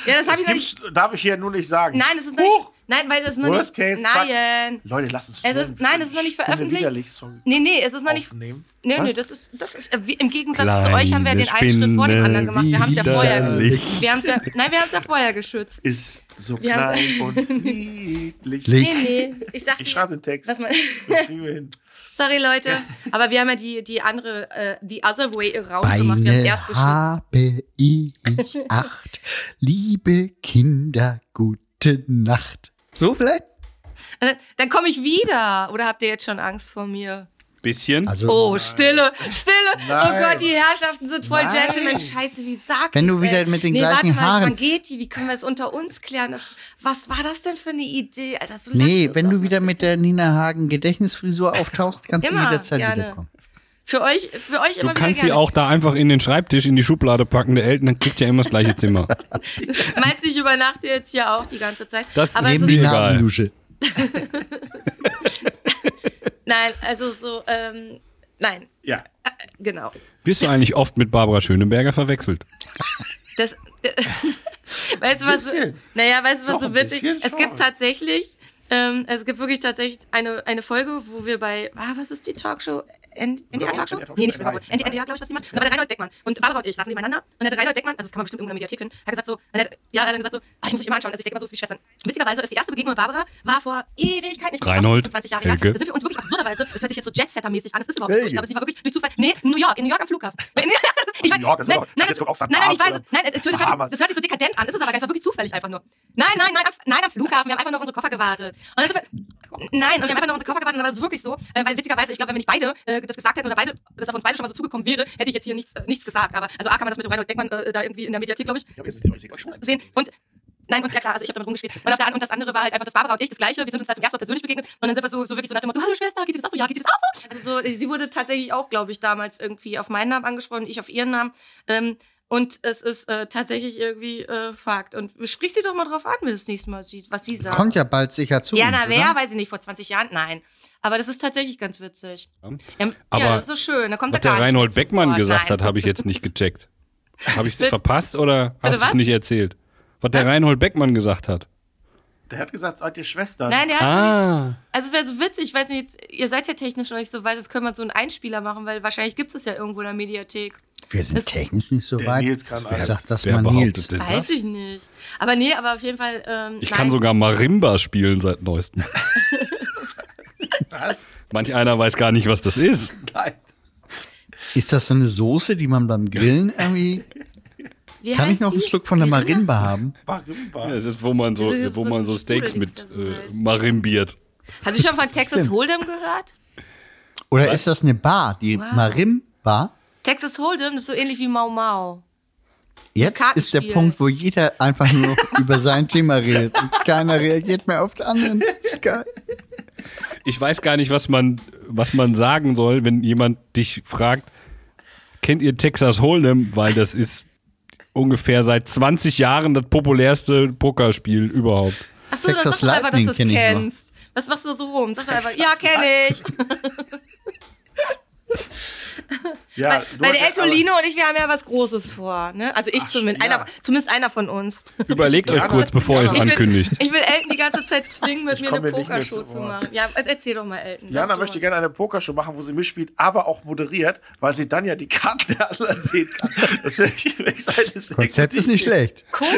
Speaker 6: ja, das habe
Speaker 7: das
Speaker 6: ich noch nicht.
Speaker 7: gibt's, darf ich hier nur nicht sagen.
Speaker 6: Nein, das ist noch nicht. Nein, weil das ist noch
Speaker 7: Worst
Speaker 6: nicht.
Speaker 7: case, zack.
Speaker 6: nein.
Speaker 7: Leute, lasst uns
Speaker 6: Es ist, nein,
Speaker 7: das
Speaker 6: es ist noch nicht veröffentlicht.
Speaker 7: Widerlich, sorry.
Speaker 6: Nee, nee, es ist noch nicht.
Speaker 7: aufnehmen.
Speaker 6: Nee,
Speaker 7: Was?
Speaker 6: nee, das ist, das ist äh, wie- im Gegensatz zu euch haben wir den einen Schritt vor dem anderen gemacht. Wir haben es ja vorher
Speaker 5: widerlich.
Speaker 6: geschützt. Wir haben's ja, nein, wir haben es ja vorher geschützt.
Speaker 7: Ist so
Speaker 6: Wir <laughs>
Speaker 7: klein und niedlich.
Speaker 2: Leg-
Speaker 6: Nee, nee, ich sag
Speaker 7: Ich
Speaker 6: dir,
Speaker 7: schreibe den Text.
Speaker 6: dass man,
Speaker 7: Das kriegen wir hin.
Speaker 6: sorry Leute, aber wir haben ja die, die andere, äh, die other way around gemacht. Wir haben
Speaker 2: Beine
Speaker 6: erst geschützt.
Speaker 2: habe ich acht. Liebe Kinder, gute Nacht. So vielleicht?
Speaker 6: Und dann- Äh, Dann komme ich wieder. Oder habt ihr jetzt schon Angst vor mir?
Speaker 5: Bisschen.
Speaker 2: Also,
Speaker 6: Oh, Stille, Stille.
Speaker 7: Nein.
Speaker 6: Oh Gott, die Herrschaften sind voll
Speaker 7: Nein.
Speaker 6: Gentlemen. Scheiße, wie sag
Speaker 2: Wenn
Speaker 6: ich's,
Speaker 2: du wieder
Speaker 6: ey?
Speaker 2: mit den
Speaker 6: nee,
Speaker 2: gleichen
Speaker 6: warte mal,
Speaker 2: Haaren-
Speaker 6: Spaghetti, wie können wir es unter uns klären? Das, was war das denn für eine Idee? Alter, so
Speaker 2: nee,
Speaker 6: lang-
Speaker 2: wenn
Speaker 6: das-
Speaker 2: du wieder mit der Nina Hagen Gedächtnisfrisur auftauchst, kannst du
Speaker 6: Immer,
Speaker 2: jederzeit
Speaker 6: gerne.
Speaker 2: wiederkommen.
Speaker 6: Für euch, für euch
Speaker 5: Du
Speaker 6: immer
Speaker 5: kannst
Speaker 6: wieder
Speaker 5: sie
Speaker 6: gerne.
Speaker 5: auch da einfach in den Schreibtisch, in die Schublade packen, der Eltern, dann kriegt ja immer das gleiche
Speaker 2: <laughs>
Speaker 5: Zimmer.
Speaker 6: Meinst du, ich übernachte jetzt hier auch die ganze Zeit?
Speaker 5: Das
Speaker 6: Aber es
Speaker 5: sehen
Speaker 6: ist-
Speaker 5: wir-
Speaker 2: Die
Speaker 5: Egal.
Speaker 2: Nasendusche.
Speaker 6: Nein, also so, ähm, nein,
Speaker 7: Ja.
Speaker 6: genau.
Speaker 5: Wirst du eigentlich oft mit Barbara Schöneberger verwechselt?
Speaker 6: Das, <laughs> weißt du, was so,
Speaker 7: bisschen.
Speaker 6: naja, weißt du, was
Speaker 7: Doch,
Speaker 6: so
Speaker 7: ein
Speaker 6: witzig
Speaker 7: bisschen
Speaker 6: Es
Speaker 7: schon.
Speaker 6: gibt tatsächlich, ähm, es gibt wirklich tatsächlich eine, eine Folge, wo wir bei, ah, was ist die Talkshow? N- NDR Talkshow?
Speaker 7: NDR Talkshow.
Speaker 6: Nee, nicht NDR,
Speaker 7: Nein.
Speaker 6: NDR glaube ich, was die macht. Und da war der Reinhold Beckmann. Und Barbara und ich saßen nebeneinander. Und dann hat der Reinhold Beckmann, also das kann man bestimmt irgendwo in der Mediathek finden, hat gesagt so, und hat, ja, er hat gesagt so, ah, ich muss mich immer anschauen, also ich denke immer so wie Schwestern. Witzigerweise ist die erste Begegnung mit Barbara, war vor Ewigkeiten, ich
Speaker 5: Reinhold,
Speaker 6: 20 Jahre her. Da
Speaker 5: Helge.
Speaker 6: sind wir uns wirklich absurderweise, das hört sich jetzt so Jet-Setter-mäßig an, das ist überhaupt nicht so.
Speaker 2: Helge.
Speaker 6: Ich glaube, sie war wirklich durch Zufall, nee, in New York, in New York am Flughafen. <laughs> Ich weiß-
Speaker 7: New York ist
Speaker 6: nein,
Speaker 7: doch-
Speaker 6: nein,
Speaker 7: jetzt
Speaker 6: das-
Speaker 7: kommt auch St.
Speaker 6: Nein, nein, ich weiß
Speaker 7: Barth
Speaker 6: es.
Speaker 7: oder-
Speaker 6: Nein, äh, Entschuldigung, das hört, sich-
Speaker 7: Bahamas.
Speaker 6: das hört sich so dekadent an. Das ist aber gar nicht, das war wirklich zufällig einfach nur. Nein, nein, nein, am, nein, am Flughafen. Wir haben einfach nur auf unsere Koffer gewartet. Und dann sind wir, nein, und wir haben einfach nur auf unsere Koffer gewartet. Und dann war es wirklich so, äh, weil witzigerweise, ich glaube, wenn wir nicht beide äh, das gesagt hätten oder beide, das auf uns beide schon mal so zugekommen wäre, hätte ich jetzt hier nichts, äh, nichts gesagt. Aber also A kann man das mit dem Reinhold Beckmann äh, da irgendwie in der Mediathek, glaube ich,
Speaker 7: Ja, aber jetzt müsst ihr euch sicher schon ein bisschen-
Speaker 6: sehen. Und Nein, und ja klar, also ich habe damit rumgespielt. Und, auf der, und das andere war halt einfach, dass Barbara und ich das gleiche, wir sind uns halt zum ersten Mal persönlich begegnet und dann sind wir so, so wirklich so nach dem Motto, hallo Schwester, geht dir das auch so? Ja, geht dir das auch so? Also so, äh, sie wurde tatsächlich auch, glaube ich, damals irgendwie auf meinen Namen angesprochen, ich auf ihren Namen. Ähm, und es ist äh, tatsächlich irgendwie äh, Fakt. Und sprich sie doch mal drauf an, wenn du das nächste Mal sieht, was sie sagt.
Speaker 2: Kommt ja bald sicher zu.
Speaker 6: Diana
Speaker 2: uns,
Speaker 6: wer,
Speaker 2: oder?
Speaker 6: weiß ich nicht, vor 20 Jahren? Nein. Aber das ist tatsächlich ganz witzig.
Speaker 5: Ja.
Speaker 6: Ja,
Speaker 5: Aber
Speaker 6: ja das ist so schön. Da kommt
Speaker 5: Was
Speaker 6: da
Speaker 5: der
Speaker 6: gar
Speaker 5: Reinhold
Speaker 6: nichts mehr zu
Speaker 5: Beckmann
Speaker 6: Wort.
Speaker 5: gesagt
Speaker 6: Nein.
Speaker 5: hat, habe ich jetzt nicht gecheckt. Habe
Speaker 6: <laughs>
Speaker 5: ich es
Speaker 6: Bitte-
Speaker 5: verpasst oder hast du es
Speaker 6: was?
Speaker 5: nicht erzählt? Was der Reinhold Beckmann gesagt hat.
Speaker 7: Der hat gesagt, seid ihr Schwestern.
Speaker 6: Nein, der hat
Speaker 5: Ah,
Speaker 6: Also es wäre so witzig, ich weiß nicht, ihr seid ja technisch noch nicht so weit, das können wir so einen Einspieler machen, weil wahrscheinlich gibt es ja irgendwo in der Mediathek.
Speaker 2: Wir sind
Speaker 6: Das-
Speaker 2: technisch nicht so
Speaker 7: Der
Speaker 2: weit.
Speaker 7: Nils kann
Speaker 2: Wer
Speaker 7: alles.
Speaker 2: sagt das
Speaker 5: wer
Speaker 2: mal Nils?
Speaker 5: behauptet denn
Speaker 6: Weiß
Speaker 5: das?
Speaker 6: ich nicht. Aber nee, aber auf jeden Fall. Ähm,
Speaker 5: Ich
Speaker 6: nein.
Speaker 5: kann sogar Marimba spielen seit
Speaker 6: <laughs>
Speaker 5: neuestem. Manch einer weiß gar nicht, was das ist.
Speaker 7: Nein.
Speaker 2: Ist das so eine Soße, die man beim Grillen irgendwie.
Speaker 6: Wie
Speaker 2: Kann ich
Speaker 6: heißt
Speaker 2: noch einen
Speaker 6: die?
Speaker 2: Schluck von der Marimba
Speaker 6: Marimba?
Speaker 2: haben?
Speaker 7: Marimba.
Speaker 5: Das ist, wo man so,
Speaker 6: Das ist
Speaker 5: wo
Speaker 6: so
Speaker 5: man
Speaker 6: ein
Speaker 5: so Steaks
Speaker 6: Strudel,
Speaker 5: mit
Speaker 6: das so
Speaker 5: äh,
Speaker 6: heißt.
Speaker 5: marimbiert.
Speaker 6: Hast du schon von Texas
Speaker 2: Stimmt.
Speaker 6: Hold'em gehört?
Speaker 2: Oder ist das eine Bar, die Marimba?
Speaker 6: Texas Hold'em ist so ähnlich wie Mau Mau.
Speaker 2: Jetzt ist der
Speaker 6: Kartenspiel.
Speaker 2: Punkt, wo jeder einfach nur
Speaker 6: <laughs>
Speaker 2: noch über sein Thema redet. Und keiner reagiert mehr auf den anderen. Das ist geil.
Speaker 5: Ich weiß gar nicht, was man, was man sagen soll, wenn jemand dich fragt, kennt ihr Texas Hold'em? Weil das ist ungefähr seit 20 Jahren das populärste Pokerspiel überhaupt.
Speaker 6: Achso, dann
Speaker 2: Texas
Speaker 6: sag doch einfach, dass
Speaker 2: Lightning
Speaker 6: du es
Speaker 2: kenn ich nur.
Speaker 6: kennst. Was machst du so rum? Sag doch einfach, ja, kenne ich.
Speaker 7: Ja,
Speaker 6: weil weil
Speaker 7: du hast
Speaker 6: der
Speaker 7: ja-
Speaker 6: Eltolino und ich, wir haben ja was Großes vor. Ne? Also ich zumindest,
Speaker 7: ja.
Speaker 6: einer, zumindest einer von uns.
Speaker 5: Überlegt euch kurz, bevor ihr es
Speaker 6: Ich will- <laughs>
Speaker 5: ankündigt.
Speaker 6: Ich will Elton die ganze Zeit zwingen, mit
Speaker 7: Ich
Speaker 6: mir
Speaker 7: komm
Speaker 6: eine
Speaker 7: mir nicht mehr zu
Speaker 6: Pokershow zu
Speaker 7: Ohren.
Speaker 6: machen. Ja, erzähl doch mal, Elton.
Speaker 7: Jana
Speaker 6: Sag doch
Speaker 7: möchte
Speaker 6: mal.
Speaker 7: gerne eine Pokershow machen, wo sie mitspielt, aber auch moderiert, weil sie dann ja die Karten der anderen sehen kann. Das finde ich wirklich eine sehr
Speaker 2: Konzept
Speaker 7: gute
Speaker 2: ist nicht
Speaker 7: Idee.
Speaker 2: schlecht.
Speaker 6: Como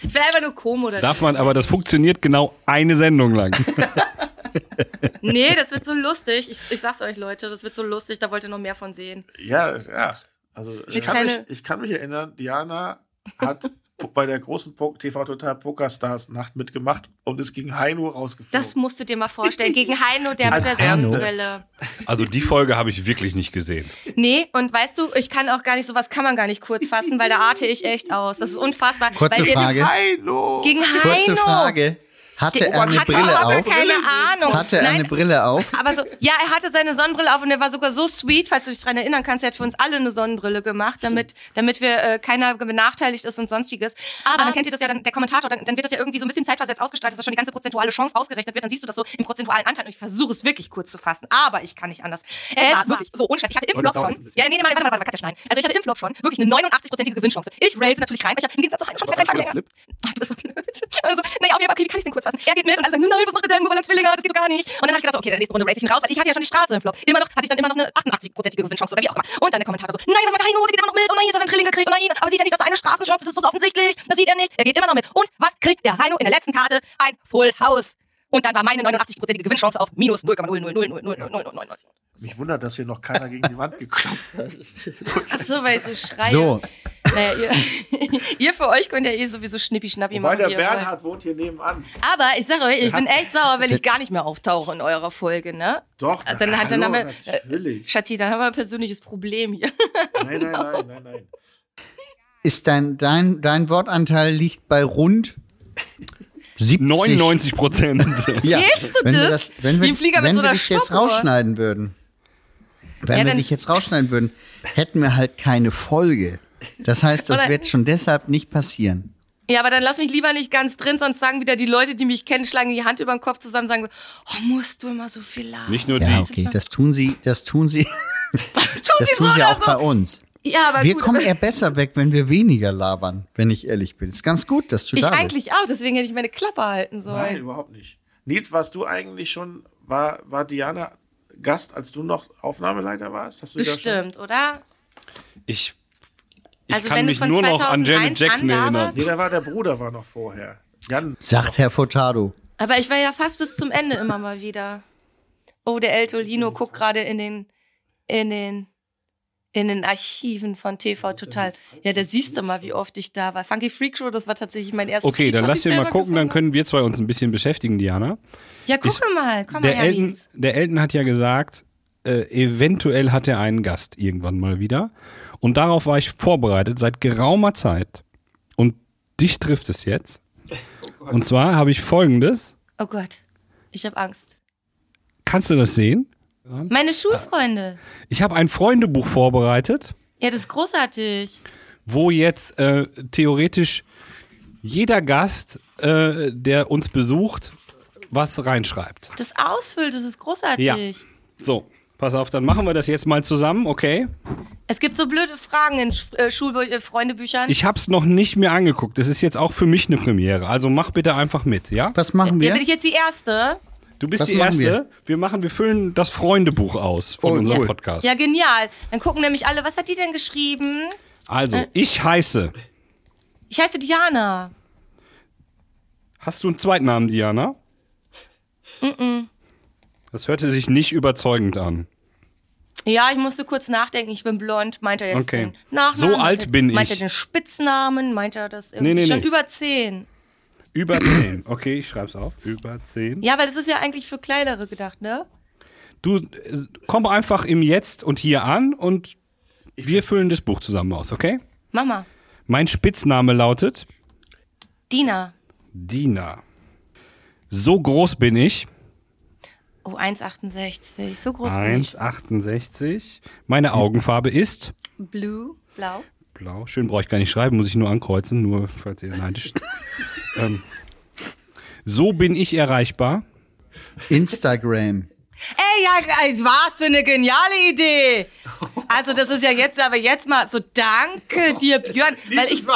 Speaker 6: Ich will einfach nur Como oder
Speaker 5: Darf man, aber das funktioniert genau eine Sendung lang.
Speaker 6: Nee, das wird so lustig. Ich, ich sag's euch, Leute, das wird so lustig. Da wollt ihr noch mehr von sehen.
Speaker 7: Ja, ja. Also ich
Speaker 6: Eine
Speaker 7: kann,
Speaker 6: kleine-
Speaker 7: mich, ich kann mich erinnern, Diana hat <laughs> bei der großen po TV Total Pokerstars Nacht mitgemacht und ist gegen Heino rausgeflogen.
Speaker 6: Das musst du dir mal vorstellen. Gegen Heino, der mit
Speaker 7: Als
Speaker 6: der
Speaker 7: Heino.
Speaker 6: Sonnenbrille.
Speaker 5: Also die Folge habe ich wirklich nicht gesehen.
Speaker 6: Nee, und weißt du, ich kann auch gar nicht, sowas kann man gar nicht kurz fassen, weil da arte ich echt aus. Das ist unfassbar.
Speaker 2: Kurze
Speaker 6: weil ihr-
Speaker 2: Frage.
Speaker 7: Heino!
Speaker 6: Gegen Heino. Oh,
Speaker 2: Kurze Frage. Hatte er eine
Speaker 6: Hat
Speaker 2: Brille
Speaker 6: überhaupt
Speaker 2: auf?
Speaker 6: keine Ahnung.
Speaker 2: Hatte er eine
Speaker 6: Nein,
Speaker 2: Brille auf?
Speaker 6: Aber so, ja, er hatte seine Sonnenbrille auf und er war sogar so sweet, falls du dich dran erinnern kannst, er hat für uns alle eine Sonnenbrille gemacht, damit, damit wir äh, keiner benachteiligt ist und sonstiges. Aber dann kennt ihr das ja, dann der Kommentator, dann, dann wird das ja irgendwie so ein bisschen zeitversetzt ausgestrahlt, dass da schon die ganze prozentuale Chance ausgerechnet wird, dann siehst du das so im prozentualen Anteil und ich versuche es wirklich kurz zu fassen, aber ich kann nicht anders. Es ist wirklich so ohne Scheiß. Ich hatte im
Speaker 7: Und das
Speaker 6: Flop
Speaker 7: dauert jetzt ein
Speaker 6: schon.
Speaker 7: bisschen.
Speaker 6: Ja, nee, nee, warte, warte, warte, warte, schneiden. Also ich hatte im Flop schon wirklich eine 89-prozentige Gewinnchance. Ich raise natürlich rein, weil ich ja im Gegensatz zu Heino schon zwei, drei Tage länger. Ach, du bist so blöd. <laughs> Also, naja, auf jeden Fall, okay, wie kann ich denn kurz fassen? Er geht mit und alle sagen, nein, was macht ihr denn, Gouverneur Zwillinger, das geht doch gar nicht. Und dann habe ich gedacht, so, okay, dann nächste Runde race ich ihn raus, weil ich hatte ja schon die Straße im Flop. Immer noch, hatte ich dann immer noch eine 88-prozentige Gewinnchance oder wie auch immer. Und dann der Kommentator so, nein, das macht Heino, der geht immer noch mit. Und nein, jetzt hat er einen Trilling gekriegt. Und nein, aber sieht er nicht, dass er eine Straßenchance ist, das ist so offensichtlich. Das sieht er nicht, er geht immer noch mit. Und was kriegt der Heino in der letzten Karte? Ein Full House. Und dann war meine 89-prozentige Gewinnchance auf minus 0,000000099.
Speaker 7: Mich wundert, dass hier noch keiner gegen die Wand geklopft hat.
Speaker 6: Ach so, weil ich so schreie.
Speaker 2: So,
Speaker 6: Naja, ihr, ihr für euch könnt ja eh sowieso schnippi-schnappi
Speaker 7: Wobei
Speaker 6: machen.
Speaker 7: der
Speaker 6: wie ihr wollt.
Speaker 7: Bernhard wohnt hier nebenan.
Speaker 6: Aber ich sage euch, ich bin echt sauer, wenn
Speaker 2: Das
Speaker 6: ich gar nicht mehr auftauche in eurer Folge, ne?
Speaker 7: Doch,
Speaker 6: Also dann hat- dann
Speaker 7: hallo,
Speaker 6: haben wir-
Speaker 7: natürlich.
Speaker 6: Schatzi, dann haben wir ein persönliches Problem hier. <laughs>
Speaker 7: nein, nein, nein, nein, nein.
Speaker 2: ist dein, dein, dein Wortanteil liegt bei rund 70.
Speaker 5: 99 Prozent.
Speaker 2: Ja,
Speaker 6: Zählst du
Speaker 2: wenn wir
Speaker 6: das?
Speaker 2: das, wenn
Speaker 6: Wie
Speaker 2: wir,
Speaker 6: ein Flieger mit
Speaker 2: wenn
Speaker 6: so
Speaker 2: wir
Speaker 6: einer
Speaker 2: dich jetzt
Speaker 6: Stoppuhr.
Speaker 2: rausschneiden würden, wenn
Speaker 6: Ja,
Speaker 2: wir
Speaker 6: dann-
Speaker 2: dich jetzt rausschneiden würden, hätten wir halt keine Folge. Das heißt, das
Speaker 6: Oder-
Speaker 2: wird schon deshalb nicht passieren.
Speaker 6: Ja, aber dann lass mich lieber nicht ganz drin, sonst sagen wieder die Leute, die mich kennen, schlagen die Hand über den Kopf zusammen, sagen so, oh, musst du immer so viel
Speaker 5: <laughs>
Speaker 6: lachen.
Speaker 5: Nicht nur
Speaker 2: Ja,
Speaker 5: die.
Speaker 2: okay, das tun sie, das tun sie. <laughs>
Speaker 6: Tut
Speaker 2: Das
Speaker 6: sie so
Speaker 2: tun sie
Speaker 6: oder
Speaker 2: auch bei
Speaker 6: so.
Speaker 2: uns.
Speaker 6: Ja, aber
Speaker 2: wir
Speaker 6: gut.
Speaker 2: kommen eher besser weg, wenn wir weniger labern, wenn ich ehrlich bin. Ist ganz gut, dass du
Speaker 6: ich
Speaker 2: da bist.
Speaker 6: eigentlich auch, deswegen hätte ich meine Klappe halten sollen.
Speaker 7: Nein, überhaupt nicht. Nils, warst du eigentlich schon, war, war Diana Gast, als du noch Aufnahmeleiter warst? Hast du da
Speaker 6: Bestimmt, oder?
Speaker 5: Ich, ich
Speaker 6: Also
Speaker 5: kann
Speaker 6: wenn du
Speaker 5: mich
Speaker 6: von
Speaker 5: nur noch an
Speaker 6: 2001
Speaker 5: Janet Jackson
Speaker 6: an da
Speaker 5: erinnern.
Speaker 6: warst,
Speaker 7: Schon? Nee, da war der Bruder war noch vorher. Jan.
Speaker 2: Sagt Herr Furtado.
Speaker 6: Aber ich war ja fast bis zum Ende immer mal wieder. Oh, der El Tolino guckt gerade in den, in den, in den Archiven von TV Total. Ja, da siehst du mal, wie oft ich da war. Funky Freak Show, das war tatsächlich mein erstes
Speaker 5: Okay,
Speaker 6: Lied,
Speaker 5: dann
Speaker 6: was
Speaker 5: lass
Speaker 6: ich
Speaker 5: dir mal
Speaker 6: selber
Speaker 5: gucken, dann
Speaker 6: gesungen habe.
Speaker 5: können wir zwei uns ein bisschen beschäftigen, Diana.
Speaker 6: Ja, gucke
Speaker 5: ist-
Speaker 6: mal, komm mal
Speaker 5: Der
Speaker 6: her,
Speaker 5: Elton,
Speaker 6: Nils.
Speaker 5: der Elton hat ja gesagt, äh, eventuell hat er einen Gast irgendwann mal wieder. Und darauf war ich vorbereitet seit geraumer Zeit. Und dich trifft es jetzt. Und zwar habe ich folgendes.
Speaker 6: Oh Gott, ich habe Angst.
Speaker 5: Kannst du das sehen? Ah.
Speaker 6: Meine Schulfreunde.
Speaker 5: Ich habe ein Freundebuch vorbereitet.
Speaker 6: Ja, das ist großartig.
Speaker 5: wo jetzt äh, theoretisch jeder Gast, äh, der uns besucht, was reinschreibt.
Speaker 6: Das ausfüllt, das ist großartig.
Speaker 5: Ja. So, pass auf, dann machen wir das jetzt mal zusammen, okay?
Speaker 6: Es gibt so blöde Fragen in Sch äh, Schulbü äh, Freundebüchern.
Speaker 5: Ich hab's noch nicht mir angeguckt. Das ist jetzt auch für mich eine Premiere. Also mach bitte einfach mit, ja?
Speaker 2: Was machen wir?
Speaker 6: Ja, bin ich jetzt die Erste?
Speaker 5: Du bist
Speaker 2: was
Speaker 5: die
Speaker 2: machen
Speaker 5: Erste.
Speaker 2: wir?
Speaker 5: Wir? machen, wir füllen das Freundebuch aus von
Speaker 2: Oh,
Speaker 5: unserem
Speaker 2: cool.
Speaker 5: Podcast.
Speaker 6: Ja, genial. Dann gucken nämlich alle, was hat die denn geschrieben?
Speaker 5: Also, ich heiße.
Speaker 6: Ich heiße Diana.
Speaker 5: Hast du einen Zweitnamen, Diana? Das hörte sich nicht überzeugend an.
Speaker 6: Ja, ich musste kurz nachdenken. Ich bin blond. Meint er jetzt
Speaker 5: Okay.
Speaker 6: den Nachnamen?
Speaker 5: So alt
Speaker 6: meint er,
Speaker 5: bin
Speaker 6: Meint er
Speaker 5: ich.
Speaker 6: den Spitznamen? Meint er das irgendwie
Speaker 5: Nee, nee,
Speaker 6: schon
Speaker 5: nee.
Speaker 6: über zehn?
Speaker 5: Über 10. Okay, ich schreib's auf. Über 10.
Speaker 6: Ja, weil das ist ja eigentlich für Kleinere gedacht, ne?
Speaker 5: Du äh, komm einfach im Jetzt und hier an und wir füllen das Buch zusammen aus, okay?
Speaker 6: Mama,
Speaker 5: Mein Spitzname lautet
Speaker 6: Dina.
Speaker 5: Dina. So groß bin ich.
Speaker 6: Oh, 1,68. So groß bin ich.
Speaker 5: 1,68. Meine Augenfarbe ist
Speaker 6: Blue, blau.
Speaker 5: blau. Schön brauche ich gar nicht schreiben, muss ich nur ankreuzen, nur falls ihr neidisch.
Speaker 6: <laughs>
Speaker 5: ähm, so bin ich erreichbar.
Speaker 2: Instagram.
Speaker 6: Ey, ja, ey, was für eine geniale Idee. Also das ist ja jetzt, aber jetzt mal so danke dir, Björn. Weil ich,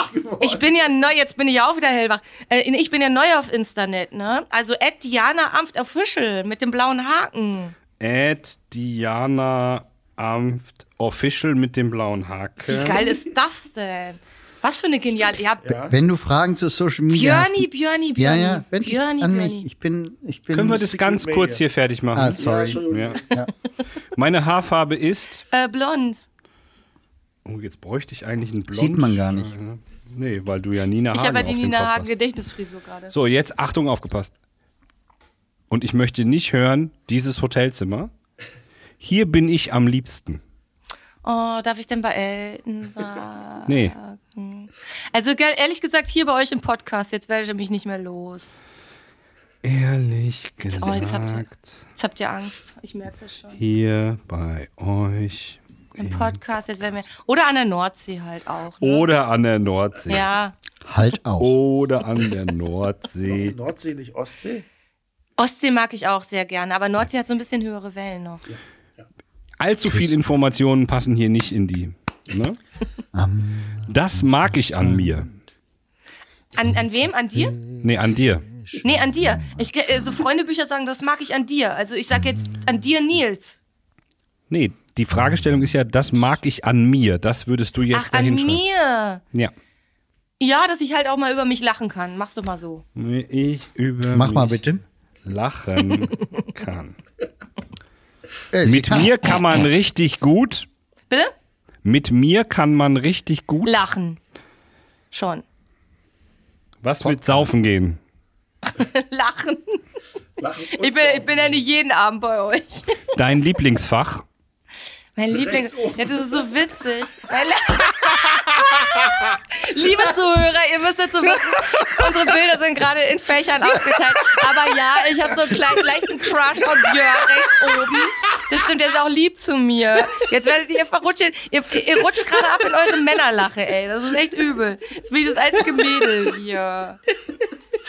Speaker 6: ich bin ja neu, jetzt bin ich ja auch wieder hellwach. Äh, ich bin ja neu auf Instanet, ne? Also at Diana Amft Official mit dem blauen Haken.
Speaker 5: At Diana Amft Official mit dem blauen Haken.
Speaker 6: Wie geil ist das denn? Was für eine geniale, ja,
Speaker 2: Wenn du Fragen zu Social Media
Speaker 6: Björni,
Speaker 2: hast.
Speaker 6: Björni, Björni,
Speaker 2: ja, ja, wend dich
Speaker 6: Björni,
Speaker 2: an
Speaker 6: Björni.
Speaker 2: mich. Ich bin, ich bin.
Speaker 5: Können wir das ganz
Speaker 7: Media.
Speaker 5: kurz hier fertig machen?
Speaker 2: Ah, sorry.
Speaker 5: Ja. Meine Haarfarbe ist.
Speaker 6: Äh, blond.
Speaker 5: Oh, jetzt bräuchte ich eigentlich einen Blond. Mhm.
Speaker 2: Sieht man gar nicht.
Speaker 5: Nee, weil du ja Nina
Speaker 6: Ich
Speaker 5: Hagen
Speaker 6: habe ja
Speaker 5: auf
Speaker 6: die
Speaker 5: dem
Speaker 6: Nina
Speaker 5: Kopf
Speaker 6: Hagen
Speaker 5: hast.
Speaker 6: Gedächtnisfrisur gerade.
Speaker 5: So, jetzt Achtung, aufgepasst. Und ich möchte nicht hören, dieses Hotelzimmer. Hier bin ich am liebsten.
Speaker 6: Oh, darf ich denn bei Elton sagen?
Speaker 5: Nee.
Speaker 6: Also ge- ehrlich gesagt, hier bei euch im Podcast, jetzt werdet ihr mich nicht mehr los.
Speaker 5: Ehrlich
Speaker 6: Oh, jetzt habt ihr-
Speaker 5: gesagt,
Speaker 6: Jetzt habt ihr Angst. Ich merke das schon.
Speaker 5: hier bei euch.
Speaker 6: Im Podcast, jetzt werden wir. Oder an der Nordsee halt auch. Ne?
Speaker 5: Oder an der Nordsee.
Speaker 6: Ja.
Speaker 2: Halt auf.
Speaker 5: Oh, Oder an der Nordsee.
Speaker 7: Nordsee, nicht Ostsee?
Speaker 6: Ostsee mag ich auch sehr gerne, aber Nordsee hat so ein bisschen höhere Wellen noch.
Speaker 5: Allzu viel Informationen passen hier nicht in die. Ne? Das mag ich an mir.
Speaker 6: An, an wem? An dir?
Speaker 5: Nee, an dir.
Speaker 6: Nee, an dir. Ich, ge- äh, so Freundebücher sagen, das mag ich an dir. Also ich sag jetzt an dir, Nils.
Speaker 5: Nee, die Fragestellung ist ja, das mag ich an mir. Das würdest du jetzt
Speaker 6: Ach, an
Speaker 5: dahin schreiben.
Speaker 6: mir.
Speaker 5: Ja.
Speaker 6: Ja, dass ich halt auch mal über mich lachen kann. Mach's doch mal so.
Speaker 5: Ich über
Speaker 2: Mach mal
Speaker 5: mich
Speaker 2: bitte. <laughs>
Speaker 5: lachen kann.
Speaker 2: Äh,
Speaker 5: Mit
Speaker 2: Zitat.
Speaker 5: mir kann man richtig gut.
Speaker 6: Bitte?
Speaker 5: Mit mir kann man richtig gut.
Speaker 6: Lachen. Schon. <laughs>
Speaker 5: Was mit Saufen gehen?
Speaker 6: Lachen. Ich bin, ich bin ja nicht jeden Abend bei euch.
Speaker 5: Dein Lieblingsfach?
Speaker 6: Mein Liebling. Ja, das ist so witzig. Mein Lie- <laughs> Liebe Zuhörer, ihr müsst dazu wissen, unsere Bilder sind gerade in Fächern aufgeteilt. Aber ja, ich habe so einen kleinen, leichten Crush auf Björn rechts oben. Das stimmt, der ist auch lieb zu mir. Jetzt werdet ihr verrutschen. Ihr, ihr rutscht gerade ab in eure Männerlache, ey. Das ist echt übel. Jetzt bin ich das einzige Mädel hier.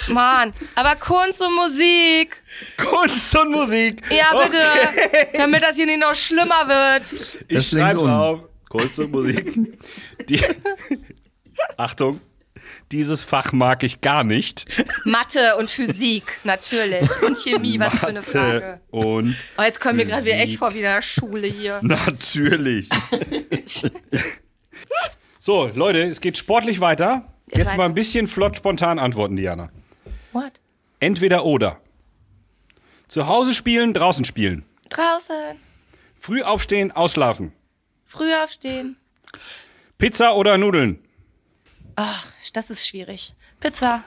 Speaker 6: Mann, aber Kunst und Musik.
Speaker 5: Kunst und Musik.
Speaker 6: Ja, bitte. Damit das hier nicht noch schlimmer wird.
Speaker 5: Ich
Speaker 2: Das links
Speaker 5: schreibe
Speaker 2: unten.
Speaker 5: auf. Kunst und Musik. Die, Achtung, dieses Fach mag ich gar nicht.
Speaker 6: Mathe
Speaker 5: <laughs>
Speaker 6: und Physik, natürlich. Und Chemie, was für eine Frage.
Speaker 5: Und
Speaker 6: Oh, jetzt kommen wir gerade hier echt
Speaker 5: Physik.
Speaker 6: vor wie in der Schule hier.
Speaker 5: natürlich. so, Leute, es geht sportlich weiter. Jetzt
Speaker 6: weiter.
Speaker 5: mal ein bisschen flott spontan antworten, Diana.
Speaker 6: What?
Speaker 5: Entweder oder. Zu Hause spielen, draußen spielen.
Speaker 6: Draußen.
Speaker 5: Früh aufstehen, ausschlafen.
Speaker 6: Früh aufstehen.
Speaker 5: Pizza oder Nudeln.
Speaker 6: Ach, das ist schwierig. Pizza.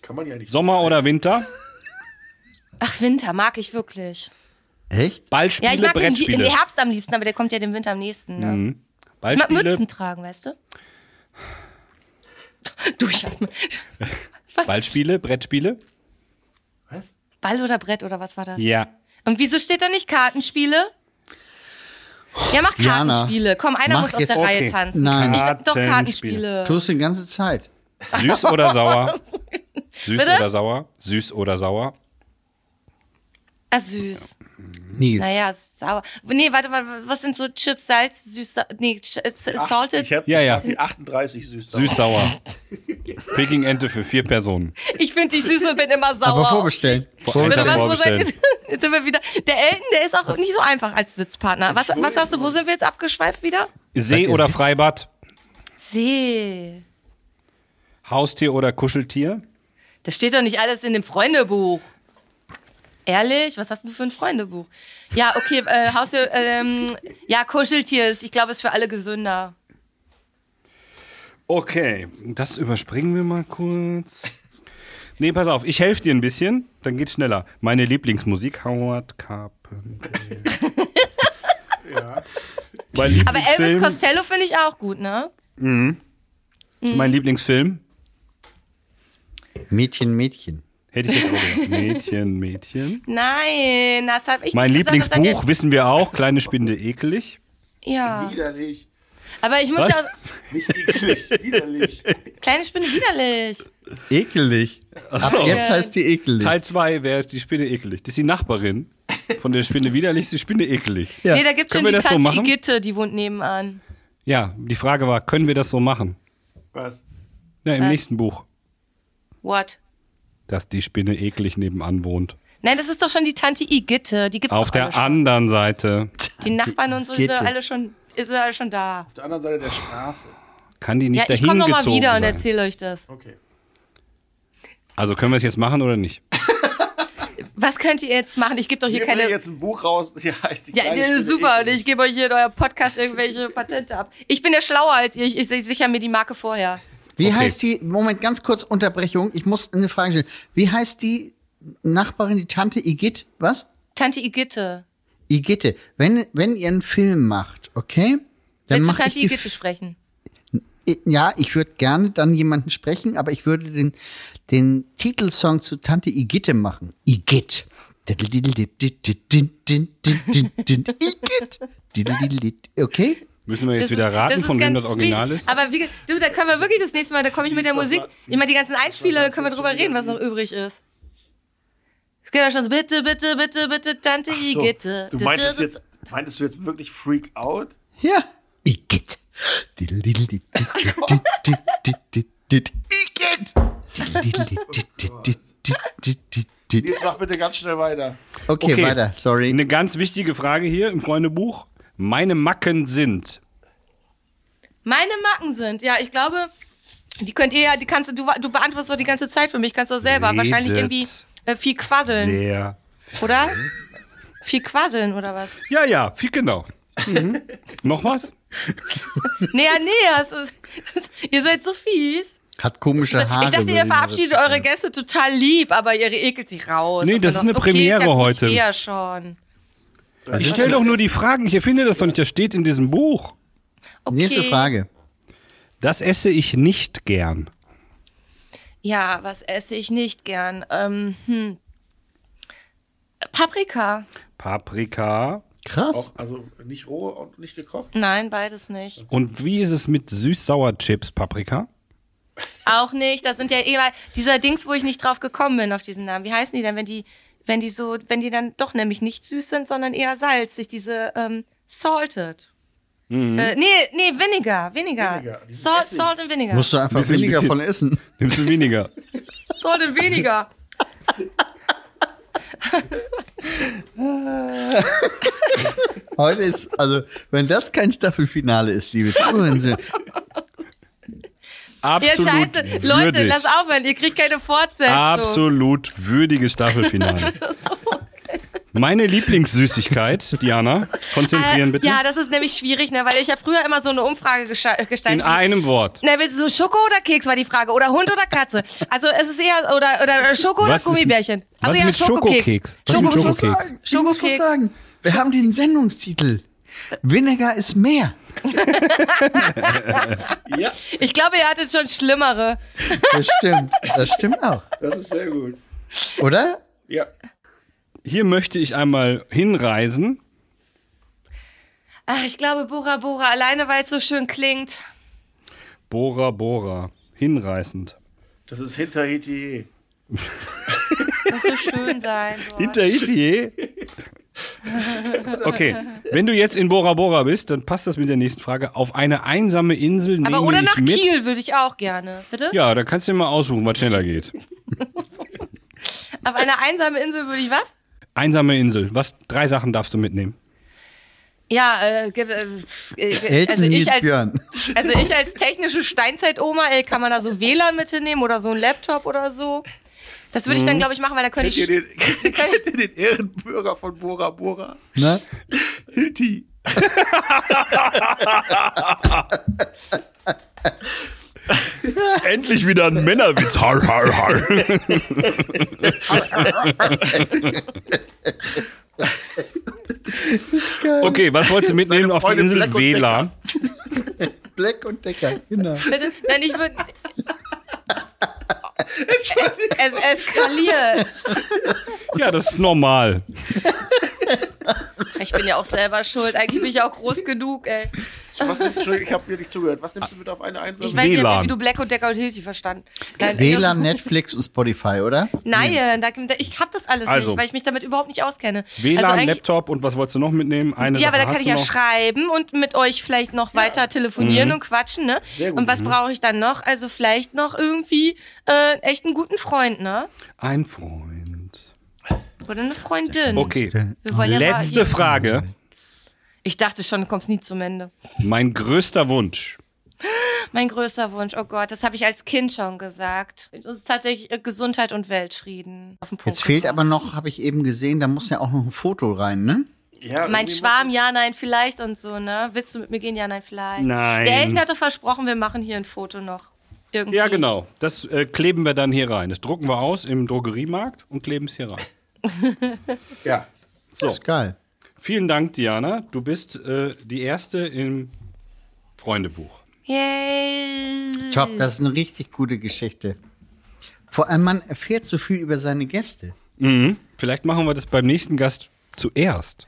Speaker 7: Kann man ja nicht.
Speaker 5: Sommer oder Winter.
Speaker 6: Ach, Winter mag ich wirklich.
Speaker 2: Echt?
Speaker 5: Ballspiele,
Speaker 6: Ja, ich mag den, Lie-
Speaker 5: Brettspiele. Hm.
Speaker 6: den Herbst am liebsten, aber der kommt ja dem Winter am nächsten. Ne? Ich mag
Speaker 5: Ballspiele,
Speaker 6: Mützen tragen,
Speaker 5: <sighs>
Speaker 6: weißt du?
Speaker 5: <laughs>
Speaker 6: Durchatmen. Was? Ball.
Speaker 5: Ballspiele, Brettspiele.
Speaker 6: oder Brett oder was war das?
Speaker 5: Ja.
Speaker 6: Und wieso steht da nicht Kartenspiele? Ja, mach
Speaker 2: Jana,
Speaker 6: Kartenspiele. Komm, einer
Speaker 2: mach
Speaker 6: muss aus
Speaker 2: jetzt-
Speaker 6: der
Speaker 5: Okay.
Speaker 6: Reihe tanzen.
Speaker 2: Nein.
Speaker 6: Ich mag doch
Speaker 5: Kartenspiele.
Speaker 6: Kartenspiele.
Speaker 2: Tust du die ganze Zeit.
Speaker 5: Süß oder
Speaker 6: <laughs>
Speaker 5: sauer? Süß
Speaker 6: Bitte?
Speaker 5: oder sauer? Süß oder sauer?
Speaker 6: Ah, süß.
Speaker 2: Nils.
Speaker 6: Naja, sauer. Nee, warte mal, was sind so Chips, Salz, süß, sa- nee, Ch- äh, salted?
Speaker 7: Ich hab,
Speaker 5: Ja, ja.
Speaker 7: ich hab die 38 süß.
Speaker 5: Süß sauer. Peking Ente für vier Personen.
Speaker 6: Ich finde dich süß und bin immer sauer.
Speaker 2: Aber vorbestellen.
Speaker 6: Wenn du
Speaker 5: Bitte
Speaker 2: vorbestellen.
Speaker 6: was- wo
Speaker 5: vorbestellen.
Speaker 6: seid ihr- <laughs> Jetzt sind wir wieder. Der Elton, der ist auch nicht so einfach als Sitzpartner. Was, was sagst du, wo sind wir jetzt abgeschweift wieder?
Speaker 5: See
Speaker 2: ihr
Speaker 5: oder
Speaker 2: Sitz-
Speaker 5: Freibad?
Speaker 6: See.
Speaker 5: Haustier oder Kuscheltier?
Speaker 6: Das steht doch nicht alles in dem Freundebuch. Ehrlich? Was hast du für ein Freundebuch? Ja, okay, äh, Haustier, ähm, ja, Kuscheltier ist, ich glaube, ist für alle gesünder.
Speaker 5: Okay, das überspringen wir mal kurz. Nee, pass auf, ich helfe dir ein bisschen, dann geht's schneller. Meine Lieblingsmusik, Howard <laughs> Carpenter. ja. Mein
Speaker 6: Aber Elvis
Speaker 5: Lieblingsfilm,
Speaker 6: Costello finde ich auch gut, ne?
Speaker 5: mein Lieblingsfilm,
Speaker 2: Mädchen, Mädchen.
Speaker 5: hätte ich jetzt auch gedacht. Mädchen, Mädchen.
Speaker 6: Nein, das habe ich
Speaker 5: Mein
Speaker 6: nicht gesagt, das hat
Speaker 5: Lieblingsbuch wissen wir auch, Kleine Spinde ekelig.
Speaker 6: der- Ja,
Speaker 7: Widerlich.
Speaker 6: aber ich muss
Speaker 5: Was?
Speaker 6: ja,
Speaker 7: Nicht eklig, <laughs> widerlich.
Speaker 6: kleine Spinne widerlich.
Speaker 2: Ekelig. Aber jetzt heißt die ekelig.
Speaker 5: Oh. Teil 2 wäre die Spinne ekelig. Das ist die Nachbarin von der Spinne widerlich, ist die Spinne ekelig.
Speaker 2: Ja.
Speaker 6: Nee, da gibt es
Speaker 5: Können
Speaker 6: schon die
Speaker 5: wir das so
Speaker 6: Tante
Speaker 5: machen?
Speaker 6: Igitte, die wohnt nebenan.
Speaker 5: Ja, die Frage war, können wir das so machen?
Speaker 7: Was?
Speaker 5: Na,
Speaker 6: Äh.
Speaker 5: im nächsten Buch,
Speaker 6: What?
Speaker 5: dass die Spinne ekelig nebenan wohnt.
Speaker 6: Nein, das ist doch schon die Tante Igitte. Die gibt's
Speaker 5: Auf
Speaker 6: doch alle
Speaker 5: der
Speaker 6: schon.
Speaker 5: anderen Seite
Speaker 6: Die Nachbarn und so sind
Speaker 2: Igitte.
Speaker 6: alle schon, sind alle schon da.
Speaker 7: Auf der anderen Seite der Straße.
Speaker 5: kann die
Speaker 6: Ja,
Speaker 5: nicht
Speaker 6: ich
Speaker 5: dahin
Speaker 6: komme nochmal
Speaker 5: gezogen
Speaker 6: wieder und
Speaker 5: sein.
Speaker 6: erzähle euch das.
Speaker 7: Okay.
Speaker 5: Also können wir es jetzt machen oder nicht?
Speaker 6: Was könnt ihr jetzt machen? Ich gebe doch hier
Speaker 7: Wir
Speaker 6: keine.
Speaker 7: bringen jetzt ein Buch raus, das hier heißt die
Speaker 6: ja,
Speaker 7: kleine
Speaker 6: das
Speaker 7: Spinne
Speaker 6: ist super. Und
Speaker 7: eklig.
Speaker 6: ich gebe euch hier in euer Podcast irgendwelche Patente ab. Ich bin ja schlauer als ihr. Ich, ich, ich sichere mir die Marke vorher.
Speaker 2: Wie
Speaker 5: Okay.
Speaker 2: heißt die, Moment, ganz kurz Unterbrechung. Ich muss eine Frage stellen. Wie heißt die Nachbarin, die Tante Igitt? Was?
Speaker 6: Tante Igitte.
Speaker 2: Igitte. Wenn, wenn ihr einen Film macht, okay? Dann
Speaker 6: Willst du
Speaker 2: mach ich
Speaker 6: Tante
Speaker 2: die
Speaker 6: Igitte sprechen?
Speaker 2: I- Ja, ich würde gerne dann jemanden sprechen, aber ich würde den, den Titelsong zu Tante Igitte machen. Igitt. Igitt. Okay?
Speaker 5: Müssen wir jetzt
Speaker 6: Das
Speaker 5: wieder
Speaker 6: ist-
Speaker 5: raten,
Speaker 6: ist
Speaker 5: von wem
Speaker 6: ganz
Speaker 5: das Original
Speaker 6: sweet.
Speaker 5: ist?
Speaker 6: Aber wie, ge- du, da können wir wirklich das nächste Mal, da komme ich mit der Musik, immer die ganzen Einspieler, da können wir drüber reden, was noch übrig ist. Es geht ja schon so, bitte, bitte, bitte, bitte, Tante
Speaker 7: So,
Speaker 6: Igitte.
Speaker 7: Du meintest jetzt, meintest du jetzt wirklich Freak Out?
Speaker 2: Ja. Igitt. Igitt.
Speaker 7: Jetzt mach bitte ganz schnell weiter.
Speaker 2: Okay,
Speaker 5: Okay.
Speaker 2: weiter. Sorry.
Speaker 5: Eine ganz wichtige Frage hier im Freundebuch. Meine Macken sind.
Speaker 6: Meine Macken sind, ja, ich glaube, die könnt ihr ja, die kannst du, du, du beantwortest doch die ganze Zeit für mich, kannst du selber.
Speaker 5: Redet
Speaker 6: Wahrscheinlich irgendwie äh, viel quasseln,
Speaker 5: Sehr.
Speaker 6: oder? Viel quasseln oder was?
Speaker 5: Ja, ja, viel genau. Mhm. Noch was?
Speaker 6: Naja, nee, das ist, das, ihr seid so fies.
Speaker 2: Hat komische Haare.
Speaker 6: ich dachte,
Speaker 2: würde
Speaker 6: ihr verabschiedet
Speaker 2: das
Speaker 6: eure
Speaker 2: sagen.
Speaker 6: Gäste total lieb, aber ihr ekelt sie raus.
Speaker 5: Nee, das
Speaker 6: war
Speaker 5: ist eine Premiere
Speaker 6: ja gut,
Speaker 5: heute.
Speaker 6: Ja, schon.
Speaker 5: Ich stelle doch nur die Fragen. Ich erfinde das doch nicht. Das steht in diesem Buch.
Speaker 6: Okay.
Speaker 2: Nächste Frage.
Speaker 5: Das esse ich nicht gern.
Speaker 6: Ja, was esse ich nicht gern? Ähm, hm. Paprika.
Speaker 5: Paprika.
Speaker 2: Krass.
Speaker 7: Auch, also nicht roh und nicht gekocht.
Speaker 6: Nein, beides nicht.
Speaker 5: Und wie ist es mit süß-sauer-Chips, Paprika?
Speaker 6: Auch nicht. Das sind ja immer dieser Dings, wo ich nicht drauf gekommen bin auf diesen Namen. Wie heißen die denn, wenn die, wenn die so, wenn die dann doch nämlich nicht süß sind, sondern eher salzig, diese ähm, salted.
Speaker 5: Mhm.
Speaker 6: Äh, nee, nee, Vinegar, Vinegar.
Speaker 7: Vinegar, dieses
Speaker 6: Salt,
Speaker 7: Essig.
Speaker 6: Salt und Vinegar.
Speaker 2: Musst du einfach
Speaker 5: Bisschen,
Speaker 2: weniger
Speaker 5: bisschen.
Speaker 2: von essen.
Speaker 5: Nimmst du weniger?
Speaker 6: Salt
Speaker 5: <laughs>
Speaker 6: und Vinegar.
Speaker 2: Heute ist, also, wenn das kein Staffelfinale ist, liebe
Speaker 6: <laughs>
Speaker 2: Zuhörer,
Speaker 6: <laughs> Ja,
Speaker 5: Absolut
Speaker 6: scheiße.
Speaker 5: würdig.
Speaker 6: Leute, lass aufhören. Ihr kriegt keine Fortsetzung.
Speaker 5: Absolut würdiges Staffelfinale.
Speaker 6: <laughs>
Speaker 5: Meine Lieblingssüßigkeit, Diana, konzentrieren
Speaker 6: Äh,
Speaker 5: bitte.
Speaker 6: Ja, das ist nämlich schwierig, ne, weil ich ja früher immer so eine Umfrage gesta-
Speaker 5: In
Speaker 6: gestaltet habe.
Speaker 5: einem Wort.
Speaker 6: Na, willst du Schoko oder Keks war die Frage oder Hund oder Katze? Also es ist eher oder oder Schoko
Speaker 5: Was ist
Speaker 6: oder
Speaker 5: mit-
Speaker 6: Gummibärchen.
Speaker 5: was
Speaker 6: also
Speaker 5: ist mit Schokokeks? Was ist mit
Speaker 6: Schokokeks.
Speaker 5: Schokokeks?
Speaker 2: Ich muss was
Speaker 6: Schokokeks.
Speaker 2: sagen. Wir haben den Sendungstitel. Vinegar ist mehr.
Speaker 6: Ich glaube, ihr hattet schon schlimmere.
Speaker 2: Das stimmt. Das stimmt auch.
Speaker 7: Das ist sehr gut.
Speaker 2: Oder?
Speaker 7: Ja.
Speaker 5: Hier möchte ich einmal hinreisen.
Speaker 6: Ach, ich glaube Bora Bora alleine, weil es so schön klingt.
Speaker 5: Bora Bora. Hinreißend.
Speaker 7: Das ist hinter Hiti.
Speaker 6: Muss so schön sein. So.
Speaker 5: Hinter Itie. <laughs> Okay, wenn du jetzt in Bora Bora bist, dann passt das mit der nächsten Frage. Auf eine einsame Insel nehme
Speaker 6: Aber oder
Speaker 5: ich
Speaker 6: nach
Speaker 5: mit.
Speaker 6: Kiel würde ich auch gerne. Bitte?
Speaker 5: Ja, da kannst du dir mal aussuchen, was schneller geht.
Speaker 6: Auf einer einsamen Insel würde ich was?
Speaker 5: Einsame Insel. Was? Drei Sachen darfst du mitnehmen.
Speaker 6: Ja, äh, ge- äh, äh,
Speaker 2: Elton
Speaker 6: also
Speaker 2: Nils
Speaker 6: ich als
Speaker 2: Björn.
Speaker 6: Also ich als technische Steinzeit-Oma, ey, kann man da so WLAN mit hinnehmen oder so ein Laptop oder so? Das würde ich
Speaker 5: Mhm.
Speaker 6: dann, glaube ich, machen, weil da könnte
Speaker 7: Kennt ihr,
Speaker 6: ich...
Speaker 7: den,
Speaker 6: <laughs>
Speaker 7: kennt ihr <laughs> den Ehrenbürger von Bora Bora?
Speaker 2: Ne?
Speaker 7: Hilti.
Speaker 5: Endlich wieder ein Männerwitz. Har, har, har. Okay, was wolltest du mitnehmen auf die
Speaker 7: Freunde
Speaker 5: Insel?
Speaker 7: Black und
Speaker 5: WLAN.
Speaker 2: Black und Decker, genau.
Speaker 6: Bitte? Nein, ich würde... Es, es eskaliert.
Speaker 5: Ja, das ist normal.
Speaker 6: Ich bin ja auch selber schuld. Eigentlich bin ich auch groß genug, ey.
Speaker 7: Was, Entschuldigung, ich habe dir nicht zugehört. Was nimmst du mit auf eine einsame
Speaker 6: Ich weiß nicht,
Speaker 5: WLAN.
Speaker 6: wie du Black und Decker und Hilti verstanden. Nein,
Speaker 2: Äh, WLAN, Netflix und Spotify, oder?
Speaker 6: Nein, da, da- ich hab das alles
Speaker 5: Also.
Speaker 6: nicht, weil ich mich damit überhaupt nicht auskenne. Also
Speaker 5: WLAN,
Speaker 6: eigentlich-
Speaker 5: Laptop und was wolltest du noch mitnehmen? Eine
Speaker 6: Ja, aber da
Speaker 5: Sache
Speaker 6: kann
Speaker 5: hast
Speaker 6: ich
Speaker 5: du
Speaker 6: ja
Speaker 5: noch. Mhm.
Speaker 6: schreiben und mit euch vielleicht noch weiter telefonieren und quatschen, ne?
Speaker 7: gut.
Speaker 6: Und was brauche ich dann noch? Also vielleicht noch irgendwie äh, echt einen guten Freund, ne?
Speaker 5: Ein Freund.
Speaker 6: Oder eine Freundin.
Speaker 5: Okay.
Speaker 6: Wir wollen ja mal
Speaker 5: Letzte
Speaker 6: Ah, hier-
Speaker 5: Frage.
Speaker 6: Ich dachte schon, du kommst nie zum Ende.
Speaker 5: Mein größter Wunsch.
Speaker 6: Mein größter Wunsch, oh Gott, das habe ich als Kind schon gesagt. Das ist tatsächlich äh, Gesundheit und Weltfrieden. Auf den Punkt
Speaker 2: Jetzt fehlt
Speaker 6: gebracht.
Speaker 2: aber noch, habe ich eben gesehen, da muss ja auch noch ein Foto rein, ne?
Speaker 7: Ja,
Speaker 6: Mein
Speaker 7: irgendwie
Speaker 6: Schwarm, ja, nein, vielleicht und so, ne? Willst du mit mir gehen? Ja, nein, vielleicht.
Speaker 5: Nein.
Speaker 6: Der Elton hat doch versprochen, wir machen hier ein Foto noch. Irgendwie.
Speaker 5: Ja, genau. Das äh, kleben wir dann hier rein. Das drucken wir aus im Drogeriemarkt und kleben es hier rein.
Speaker 7: muss- Ja.
Speaker 5: So,
Speaker 2: Ist geil.
Speaker 5: vielen Dank, Diana. Du bist äh, die Erste im Freundebuch.
Speaker 6: Yay.
Speaker 2: Top, das ist eine richtig gute Geschichte. Vor allem, man erfährt so viel über seine Gäste.
Speaker 5: Mhm. Vielleicht machen wir das beim nächsten Gast zuerst.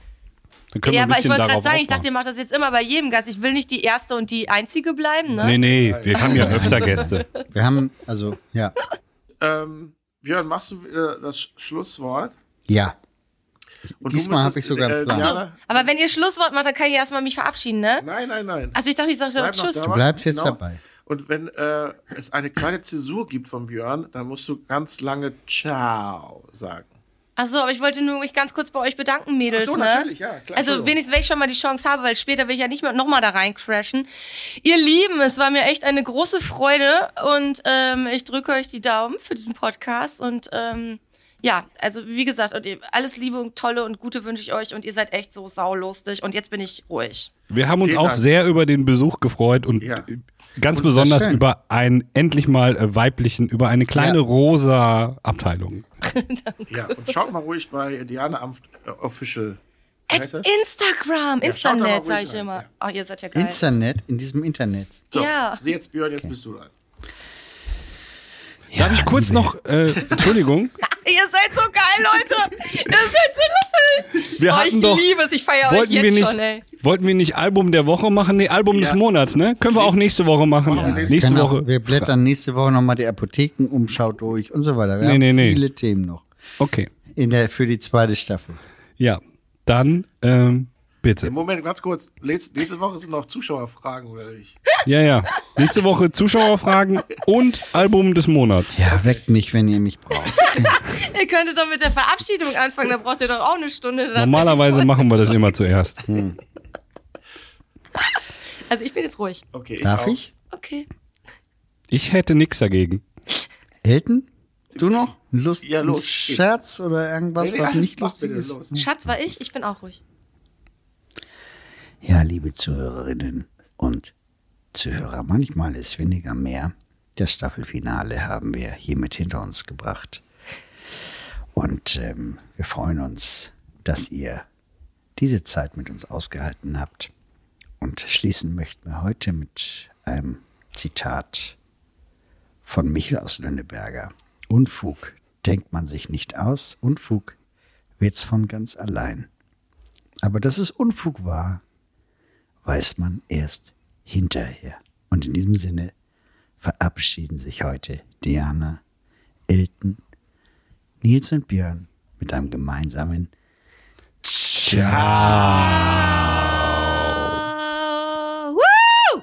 Speaker 5: Dann können
Speaker 6: Ja,
Speaker 5: wir ein
Speaker 6: aber ich
Speaker 5: bisschen
Speaker 6: wollte
Speaker 5: darauf
Speaker 6: gerade sagen, ich
Speaker 5: aufbauen.
Speaker 6: dachte, ihr macht das jetzt immer bei jedem Gast. Ich will nicht die erste und die einzige bleiben, ne?
Speaker 5: Nee, nee, wir haben ja <laughs> öfter Gäste.
Speaker 2: Wir haben, also, ja.
Speaker 7: Ähm, Björn, machst du äh, das Sch- Schlusswort?
Speaker 2: Ja.
Speaker 7: Und du
Speaker 2: Diesmal
Speaker 7: müsstest, äh,
Speaker 2: habe ich sogar einen Plan.
Speaker 7: Diana-
Speaker 6: Aber wenn ihr Schlusswort macht, dann kann ich erstmal mich verabschieden, ne?
Speaker 7: Nein, nein, nein.
Speaker 6: Also ich dachte, ich sage schon
Speaker 7: Bleib noch
Speaker 6: Tschüss.
Speaker 7: da.
Speaker 2: Du bleibst jetzt
Speaker 7: Genau.
Speaker 2: dabei.
Speaker 7: Und wenn äh, es eine kleine Zäsur gibt von Björn, dann musst du ganz lange Ciao sagen.
Speaker 6: Achso, aber ich wollte nur mich ganz kurz bei euch bedanken, Mädels.
Speaker 7: Ach so,
Speaker 6: ne?
Speaker 7: natürlich, ja, klar,
Speaker 6: Also
Speaker 7: Entschuldigung.
Speaker 6: wenigstens, wenn ich schon mal die Chance habe, weil später will ich ja nicht mehr nochmal da rein crashen. Ihr Lieben, es war mir echt eine große Freude und ähm, ich drücke euch die Daumen für diesen Podcast und ähm, ja, also wie gesagt, und ihr, alles Liebe und Tolle und Gute wünsche ich euch und ihr seid echt so saulustig und jetzt bin ich ruhig.
Speaker 5: Wir haben uns
Speaker 7: Vielen
Speaker 5: auch
Speaker 7: Dank.
Speaker 5: sehr über den Besuch gefreut und
Speaker 7: Ja.
Speaker 5: ganz
Speaker 2: das
Speaker 5: besonders
Speaker 2: schön.
Speaker 5: über einen endlich mal äh, weiblichen, über eine kleine
Speaker 2: Ja.
Speaker 5: rosa Abteilung.
Speaker 7: Ja, und schaut mal ruhig bei Diana Amf äh, Official. Wie heißt das?
Speaker 6: Instagram,
Speaker 7: Ja, schaut da mal
Speaker 6: Internet,
Speaker 7: ruhig
Speaker 6: sag ich
Speaker 7: rein,
Speaker 6: immer. Oh, ihr seid ja geil.
Speaker 2: Internet, in diesem Internet.
Speaker 7: So,
Speaker 6: Ja.
Speaker 7: so jetzt Björn, jetzt bist du dran.
Speaker 5: Darf ich kurz noch, äh,
Speaker 6: <laughs>
Speaker 5: Entschuldigung,
Speaker 6: ihr seid so geil,
Speaker 7: <laughs>
Speaker 6: Leute. ihr seid so lustig.
Speaker 5: wir
Speaker 6: oh, ich
Speaker 5: hatten doch,
Speaker 6: liebe es, ich feiere euch
Speaker 5: wollten
Speaker 6: jetzt
Speaker 5: wir nicht,
Speaker 6: schon, ey.
Speaker 5: Wollten wir nicht Album der Woche machen? Nee, Album des Monats, ne? Können wir auch nächste Woche machen.
Speaker 7: Machen wir nächste
Speaker 5: nächste
Speaker 2: Genau,
Speaker 5: Woche.
Speaker 2: Wir blättern nächste Woche nochmal die Apothekenumschau durch und so weiter. Wir
Speaker 5: Nee,
Speaker 2: haben
Speaker 5: nee, nee.
Speaker 2: viele Themen noch
Speaker 5: Okay.
Speaker 2: in der, für die zweite Staffel.
Speaker 5: Ja. Dann, ähm, bitte.
Speaker 7: Moment, ganz kurz. Nächste nächste Woche sind noch Zuschauerfragen, oder nicht?
Speaker 5: Ja, ja. Nächste Woche Zuschauerfragen und Album des Monats.
Speaker 2: Ja, weckt mich, wenn ihr mich
Speaker 7: <laughs>
Speaker 2: braucht.
Speaker 6: Ihr könntet doch mit der Verabschiedung anfangen, da braucht ihr doch auch eine Stunde. Dann.
Speaker 5: Normalerweise machen wir das immer zuerst.
Speaker 6: Also ich bin jetzt ruhig.
Speaker 7: Okay.
Speaker 2: Darf
Speaker 7: auch.
Speaker 2: ich?
Speaker 6: Okay.
Speaker 5: Ich hätte nichts dagegen.
Speaker 2: Elton? Du noch? Lust,
Speaker 7: Ja, los,
Speaker 2: ein Scherz oder irgendwas,
Speaker 7: Nee, nee,
Speaker 2: was nicht
Speaker 7: mach
Speaker 2: lustig
Speaker 7: bitte,
Speaker 2: ist?
Speaker 7: los.
Speaker 6: Schatz war ich, ich bin auch ruhig.
Speaker 2: Ja, liebe Zuhörerinnen und Zuhörer, manchmal ist weniger mehr. Das Staffelfinale haben wir hiermit hinter uns gebracht. Und ähm, wir freuen uns, dass ihr diese Zeit mit uns ausgehalten habt. Und schließen möchten wir heute mit einem Zitat von Michel aus Lönneberger. Unfug denkt man sich nicht aus, Unfug wird's von ganz allein. Aber dass es Unfug war, weiß man erst hinterher. Und in diesem Sinne verabschieden sich heute Diana, Elton, Nils und Björn mit einem gemeinsamen
Speaker 6: Ah, woo!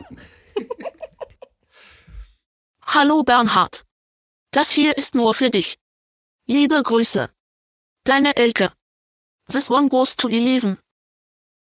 Speaker 8: <laughs> Hallo Bernhard. Das hier ist nur für dich. Liebe Grüße. Deine Elke. This one goes to Eleven.